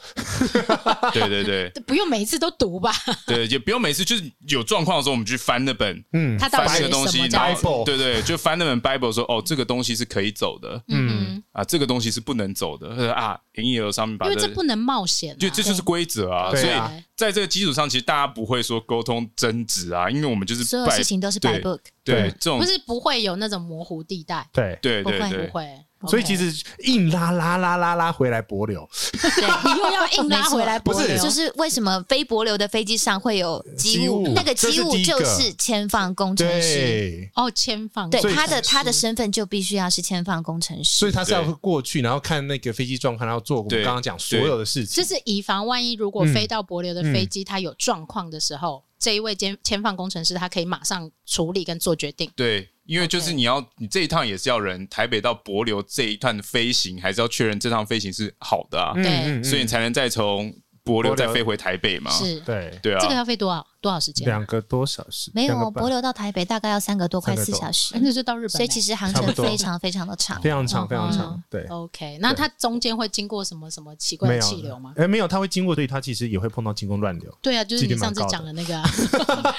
S1: 对对对
S6: 不用每一次都读吧？
S1: 对，也不用每次就是有状况的时候我们去翻那本
S5: 嗯
S6: 他到
S1: 翻那
S6: 底写
S1: 个
S6: 什
S1: 东西，
S6: 么这
S1: 然
S6: 样子？
S1: 后对对，就翻那本 Bible 说哦，这个东西是可以走的，
S6: 嗯
S1: 啊，这个东西是不能走的，或者啊，营业额上面把
S6: 哼，因为
S1: 这
S6: 这不能冒险啊，
S1: 就这就是规则啊，
S5: 哎对
S1: 所
S5: 啊
S1: 以在这个基础上，其实大家不会说沟通争执啊，因为我们就是
S2: 所有
S1: 拜
S2: 事情都是 by
S1: 对
S2: book。
S1: 对
S5: 对
S1: 这种
S6: 不是不会有那种模糊地带，
S5: 对。
S1: 对对
S2: 不会
S1: 对
S6: 不，会。
S5: 所以
S6: OK
S5: 其实硬拉拉拉拉拉回来柏流，
S6: 你又要硬拉回
S5: [laughs]
S6: 来，
S5: 不是
S6: 柏流
S2: 就是为什么飞柏流的飞机上会有机
S5: 机务
S2: 务？那个
S5: 这是
S2: 机务
S5: 第一个
S2: 就是签放工程师，
S5: 对，
S6: 哦，签放
S2: 对
S5: 所以
S2: 他的
S6: 工程
S2: 他的
S6: 师
S2: 身份就必须要是签放工程
S5: 所以
S2: 师。
S5: 他是要
S1: 对
S5: 过去，然后看那个飞机状况，然后做我们
S1: 对
S5: 刚刚讲所有的事情
S6: 就。是以防万一，如果
S5: 嗯
S6: 飞到柏流的飞机它有状况的时候，这一位监签放工程师他可以马上处理跟做决定。
S1: 对，因为就是你要你这一趟也是要人台北到柏流这一趟飞行，还是要确认这趟飞行是好的啊，
S5: 嗯
S6: 对
S5: 嗯嗯
S1: 所以你才能再从柏流
S5: 柏流
S1: 再飞回台北嘛，
S6: 是，
S5: 对
S1: 对
S6: 这个
S1: 啊，
S6: 要费多少多少时间啊？
S5: 两个多小时，
S2: 没有
S5: 两个
S2: 哦，
S5: 半
S2: 柏流到台北大概要三个多，快
S5: 三个
S2: 四
S5: 多
S2: 小时
S6: 哎，那就到日本欸。
S2: 所以其实航
S5: 差不
S2: 程
S5: 多
S2: 非常非常的长
S5: 非。常长，非常
S6: 嗯
S5: 长，对，
S6: OK，那它中间会经过什么什么奇怪
S5: 没
S6: 的
S5: 有
S6: 气流吗？
S5: 哎，没有，它会经过，对，它其实也会碰到进攻乱流，
S6: 对啊，就是
S5: 几
S6: 你
S5: 率蛮
S6: 上次
S5: 高的
S6: 讲的那
S5: [laughs]
S6: 个啊，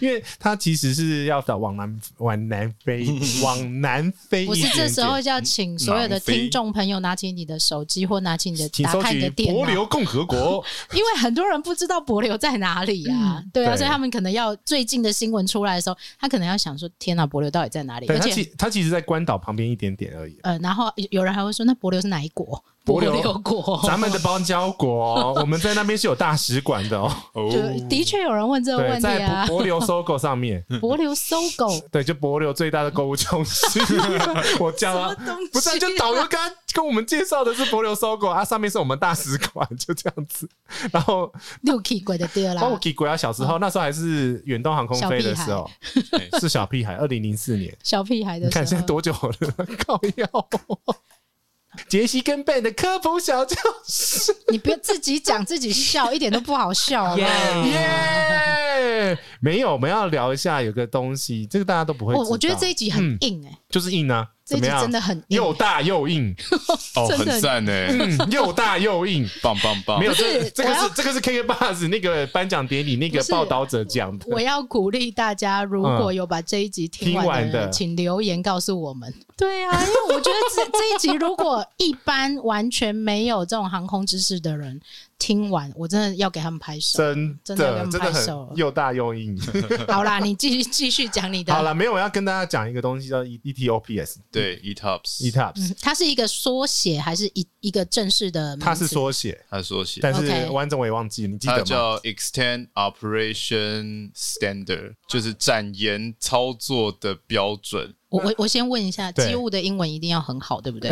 S5: 因为它其实是要到往南往南
S6: [laughs]
S5: 飞，往南飞
S6: 我
S5: 一
S6: 是
S5: 点点。嗯
S6: 这时候就要请所有的
S1: 南非
S6: 听众朋友拿起你的手机或拿起你的
S5: 请
S6: 打
S5: 搜
S6: 开你
S5: 取
S6: 的电
S5: 柏
S6: 脑，
S5: 流共和国，
S6: 因为很多人不知道柏流在哪里啊，对啊，
S5: 嗯对
S6: 所以他们可能要最近的新闻出来的时候，他可能要想说：天哪，柏流到底在哪里？
S5: 对
S6: 而
S5: 它
S6: 且
S5: 其它其实，在关岛旁边一点点而已。
S6: 呃，然后有有人还会说：那柏流是哪一国？
S5: 帛琉
S6: 流国，
S5: 咱们的邦交
S6: [laughs]
S5: 国，我们在那边是有大使馆的哦。
S1: 哦
S6: 就的确有人问这个
S5: 对，
S6: 问题
S5: 在
S6: 啊。
S5: 柏流搜狗上面，
S6: 柏流搜狗， [laughs]
S5: 对，就柏流最大的购物中心。我叫啊
S6: 什么东西啊，
S5: 不是啊，就导游刚刚跟我们介绍的是柏流搜狗啊，上面是我们大使馆，就这样子。然后
S6: 六 K 鬼的对啦嗯
S5: 哦，我。给国瑶小时候，那时候还是远东航空飞的时候，
S1: 哎
S5: 是小屁孩，二零零四
S6: [laughs]
S5: 年。
S6: 小屁孩
S5: 你
S6: 的
S5: 看
S6: 时
S5: 现在
S6: 候，
S5: 多久了？ [laughs] 靠腰。杰西跟贝的科普小教室，
S6: 你别自己讲 [laughs] 自己笑，一点都不好笑 [laughs] 好不好
S5: 耶！没有，我们要聊一下有个东西，这个大家都不会知道。
S6: 哦
S5: 嗯
S6: 我我觉得这一集很硬哎，
S5: 就是硬啊，怎
S6: 这一
S5: 么
S6: 集
S5: 样？
S6: 真的很硬
S5: 又。大又硬，
S1: [laughs] 哦，
S6: 真的
S1: 很赞呢，
S5: [laughs] 嗯，又大又硬。
S1: 棒棒棒
S5: 没，有，
S6: 不
S5: 这
S6: 是
S5: 这个
S6: 我要
S5: 是这个是 KK Bus 那个颁奖典礼那个
S6: 不是
S5: 报道者讲的，
S6: 我要鼓励大家，如果有把这一集嗯听
S5: 听
S6: 完
S5: 完
S6: 的人，
S5: 的
S6: 请留言告诉我们。对 [laughs] 啊，因为我觉得这这一集如果一般完全没有这种航空知识的人听完，我真的要给他们拍手。
S5: 真
S6: 真的
S5: 的
S6: 跟
S5: 真的
S6: 拍手
S5: 很又大又
S6: [laughs]
S5: 硬。
S6: 好啦，你继续继续讲你的。
S5: 好了，没有，我要跟大家讲一个东西叫 E T O P S。
S1: 对，ETOPS，
S5: ETOPS，
S6: 嗯，它是一个缩写还是一一个正式的名字？
S5: 它是缩写，
S1: 它的缩写，
S5: 但是
S6: OK
S5: 完整我也忘记，了，你记
S1: 嗯它
S5: 得吗？
S1: 叫 Extend Operation Standard，就是展延操作的标准，
S6: 我我我先问一下，
S5: 对
S6: 机务的英文一定要很好，对不对？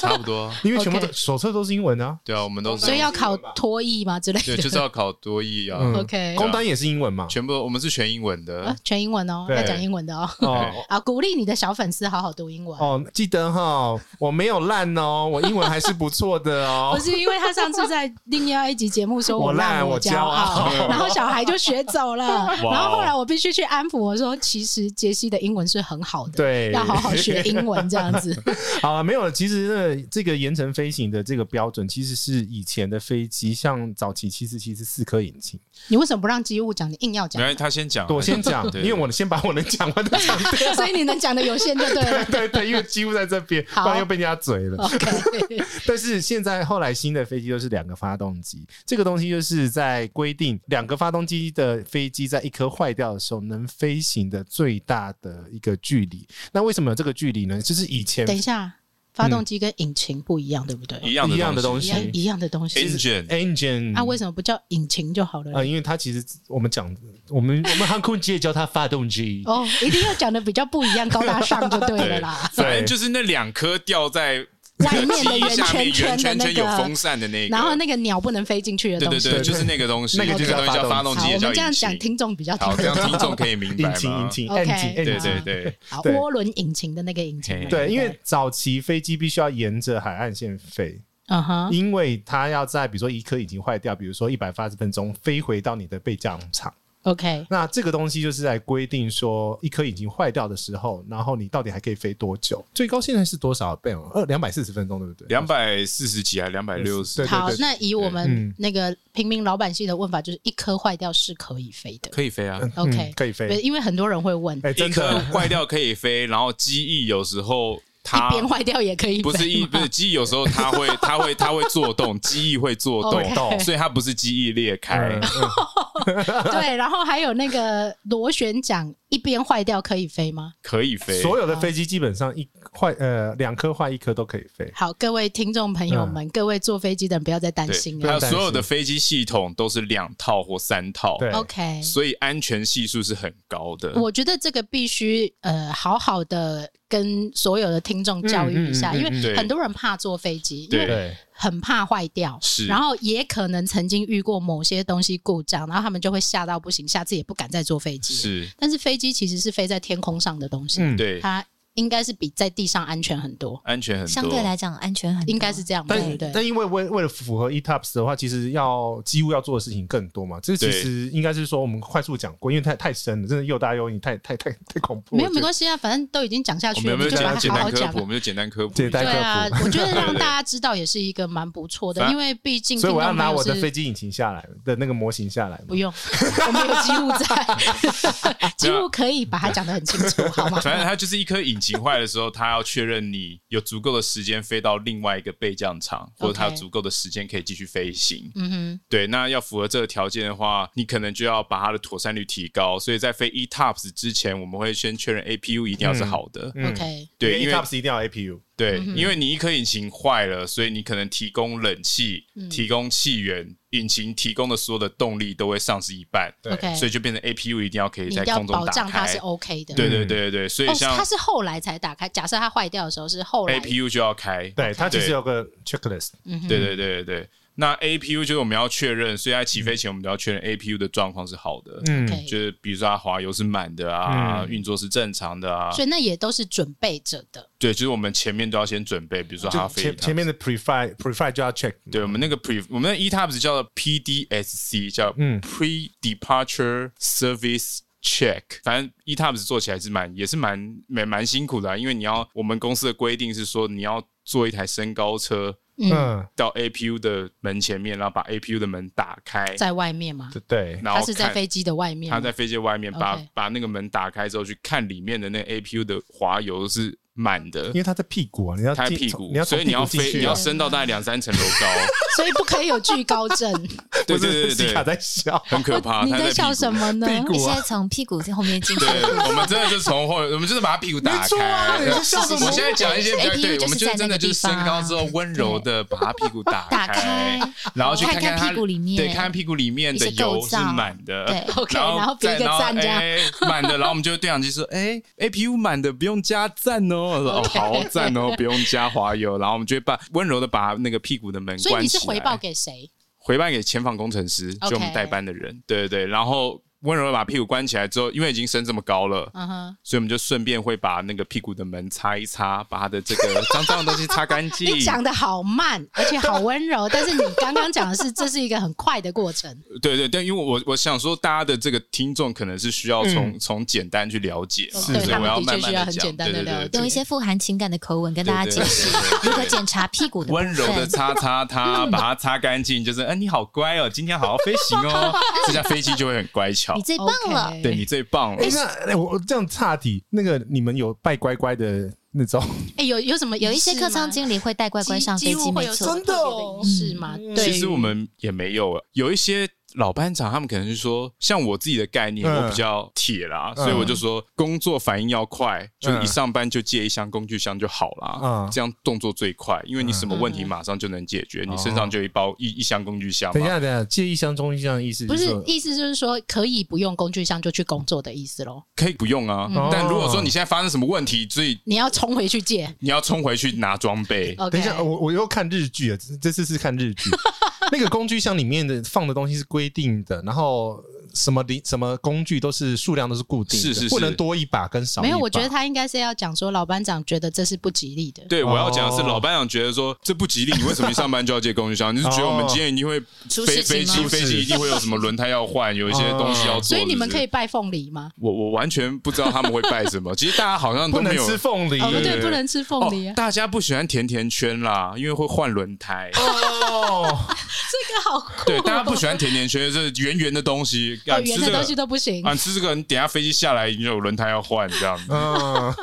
S1: 差不多。
S5: 因为全部都
S6: OK
S5: 手册都是英文啊，
S1: 对啊，我们都是
S6: 所以要考脱译吗之类
S1: 对，
S6: 的？
S1: 就是要考多译啊，
S5: 嗯
S6: [laughs] OK
S5: 工单也是英文嘛。
S1: 全部我们是全英文的
S6: 啊，，全英文哦，
S5: 对
S6: 要讲英文的哦。 [laughs]
S5: 哦
S6: 啊，鼓励你的小粉丝好好读英文。
S5: 哦，记得哈，我没有烂哦，我英文还是不错的哦
S6: [laughs] 不。是因为他上次在另外一集节目说
S5: 我烂
S6: 烂
S5: 我
S6: 骄
S5: 骄 [laughs] 傲哦
S6: 然后小孩就学走了。然后后来我必须去安抚我说，其实杰西的英文是很好的，
S5: 对
S6: 要好好学英文这样
S5: [laughs]
S6: 子。
S5: 好啊了，没有了。其实呢，这个延程飞行的这个标准，其实是以前的飞机，像早期七四七是四颗引擎。
S6: 你为什么不让机务讲？你硬要
S5: [laughs]
S6: 讲
S1: 没，关系，他先讲，
S5: 我先讲，
S1: 对
S5: 因为我先把我能讲完的讲掉。
S6: 所以你能讲的有限就对了。
S5: 对 [laughs] 对，因为几乎在这边，不
S6: 好
S5: 然又被人家嘴了。
S6: OK，
S5: [laughs] 但是现在后来新的飞机都是两个发动机，这个东西就是在规定两个发动机的飞机在一颗坏掉的时候能飞行的最大的一个距离。那为什么有这个距离呢？就是以前
S6: 等一下，发动机跟引擎不一样，对不对？
S1: 一样
S5: 一样的
S1: 东
S5: 东
S1: 西
S6: 一
S5: 西哎
S6: 样一样的东西。啊
S1: ，engine
S5: engine
S6: 啊，为什么不叫引擎就好了
S5: 啊、？因为它其实我们讲，我们我们航空界叫它发动机，
S6: 哦，一定要讲的比较不一样，高大上就对了啦。
S1: 反正就是那两颗掉在
S6: 外面的
S1: 机
S6: 圆
S1: 下面
S6: 圈
S1: 圆
S6: 圈
S1: 圈
S6: 的
S1: 圈
S6: 那
S1: 有
S6: 个
S1: 风扇的那个，
S6: 然后那个鸟不能飞进去的
S1: 对
S6: 东
S1: 对
S6: 西。
S1: 对，就是那个东西，
S5: 那个就
S1: 那
S5: 叫
S1: 个东西叫
S5: 发
S1: 发
S5: 动
S1: 动
S5: 机
S1: 机，
S6: 好，
S1: 也
S6: 我们这
S1: 叫
S6: 样
S1: 引
S6: 讲，听
S1: 擎。
S6: 众比较听
S1: 好，这
S6: 得
S1: 样听
S6: 懂。
S1: 众可以明白
S5: 引
S1: 吗？
S5: 擎引擎
S6: OK
S5: engine
S1: 对对
S5: engine。
S1: 对，
S6: 好，
S5: 对
S6: 涡轮引擎的那个引擎
S1: 嘿。
S5: 对，因为早期飞机必须要沿着海岸线飞，
S6: 嗯哼，
S5: 因为它要在比如说一颗已经坏掉，比如说一百八十分钟飞回到你的备降场。
S6: OK，
S5: 那这个东西就是来规定说，一颗已经坏掉的时候，然后你到底还可以飞多久？最高现在是多少倍哦？二两百四十分钟，对不对？
S1: 两百四十几还两百六十
S5: 对，
S6: 好，
S5: 对
S6: 那以我
S5: 嗯
S6: 们那个平民老百姓的问法，就是一颗坏掉是可以飞的。
S1: 可以飞啊。
S6: OK，
S5: 可以飞
S6: 对因为很多人会问，
S5: 哎，
S1: 一
S5: 嗯真
S1: 颗
S5: 的，
S1: 坏掉可以飞，然后机翼有时候它
S6: 一边坏掉也可以飞吗，
S1: 不是一不是机翼，有时候它
S6: [laughs]
S1: 会它会它会做动，机翼会做动，
S5: OK
S1: 所以它不是机翼裂开
S5: 嗯，
S1: [laughs]
S6: 对，然后还有那个螺旋桨一边坏掉可以飞吗？
S1: 可以飞。
S5: 呃所有的飞机基本上一坏呃两颗坏一颗都可以飞。
S6: 好，各位听众朋友们，各位坐飞机的人不要再担
S1: 嗯
S6: 心啊
S1: 对，还有。
S6: 了
S1: 所有的飞机系统都是两套或三套，
S5: 对
S6: OK，
S1: 所以安全系数是很高的。
S6: 我觉得这个必须呃好好的跟所有的听众教育一下，
S5: 嗯嗯嗯嗯
S6: 因为
S1: 对
S6: 很多人怕坐飞机，因
S1: 对
S6: 为
S5: 对，
S6: 很怕坏掉，
S1: 是
S6: 然后也可能曾经遇过某些东西故障，然后他们就会吓到不行，下次也不敢再坐飞机。，
S1: 是，
S6: 但是飞机其实是飞在天空上的东西，
S5: 嗯
S1: 对，
S6: 它应该是比在地上安全很多，
S1: 安全很多。
S2: 相对来讲安全很多，
S6: 应该是这样吧，对不
S5: 但
S6: 对？
S5: 但因为为为了符合 E ETOPS 的话，其实要几乎要做的事情更多嘛。这其实应该是说我们快速讲过，因为太太深了，真的又大又硬，太太太太恐怖了。
S6: 没有没关系啊，反正都已经讲下
S1: 我
S6: 去
S1: 们
S6: 了，
S1: 有哦没有
S6: 你就
S1: 简
S6: 把
S1: 单简
S6: 它
S1: 单
S6: 好好
S1: 科
S6: 讲
S1: 普？。我们就简单科普
S5: 简
S1: 一
S5: 单
S1: 下。
S6: 对啊，我觉得让
S1: 对对
S6: 大家知道也是一个蛮不错的，
S1: [laughs] 反
S6: 因为毕竟
S5: 所以我要
S6: 听众
S5: 拿
S6: 朋友
S5: 我的
S6: 是
S5: 飞机引擎下来的那个模型下来嘛
S6: 不。
S1: [laughs]
S6: 用，我们有机务在，机
S1: 啊
S6: 务可以把它讲得很清
S1: [laughs]
S6: 楚，好吗？
S1: 反正它就是一颗引擎坏的时候，它要确认你有足够的时间飞到另外一个备降场，或者它有
S6: OK
S1: 足够的时间可以继续飞行。
S6: 嗯
S1: 对，那要符合这个条件的话，你可能就要把它的妥善率提高。所以在飞 E ETOPS 之前，我们会先确认 APU 一定要是好的。
S6: 哼
S5: 嗯，
S6: ，OK，
S1: 对，因为 E
S5: ETOPS 一定要 APU。
S1: 对，
S6: 嗯
S1: 因为你一颗引擎坏了，所以你可能提供冷气、
S6: 嗯
S1: 提供气源、引擎提供的所有的动力都会丧失一半。
S5: 对
S6: OK
S1: 所以就变成 APU 一定要可以
S6: 你
S1: 在
S6: 一定要
S1: 空中
S6: 保
S1: 打
S6: 障它
S1: 开
S6: 是。OK 的。
S1: 对
S6: 哦，
S1: 对对对，所以像
S6: 它是后来才打开。假设它坏掉的时候是后来，
S1: APU 就要开。
S5: 对，它其实
S1: 对
S5: 有个 checklist。
S6: 嗯哼
S1: 对对对对对。那 APU 就是我们要确认，所以在起飞前我们都要确认 APU 的状况是好的，
S5: 嗯
S6: 嗯 OK
S1: 就是比如说它滑油是满的啊，运作是正常的啊，
S6: 所以那也都是准备着的。
S1: 对，就是我们前面都要先准备，比如说它
S5: 就
S1: 飞一
S5: 前
S1: 趟
S5: 前面的 prefi prefi 就要 check。
S1: 对我们那个 pre，我们的 ETAPS 叫做 PDSC，叫
S5: 嗯
S1: Pre Departure Service Check。反正 ETAPS 做起来是蛮也是蛮蛮蛮辛苦的啊、因为你要我们公司的规定是说你要坐一台升高车
S6: 嗯，
S5: 嗯，
S1: 到 APU 的门前面，然后把 APU 的门打开，
S6: 在外面嘛，
S5: 对对，
S1: 然后
S6: 它是在
S1: 看
S6: 飞机的外面
S1: 他
S6: 吗。
S1: 在飞机外面把
S6: OK
S1: 把那个门打开之后去看里面的那个 APU 的滑油是满的
S5: 因。为它在屁股啊，你要
S1: 它在
S5: 进
S1: 屁股
S5: 你要，从
S1: 所以你要
S5: 屁股
S1: 飞，
S5: 进去啊
S6: [laughs]
S1: 你要升到大概两三层楼高， [laughs]
S6: 所以不可以有惧高症。
S1: 对
S7: 不是
S1: 对对对
S7: 西卡在笑。
S1: 很可怕。
S6: 你
S1: 他
S6: 在
S1: 屁
S6: 笑
S1: 股
S6: 什？么呢？
S7: 屁股
S2: 你
S7: 我
S2: 现在从屁股后面进去
S1: 对，，我们真的就是从后，我们就是把他屁股打
S7: 没错啊
S1: 开。
S7: 你是笑什么
S1: 我现在讲一些比较
S2: APU
S1: 对，我们就
S2: 就是
S1: 是
S2: 在
S1: 真的
S2: 那个
S1: 就是
S2: 地
S1: 升
S2: 方啊
S1: 高之后温柔的把他屁股打
S2: 打开，
S1: 然后去
S2: 看
S1: 看
S2: 看
S1: 他
S2: 屁股里面
S1: 对，看看屁股里面的
S2: 一些构
S1: 油是
S2: 造
S1: 满的，
S2: 对
S6: OK，
S1: 然
S6: 然后比一
S1: 再
S6: 个
S1: 然后
S6: 赞这样
S1: 哎满的，然后我们就对讲机说，哎，APU 满的不用加赞哦，我说哦
S6: OK
S1: 好赞哦，不用加滑油，然后我们就会把温柔的把那个屁股的门
S6: 所以
S1: 关
S6: 你
S1: 起
S6: 是
S1: 来，
S6: 回报给谁？
S1: 回报给前方工程师，
S6: OK
S1: 就我们代班的人，对对对，然后温柔的把屁股关起来之后，因为已经升这么高了。
S6: 嗯哼，
S1: 所以我们就顺便会把那个屁股的门擦一擦，把它的这个脏脏的东西擦干净。
S6: 你讲的好
S1: [laughs]
S6: 慢，而且好温柔，但是你刚刚讲的是这是一个很快的过程。
S1: 对对，但因为我我想说，大家的这个听众可能是需要从、从简单去了解嘛，
S6: 是
S1: 所以
S6: 他们
S1: 我要
S6: 的确
S1: 慢慢
S6: 需要
S1: 的
S6: 很
S1: 讲，
S6: 简单
S1: 对
S6: 地
S1: 对对
S6: 了
S1: 对
S2: 用一些富含情感的口吻跟大家解
S1: 对对对
S2: 释
S1: 对对
S2: 如何检查屁股的部分
S1: 温柔的擦擦它，把它擦干净，就是，哎，你好乖哦，今天好好飞行哦，这架飞机就会很乖巧
S2: [laughs] 你，最棒了。
S1: 对你最棒了
S7: 哎，。那哎我我这样岔题，那个你们有拜乖乖的那种？
S6: 哎，有有什么
S2: 有一些
S6: 仪式吗
S2: 客舱经理会带乖乖上飞
S6: 几
S2: 机，
S6: 几乎会
S2: 没
S6: 有
S2: 错
S7: 真。的哦
S6: 是吗？对，
S1: 嗯其实我们也没有，有一些老班长他们可能是说，像我自己的概念，
S7: 嗯
S1: 我比较铁啦，
S7: 嗯
S1: 所以我就说工作反应要快，就是一上班就借一箱工具箱就好啦
S7: 嗯，哦
S1: 这样动作最快，因为你什么问题马上就能解决，你身上就有一包一一箱工具箱
S7: 等一
S1: 嘛。
S7: 下，等一下，借一箱中一箱的意思
S6: 不是
S7: 说
S6: 意思就是说可以不用工具箱就去工作的意思喽？
S1: 可以不用啊，
S7: 嗯
S1: 但如果说你现在发生什么问题，所以
S6: 你要冲回
S1: [laughs]
S6: 去借。
S1: 你要冲回去拿装备。
S6: OK，
S7: 等一下，
S1: 哦
S7: 我我又看日剧了，这这次是看日
S6: [laughs]
S7: 剧。那个工具箱里面的放的东西是规定的，然后什么零什么工具都是数量都是固定的，
S1: 是是是
S7: 不能多一把跟少一把。
S6: 没有，我觉得他应该是要讲说老班长觉得这是不吉利的。
S1: 对，我要讲的是，
S7: 哦
S1: 老班长觉得说这不吉利，你为什么一上班就要借工具箱？你是觉得我们今天一定会
S2: 出
S1: 飞
S2: 事情
S1: 飞
S2: 吗
S1: 机飞机一定会有什么轮胎要换，有一些东西要做，
S6: 哦所以你们
S1: 是不
S6: 可
S1: 是
S6: 以拜凤梨吗？
S1: 我我完全不知道他们会拜什么。其实大家好像
S7: 不
S1: 都
S7: 能
S1: 没有
S7: 吃凤梨
S6: 哦，不
S1: 对
S6: 对，不能吃凤梨
S1: 哦
S6: 啊，
S1: 大家不喜欢甜甜圈啦，因为会换轮胎。
S7: 哦，
S6: 这个好酷。
S1: 对，大家不喜欢甜甜圈，就是圆圆的东西，
S6: 哦，
S1: 敢吃
S6: 圆
S1: 这
S6: 的东
S1: 个
S6: 西都不行，
S1: 啊，吃这个，你等一下飞机下来，你就有轮胎要换这样子。
S7: 嗯，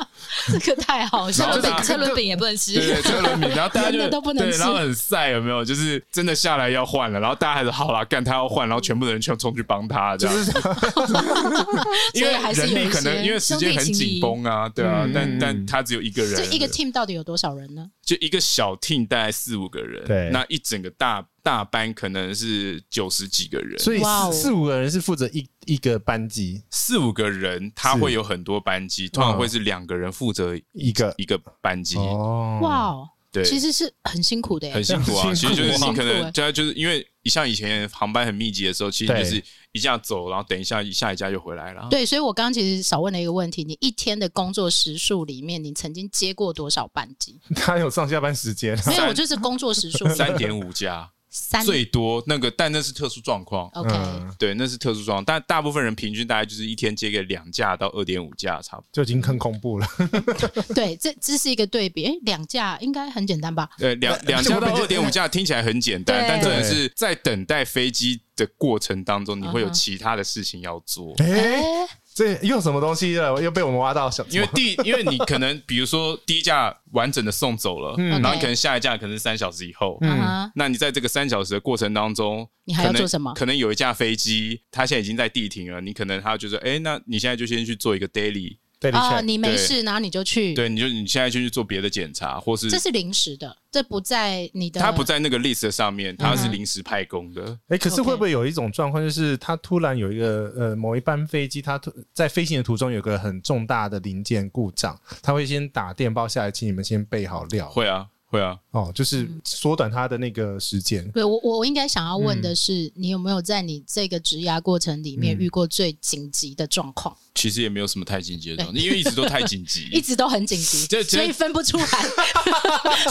S6: 这个太好笑
S1: 然后
S6: 了。
S1: 大家
S3: 车轮饼也不能
S1: 对
S6: [laughs]
S3: 吃，
S1: 对，车轮饼，然后大家就
S6: 真的都不能
S1: 对，
S6: 吃
S1: 然后很晒，有没有？就是真的下来要换了，然后大家还是好啦，干他要换，然后全部的人全冲去帮他，这样， [laughs] 因为
S6: 所以还是有
S1: 人力
S6: 一
S1: 可能
S6: 些
S1: 因为时间很紧绷啊，对啊，
S7: 嗯
S1: 但但他只有一个人，嗯
S6: 这一个 team 到底有多少人呢？
S1: 就一个小 team 大概四五个人，
S7: 对
S1: 那一整个大大班可能是九十几个人，
S7: 所以
S6: 哇哦
S7: 四四五个人是负责一一个班级
S1: 四五个人他
S7: 是嗯
S1: 会有很多班机，通常会是两个人负责
S7: 一个
S1: 一个班机，
S7: 哦，
S6: 哇，哦，
S1: 对，
S6: 其实是很辛苦的耶
S1: 很。辛苦啊。
S7: 很
S1: 其
S7: 辛
S1: 实
S7: 苦
S1: 就是你可
S6: 很辛苦
S1: 能
S6: 欸
S1: 就就是因为像以前航班很密集的时候，其实
S7: 对
S1: 就是一下走，然后等一下一下一架就回来了。
S6: 对，所以我刚刚其实少问了一个问题：你一天的工作时数里面，你曾经接过多少班
S1: [laughs]
S6: 机？
S7: 他有上下班时间，
S6: 没有，我就是工作时数
S1: 三点五
S6: [laughs]
S1: 架
S6: 三
S1: 最多那个，但那是特殊状况。
S6: OK，
S7: 嗯
S1: 对，那是特殊状况，但大部分人平均大概就是一天接个两架到二点五架，差不多。
S7: 就已经很恐怖了。
S6: 对，这这是一个对比。哎，两架应该很简单吧？
S1: 呃，两两架到二点五架听起来很简单，
S3: 对
S1: 但真的是在等待飞机的过程当
S6: 嗯
S1: 中，你会有其他的事情要做。
S7: 哎，这又什么东西了？又被我们挖到小，
S1: 因为
S7: [laughs]
S1: 第，因为你可能比如说第一架完整的送走了，
S7: 嗯
S1: 然后你可能下一架可能是三小时以后，
S6: 嗯哼，
S1: 那你在这个三小时的过程当中，
S6: 你还要
S1: 可能
S6: 做什么
S1: 可能有一架飞机，它现在已经在地停了，你可能它就说，哎，那你现在就先去做一个 daily，
S7: 对
S6: 哦，你没事，然后你就去，
S1: 对，你就你现在就去做别的检查，或是
S6: 嗯这是临时的，这不在你的，嗯
S1: 它不在那个 list 上面，它是临时派工的。
S7: 哎、可是会不会有一种状况，就是他突然有一个呃某一班飞机，它突在飞行的途中有个很重大的零件故障，他会先打电报下来，请你们先备好料
S1: 会啊，会啊，
S7: 哦，就是缩短他的那个时间。
S6: 对我，我我应该想要问的是，
S1: 嗯
S6: 你有没有在你这个职涯过程里面
S7: 嗯
S6: 遇过最紧急的状况？
S1: 其实也没有什么太紧急的状态，因为一直都太紧
S6: [laughs]
S1: 急，
S6: 一直都很紧急
S1: 嗯这，这
S6: 所以分不出来。 [laughs]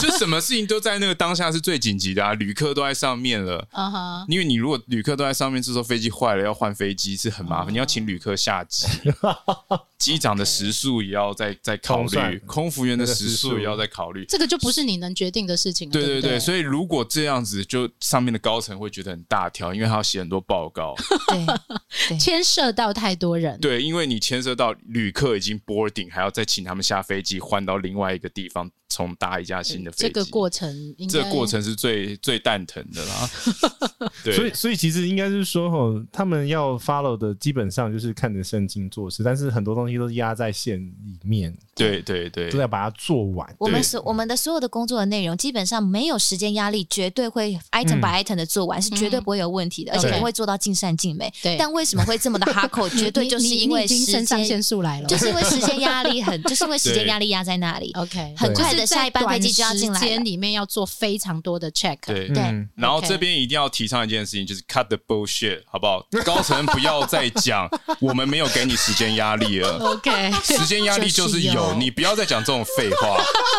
S1: 就什么事情都在那个当下是最紧急的啊，旅客都在上面了。
S6: 嗯哼，
S1: 因为你如果旅客都在上面，这时候飞机坏了要换飞机是很麻烦，你要请旅客下机，机长的时速也要再再考
S7: 空
S1: 虑，
S7: 算
S1: 空服员的
S7: 那个
S1: 时
S7: 时
S1: 速
S7: 速
S1: 也要再考虑。
S6: 这个就不是你能决定的事情了。
S1: 对
S6: 对
S1: 对
S6: 不对
S1: 对，所以如果这样子，就上面的高层会觉得很大条，因为他要写很多报告。
S2: 对，
S6: 牵涉到太多人。
S1: 对，因为你牵涉到旅客已经 boarding，还要再请他们下飞机换到另外一个地方重搭一架新的飞机。
S6: 这个过程应该，
S1: 这个过程是最最蛋疼的啦。对，
S7: 所以，所以其实应该是说，吼，他们要 follow 的基本上就是看着圣经做事，但是很多东西都是压在线里面，
S1: 对对对
S7: 都，
S5: 啊
S7: 要把它做完。
S2: 我们所我们的所有的工作的内容，基本上没有时间压力，绝对会 item by item 的做完，是绝对不会有问题的，而且我们会做到尽善尽美。
S6: 嗯对
S2: 但为什么会这么的哈
S6: [laughs]
S2: 扣？绝对就是因为
S6: 你你
S2: 时
S6: 已经肾上
S2: 间
S6: 腺，素来了，
S2: 就是因为时间压力很，就是因为时间压力压在那里。
S6: OK，
S2: 很快的
S6: 就是在
S2: 下一班飞机就要进来了
S6: 短时间里面要做非常多的 check。
S1: 对
S2: 对
S7: 嗯
S1: 然后
S6: OK
S1: 这边一定要提倡一件事情，就是 cut the bullshit，好不好？高层不要再
S6: [laughs]
S1: 讲，我们没有给你时间压力了。
S6: ，OK，
S1: 时间压力就是
S6: 就是
S1: 有
S6: 有，
S1: 你不要再讲这种废话，
S6: [laughs]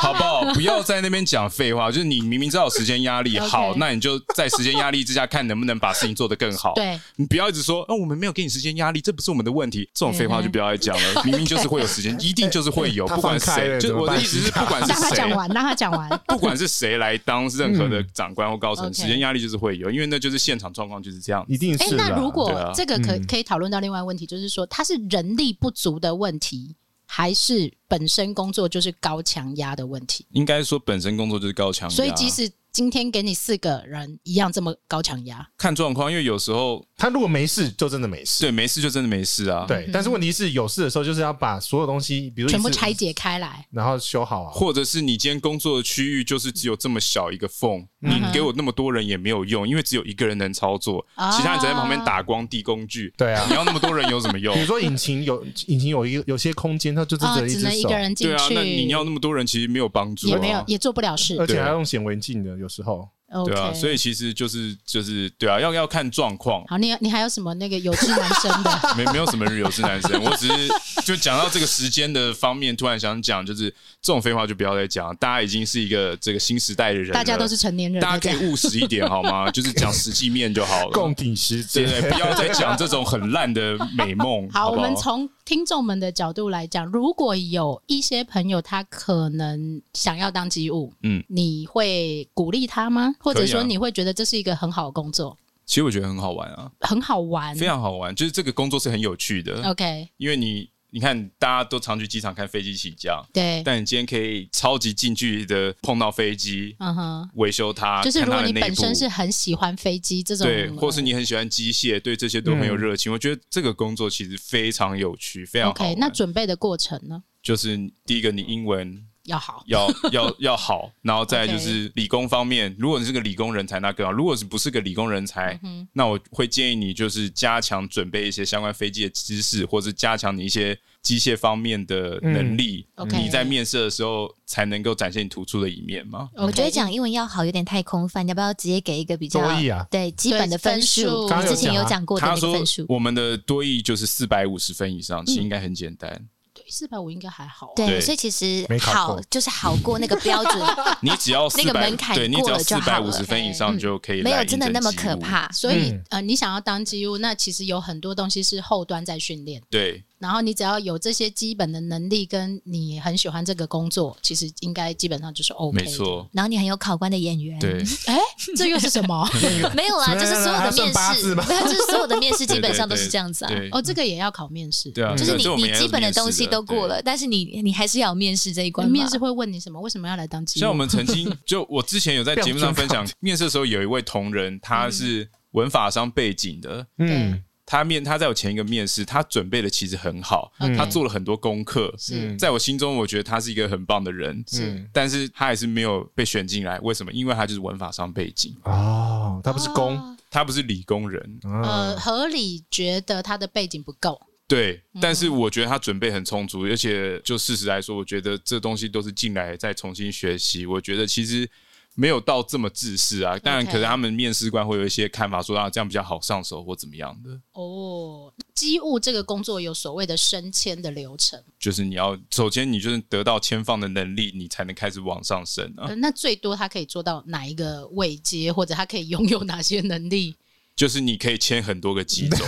S1: 好不好？不要在那边讲废话，就是你明明知道有时间压力，
S6: OK
S1: 好，那你就在时间压力之下看能不能把事情做得更好。
S6: 对，
S1: 你不要一直说，哦，我们没有给你时间压力，这不是我们的问题，这种废话就不要再讲了。明明就是会有时间，一定就是会
S7: [laughs]
S1: 有，
S7: 他
S1: 不管
S7: 放开
S1: 谁，
S7: 了
S1: 就
S7: 怎么
S1: 我
S7: 办
S1: 的意思是，不管是
S6: 让他
S1: 谁
S6: 讲，完，让他讲
S1: [laughs]
S6: 完。
S1: 不管是谁来当任何的长官或高层，
S6: 嗯
S1: 时间压力就是会有，因为那就是现场状况就是这样。
S7: 一定
S6: 哎
S7: 是，啦。
S6: 那如
S1: 对啊
S6: 果这个可
S7: 嗯
S6: 可以讨论到另外一个问题，就是说它是人力不足的问题，还是本身工作就是高强压的问题？
S1: 应该说本身工作就是高强压，
S6: 所以即使今天给你四个人一样这么高强压，
S1: 看状况，因为有时候
S7: 他如果没事，就真的没事。
S1: 对没事就真的没事啊，，
S7: 对，但是问题是有事的时候，就是要把所有东西，比如
S6: 嗯全
S7: 一
S6: 部
S7: 次
S6: 拆，解开来，
S7: 然后修好啊。
S1: 或者是你今天工作的区域就是只有这么小一个缝，
S7: 嗯
S1: 你给我那么多人也没有用，因为只有一个人能操作，
S6: 啊
S1: 其他人只在旁边打光递工具，
S7: 对啊
S1: 你要那么多人有什么用
S7: 比如？说引擎有引擎有一个有些空间，它就只
S6: 哦，
S7: 有一
S6: 只
S7: 只
S6: 能一
S7: 手
S6: 个，人 [laughs] 进
S1: 对啊，
S6: 去，
S1: 那你要那么多人其实没有帮助
S6: 也
S1: 啊，
S6: 没有也做不了事
S7: 而。且
S1: 对
S7: 还要用显微镜的，有时候。
S1: 对啊，
S6: OK
S1: 所以其实就是就是对啊，要要看状况，
S6: 好，你你还有什么那个有志男生
S1: [laughs]
S6: 的？
S1: 没没有什么人有志男生，我只是就讲到这个时间的方面，突然想讲，就是这种废话就不要再讲了，大家已经是一个这个新时代的人了，
S6: 大家都是成年人，
S1: 啊大家
S6: 这
S1: 可
S6: 样
S1: 以务实一点好吗？ [laughs] 就是讲实际面就好了，
S7: 共体时
S1: 对
S7: 间，
S1: 对，不要再讲这种很烂的美梦，
S6: [laughs] 好，
S1: 好
S6: 我
S1: 不
S6: 们
S1: 好？
S6: 从听众们的角度来讲，如果有一些朋友他可能想要当机务，
S1: 嗯
S6: 嗯，你会鼓励他吗？或者
S1: 可以
S6: 说
S1: 啊
S6: 你会觉得这是一个很好的工作，
S1: 其实我觉得很好玩啊，
S6: 很好玩？
S1: 非常好玩，就是这个工作是很有趣的，
S6: OK，
S1: 因为你你看大家都常去机场看飞机起降，
S6: 对，
S1: 但你今天可以超级近距离的碰到飞机。
S6: 嗯哼，
S1: 维修它，
S6: 就是如
S1: 啊看它
S6: 果
S1: 的
S6: 你
S1: 内
S6: 本身
S1: 部
S6: 是很喜欢飞机这种，嗯
S1: 对，或是你很喜欢机械，对这些都很有
S7: 嗯
S1: 热情。我觉得这个工作其实非常有趣，非常好玩。
S6: OK，那准备的过程呢
S1: 就是第一个，你英文
S6: 要好。 [laughs]
S1: 要要要好，然后再来就
S6: OK
S1: 是理工方面，如果你是个理工人才，那更好；如果是不是个理工人才，
S6: 嗯
S1: 那我会建议你就是加强准备一些相关飞机的知识，或是加强你一些机械方面的能力，
S6: 嗯，OK
S1: 你在面试的时候才能够展现你突出的一面嘛。
S2: 我觉得
S6: OK，
S2: 讲英文要好有点太空泛，你要不要直接给一个比较
S7: 多益啊
S2: 对基本的分数？
S6: 对分数刚
S2: 你
S6: 刚有
S2: 之前
S7: 讲啊
S2: 有讲过的
S1: 他
S2: 那个
S1: 说
S2: 分数，
S1: 我们的多益就是四百五十分以上，
S6: 嗯
S1: 其实应该很简单。
S6: 对四百五应该还好啊。
S1: 对
S2: 对，所以其实
S7: 没考
S2: 好
S7: 过
S2: 就是好过那个标准，
S1: 你只要四
S2: 那个
S1: 百
S2: 门，槛
S1: 对你只
S2: 过
S1: 要
S2: 了
S1: 四
S2: 就
S1: 百
S2: 好
S1: 五
S2: 了哎嗯
S1: 十分以上就可以
S2: 没
S1: 来
S2: 有
S1: 应
S2: 真的
S1: 征
S2: 那么
S1: 机
S2: 可
S1: 务。
S2: 怕。
S6: 所以、
S7: 嗯
S6: 呃，你想要当机务，那其实有很多东西是后端在训练。
S1: 对，
S6: 然后你只要有这些基本的能力，跟你很喜欢这个工作，其实应该基本上就是 OK。
S1: 没，错，
S2: 然后你很有考官的眼缘，
S1: 对，
S6: 哎，这又是
S1: [laughs]
S6: 什么？
S2: [laughs] 没有啦，
S7: 什么
S2: 就是所有
S7: 还
S2: 的
S7: 算
S2: 面
S7: 八
S2: 试，
S7: 字吗
S2: 没有， [laughs] 就是所有的面试
S1: 对
S2: 基本上都
S1: 对
S2: 是这样子啊。
S1: 对
S6: 哦，这个也要考面试。
S1: 对啊，
S2: 就是你
S1: 这我们
S2: 你
S1: 也
S2: 基
S1: 有
S2: 本的
S1: 面试
S2: 东西
S1: 的
S2: 都过。
S1: 对
S2: 了，但是你你还是要有面试这一关嘛。
S6: 面试会问你什么？为什么要来当
S1: 啊
S6: 机务？
S1: 像我们曾经就我之前有在节目上分享，面试的时候有一位同仁，
S2: 嗯
S1: 他是文法商背景的，
S7: 嗯，
S1: 他面他在我前一个面试，他准备的其实很好，
S7: 嗯
S1: 他做了很多功课，
S6: 是
S1: 在我心中我觉得他是一个很棒的人，
S7: 是，
S1: 但是他还是没有被选进来，为什么？因为他就是文法商背景，
S7: 哦，他不是公，
S6: 哦
S1: 他不是理工人，
S6: 呃，
S5: 啊
S7: 嗯，
S6: 合理觉得他的背景不够。
S1: 对，
S2: 嗯
S1: 但是我觉得他准备很充足，而且就事实来说，我觉得这东西都是进来再重新学习。我觉得其实没有到这么自私啊，当然，可
S6: OK
S1: 能他们面试官会有一些看法说啊，这样比较好上手或怎么样的。
S6: 哦，机务这个工作有所谓的升迁的流程，
S1: 就是你要首先你就是得到签放的能力，你才能开始往上升啊。
S2: 嗯
S6: 呃那最多他可以做到哪一个位阶，或者他可以拥有哪些能力？
S1: [laughs] 就是你可以签很多个机
S2: [laughs]
S1: 种，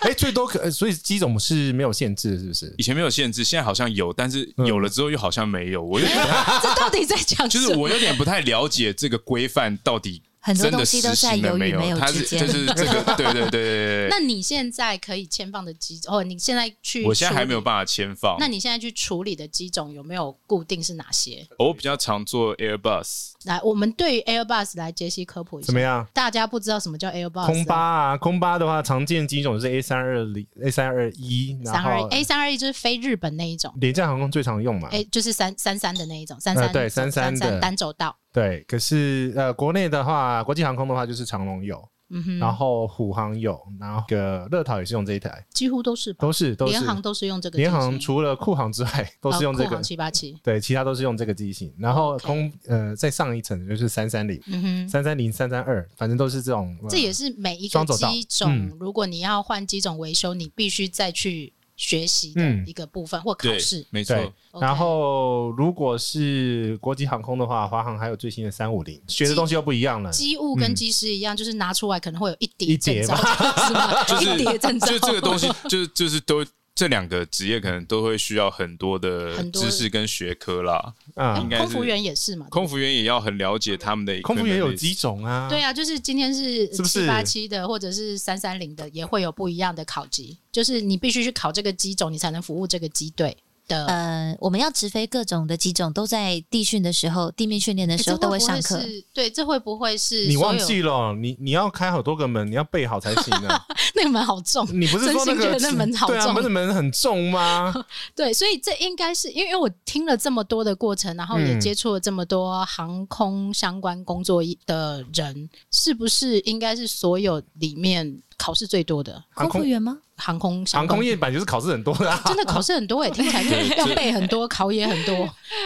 S7: 哎，最多可，呃所以机种是没有限制，是不是？
S1: 以前没有限制，现在好像有，但是有了之后又好像没有。我就
S6: 这到底在讲
S1: 就
S6: 什
S1: 是
S6: 么？
S1: 我有点不太了解这个规范到底
S2: 很多
S1: 真
S2: 东
S1: 的
S2: 西都
S1: 实
S2: 在
S1: 行
S2: 犹
S1: 了没
S2: 豫没有
S1: 它
S2: 之
S1: 是就
S2: 间。
S1: 是这
S2: [laughs]
S1: 个，对对对对对。
S6: 那你现在可以签放的机种，哦，你现在去，
S1: 我现在还没有。办法签放。
S6: 那你现在去处理的机种有没有固定是哪些？
S1: 我比较常做 Airbus，
S6: 来，我们对于 Airbus 来解析科普一下。
S5: 怎么？样？
S6: 大家不知道什么叫 Airbus？
S5: 空八啊，空八的话，常见机种是 A 三二零、A 三二一，然
S6: 三二
S5: 后
S6: A 三二一就是飞日本那一种，
S5: 廉价航空最常用嘛。
S6: 哎，就是三三三的那一种，三
S5: 呃
S6: 三
S5: 对
S6: 三
S5: 33的
S6: 单走道。
S5: 对，可是呃，国内的话，国际航空的话就是长龙有，
S6: 嗯哼，
S5: 然后虎航有，然后个乐桃也是用这一台，
S6: 几乎都是吧，
S5: 都是都是
S6: 联航都是用这个机
S5: 联
S6: 型，哦
S5: 航除了库航之外，都是用这个。
S6: 七八七。
S5: 对，其他都是用这个机型，然后
S6: OK
S5: 空呃再上一层就是三三零、
S6: 嗯哼，
S5: 三三零、三三二，反正都是这种。呃
S6: 这也是每一
S5: 双
S6: 个
S5: 走道
S6: 机种
S5: 嗯，
S6: 如果你要换机种维修，你必须再去学习的
S5: 嗯
S6: 一个部分或考
S1: 对
S6: 试，。
S1: 没错。
S5: 对。
S6: OK
S5: 然后如果是国际航空的话，华航还有最新的三五零，学的东西又不一样了。
S6: 机务跟机师一样，就是拿出来可能会有一
S5: 嗯一
S6: 叠
S5: 叠
S6: 证照， [laughs] 是吗？
S1: 就是
S6: 一叠证照，
S1: 就这个东西，就就是都这两个职业可能都会需要很多的
S6: 很多
S1: 知识跟学科啦。
S6: 哎
S5: 嗯
S1: 应，该是
S6: 空服员也是嘛？
S1: 空服员也要很了解他们的
S5: 空服员有
S1: equipment
S5: 几种啊？
S6: 对啊，就是今天是
S5: 是不是
S6: 七八七的，或者是三三零的，也会有不一样的考级，就是你必须去考这个机种，你才能服务这个机队的。
S2: 呃，我们要直飞各种的机种，都在地训的时候、地面训练的
S6: 诶
S2: 时候
S6: 这
S2: 都会
S6: 不
S2: 上课。
S6: 是对，这会不会是
S5: 你
S6: 所
S5: 忘
S6: 有 [laughs]
S5: 记了，你你要开好多个门，你要备好才行啊！
S6: 那个门好重？
S5: 你不是说那个
S6: 真心觉得那门好
S5: 对啊，
S6: 重
S5: 门的门很重
S6: [laughs]
S5: 吗？
S6: 对，所以这应该是因为因为我听了这么多的过程，然后也
S5: 嗯
S6: 接触了这么多航空相关工作的人，是不是应该是所有里面考试最多的
S5: 航
S2: 空
S5: 空
S2: 服员吗？
S6: 航空相
S5: 航
S6: 关
S5: 空业版就是考试很多的、啊，
S6: 真的考试很多
S5: [laughs]
S6: 欸诶，听起来就是要
S1: 对
S6: 背很多，考也很多，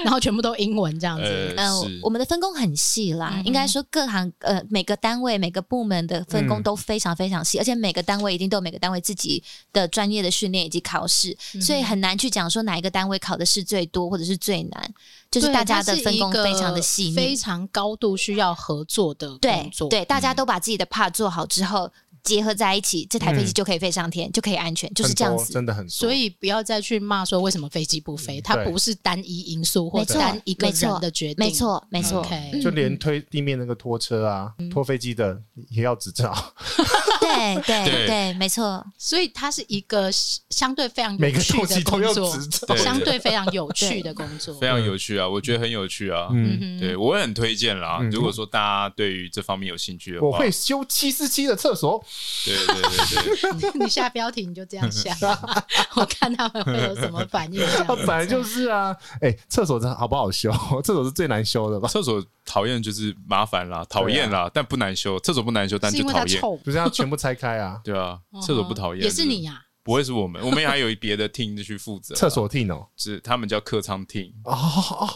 S6: 然后全部都英文这样子。
S1: 呃
S2: 呃
S1: 是，
S2: 我们的分工很细啦，
S6: 嗯哼
S2: 应该说各行呃每个单位每个部门的分工
S5: 嗯
S2: 都非常非常细，而且每个单位一定都有每个单位自己的专业的训练以及考试，
S6: 嗯哼
S2: 所以很难去讲说哪一个单位考的是最多或者是最难，就
S6: 就是
S2: 大家的分工非常的细
S6: 非
S2: 腻。
S6: 常嗯高度需要合作的工
S2: 对
S6: 作。
S2: 对，大家都把自己的 part 做好之后，结合在一起，这台飞机
S5: 嗯
S2: 就可以飞上天，就可以安全，就是这样
S5: 很多
S2: 子。
S5: 真的很多。
S6: 所以不要再去骂说为什么飞机不飞，它
S5: 嗯对
S6: 不是单一因素或
S2: 没错
S6: 单一个
S2: 没错
S6: 人的决定。
S2: 没错，没错。
S6: OK
S2: 嗯
S5: 就连推地面那个拖车啊、
S6: 嗯
S5: 拖飞机的也要执照，
S2: 对
S6: [laughs]
S1: 对
S2: 对对，没错。
S6: 所以它是一个相对非常
S5: 每
S6: 有
S5: 个
S6: 趣
S5: 东
S6: 的
S5: 西都要
S6: 工作
S5: 执，照。
S1: 对
S6: 相对非常有趣的工作。
S1: 非常有趣啊，我觉得很有趣啊。
S5: 嗯，
S6: 嗯
S1: 对，
S6: 哼，
S1: 我也很推荐啦。
S5: 嗯
S1: 如果说大家对于这方面有兴趣的话，
S5: 我会修七四七的厕所，
S1: 对对对对，
S5: [laughs]
S6: [laughs] 你下标题你就这样
S1: [laughs]
S6: 下， [laughs] 我看他们会有什么反应。这样
S5: [laughs] 啊本来就是啊。哎、厕所真的好不好修？厕所是最难修的吧？
S1: 厕所讨厌就是麻烦啦，讨
S5: 啊
S1: 厌啦，但不难修。厕所不难修，但
S6: 是
S1: 就
S6: 因为它
S1: 讨厌。？
S6: 臭，哦
S5: 不是要全部拆开啊
S1: 对啊，厕所不讨厌，
S6: 也是你啊呀、
S1: 不会是我们，我们也还有别的 team 去负责啊
S5: 厕，所 T 哦，
S1: 是他们叫客舱 team。
S5: 哦哦，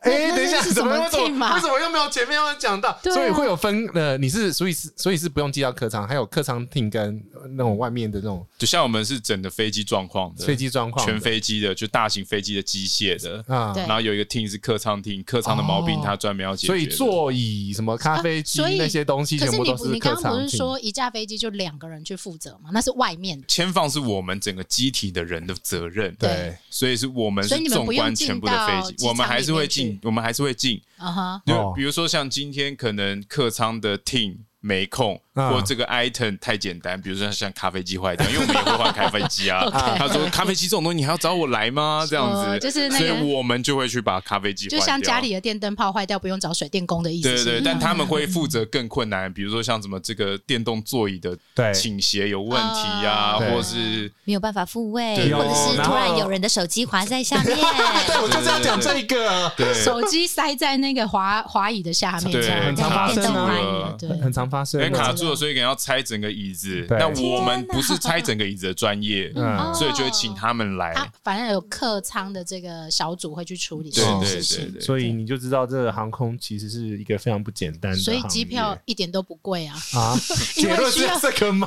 S6: 哎、
S5: 哎、
S6: 那
S5: 等一下，
S6: 那是
S5: 怎么
S6: 什么
S5: 为什
S6: team
S5: 么
S6: 啊
S5: 为什么又没有前面又没有讲到？
S6: 对啊
S5: 所以会有分呃，你是所以是所以是不用记到客舱，还有客舱 T 跟那种外面的那种
S1: 就像我们是整的飞机状况的，
S5: 飞机状况的，
S1: 全飞机的，就大型飞机的机械的。
S5: 啊，
S6: 对
S1: 然后有一个 team 是客舱 team，客舱的毛病
S5: 哦
S1: 他专门要解决
S5: 所
S1: 的。
S5: 以座椅什么咖啡机
S6: 啊所以
S5: 那些东西
S6: 可
S5: 全
S6: 是
S5: 部
S6: 你
S5: 都
S6: 不你
S5: 客
S6: 刚刚不
S5: 舱 T。
S6: 是说一架飞机就两个人去负责吗？那是外面的，
S1: 签放是我们整个机体的人的责任，
S5: 对，
S1: 所以是我们
S6: 所
S1: 是
S6: 以你们
S1: 纵
S6: 不用
S1: 观
S6: 进
S1: 全部的
S6: 到
S1: 飞
S6: 机
S1: 机，我们
S6: 舱
S1: 还
S6: 里
S1: 是
S6: 面
S1: 会
S6: 去
S1: 进，我们还是会进。
S6: 啊哈、
S1: 就
S5: 哦
S1: 比如说像今天可能客舱的 team 没空，
S5: 啊
S1: 或这个 item 太简单，比如说像咖啡机坏掉， [laughs] 因为我们也会换咖啡机
S5: [laughs]
S1: 啊。
S6: OK
S1: 他说咖啡机这种东西你还要找我来吗？这样子，
S6: 哦就是那
S1: 所
S6: 个
S1: 以我们就会去把咖啡机换
S6: 就
S1: 掉。
S6: 像家里的电灯泡坏掉，不用找水电工的意思
S1: 对对
S6: 是
S1: 对，
S6: 吗
S1: 但他们会负责更困难，比如说像什么这个电动座椅的
S5: 对
S1: 倾斜有问题呀、
S6: 啊
S1: 或
S5: 对
S1: 是
S2: 没有办法复位，
S1: 对
S2: 或者是
S5: 然
S2: 突
S5: 后
S2: 然有人的手机滑在下面。
S5: 对，我就是要讲这个，
S1: 对
S6: 手机塞在那个滑滑椅的下面，
S1: 对
S6: 这样
S5: 很常发生啊
S6: 电动滑椅对，
S5: 很常发生
S1: 因为哎卡
S5: 的。
S1: 住了，所以可能要拆整个椅子。
S5: 对
S1: 那我们不是拆整个椅子的专业，
S6: 哦
S5: 嗯
S1: 所以就会请他们来。
S6: 他反正有客舱的这个小组会去处理这
S1: 对
S6: 件
S1: 对
S6: 事
S1: 对
S6: 情，
S1: 对，
S5: 哦所以你就知道，这个航空其实是一个非常不简单的
S6: 所
S5: 行业。
S6: 以机票一点都不
S5: [laughs]
S6: 贵啊。 [laughs]
S5: 啊，
S6: 因
S5: 结
S6: 为
S5: 论
S6: 需
S5: 是
S6: 要啊
S5: 这个吗？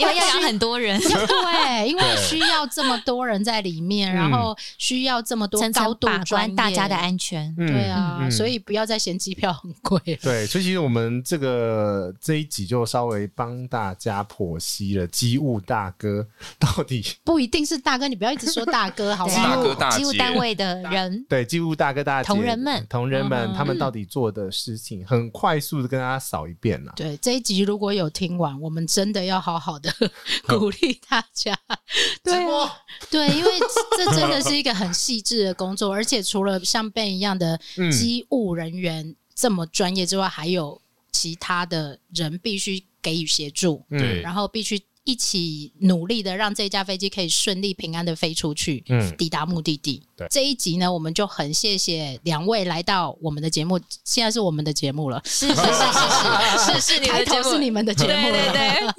S2: 因为要养很多人，
S6: 对，因为需要这么多人在里
S5: 嗯
S6: 面，然后需要这么多
S2: 层
S6: 高
S2: 层
S6: 度
S2: 把
S6: 专
S2: 关
S6: 业
S2: 大家的安全。
S5: 嗯
S6: 对啊，
S5: 嗯
S6: 所以不要再嫌机票很贵了。
S5: 对，所以其实我们这个这一集就稍微帮大家剖析了机务大哥 [laughs] 到底
S6: 不一定是大哥，你不要一直说大哥，好不
S1: 大
S5: [laughs]
S6: 好？
S1: 哥大
S2: 机务
S1: 姐
S2: 单位的人，
S5: 对机务大哥大姐
S2: 同仁们
S5: 同仁们
S6: 嗯
S5: 他们到底做的事情，很快速的跟大家扫一遍啊啦。
S6: 对这一集如果有听完，我们真的要好好的鼓励大
S5: [laughs]
S6: 家。对啊、对，因为这这真的是一个很细致的工作，而且除了像 Ben 一样的
S5: 嗯
S6: 机务人员这么专业之外，还有其他的人必须给予协助，
S5: 嗯
S1: 对
S6: 然后必须一起努力的让这架飞机可以顺利平安的飞出去，
S5: 嗯
S6: 抵达目的地
S5: 对。
S6: 这一集呢，我们就很谢谢两位来到我们的节目，现在是我们的节目了，
S2: 是是是是是是是你
S6: 开
S2: 的节
S6: 头
S2: 目，
S6: 是你们的节目了，
S2: 对对对。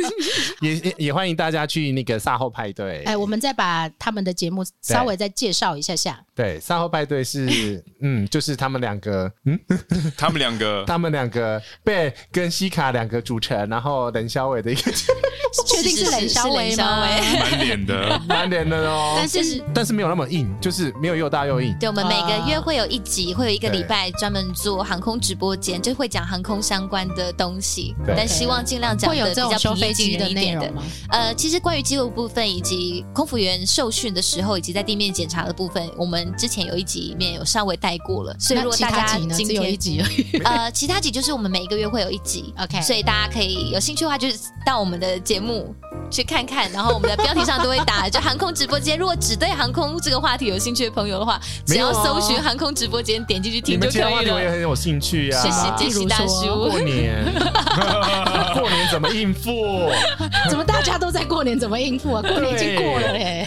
S5: 也也也欢迎大家去那个赛后派对。
S6: 哎，我们再把他们的节目稍微再介绍一下下。
S5: 对，赛后派对 [laughs] 是嗯，就是他们两个，嗯，
S1: [laughs] 他们两个
S5: 他们两个被跟西卡两个组成，然后冷小伟的一 [laughs] 个
S6: 确定是冷肖威吗？
S2: 是是是
S1: 满脸的
S5: 蛮连的哦。
S2: 但是，
S5: 但是没有那么硬，就是没有又大又硬。
S2: 对我们每个月会有一集，会有一个
S5: 对
S2: 礼拜专门做航空直播间，就会讲航空相关的东西，
S5: 对
S2: 但希望尽量讲
S6: 会有
S2: 的
S6: 这
S2: 比
S6: 种
S2: 较
S6: 收
S2: 平
S6: 飞
S2: 易近
S6: 机
S2: 人一
S6: 内
S2: 点的
S6: 容。吗？
S2: 呃，其实关于机务部分以及空服员受训的时候，以及在地面检查的部分，我们之前有一集里面有稍微带过了，所以如
S6: 那
S2: 果
S6: 其
S2: 大
S6: 他
S2: 家
S6: 集呢？
S2: 今
S6: 只有一
S2: 天
S6: 集而已。
S2: [laughs] 呃，其他集就是我们每一个月会有一集
S6: OK
S2: 所以大家可以有兴趣的话，就是到我们的节目去看看，然后我们的标题上都会打就航空直播间。如果只对航空这个话题有兴趣的朋友的话， [laughs] 只
S5: 没有
S2: 要
S5: 啊
S2: 搜寻航空直播间，点进去
S5: 你
S2: 听就
S5: 们
S2: 可
S5: 其他话
S2: 以
S5: 题我也
S2: 了。
S5: 很有兴趣啊。
S2: 谢谢
S6: 比
S2: [laughs] 杰
S6: 如
S2: 西大
S6: 说
S2: 叔 [laughs]
S5: 过，年，过年怎么应付？
S2: 哦
S6: [laughs] 怎么大家都在过年？怎么应付
S5: [laughs]
S6: 啊？过年已经过了嘞、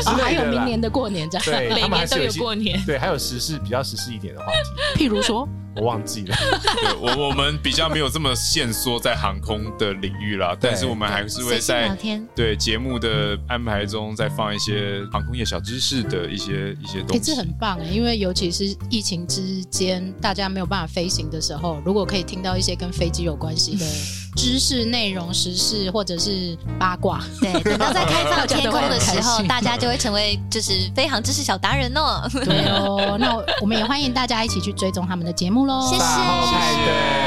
S5: 之
S6: 哦，还
S5: 类
S6: 有
S5: 的啦
S6: 明年的过年这样。
S5: 对，
S8: 每
S5: 他们还
S8: 年
S5: 是
S8: 都有
S5: 一些
S8: 过年。
S5: 对，还有时事比较时事一点的话题，
S6: 譬如说，
S5: 我忘记了。
S1: 对我我们比较没有这么限缩在航空的领域啦，但是我们还是会
S2: 随性聊
S1: 在
S2: 天。
S1: 对节目的安排中再放一些航空业小知识的一些一些
S6: 哎、
S1: 东
S6: 这
S1: 西。
S6: 很棒哎、因为尤其是疫情之间，大家没有办法飞行的时候，如果可以听到一些跟飞机有关系的
S5: [laughs]
S6: 知识内容、时事或者是八卦，
S2: [laughs] 对，等到在开放天空的时
S6: 大家
S2: 候
S6: 都会很开，心
S2: 大家就会成为就是飞航知识小达人哦。
S6: 对哦，那我们也欢迎大家一起去追踪他们的节目喽。
S2: 谢谢
S5: 大后派对。
S1: 呃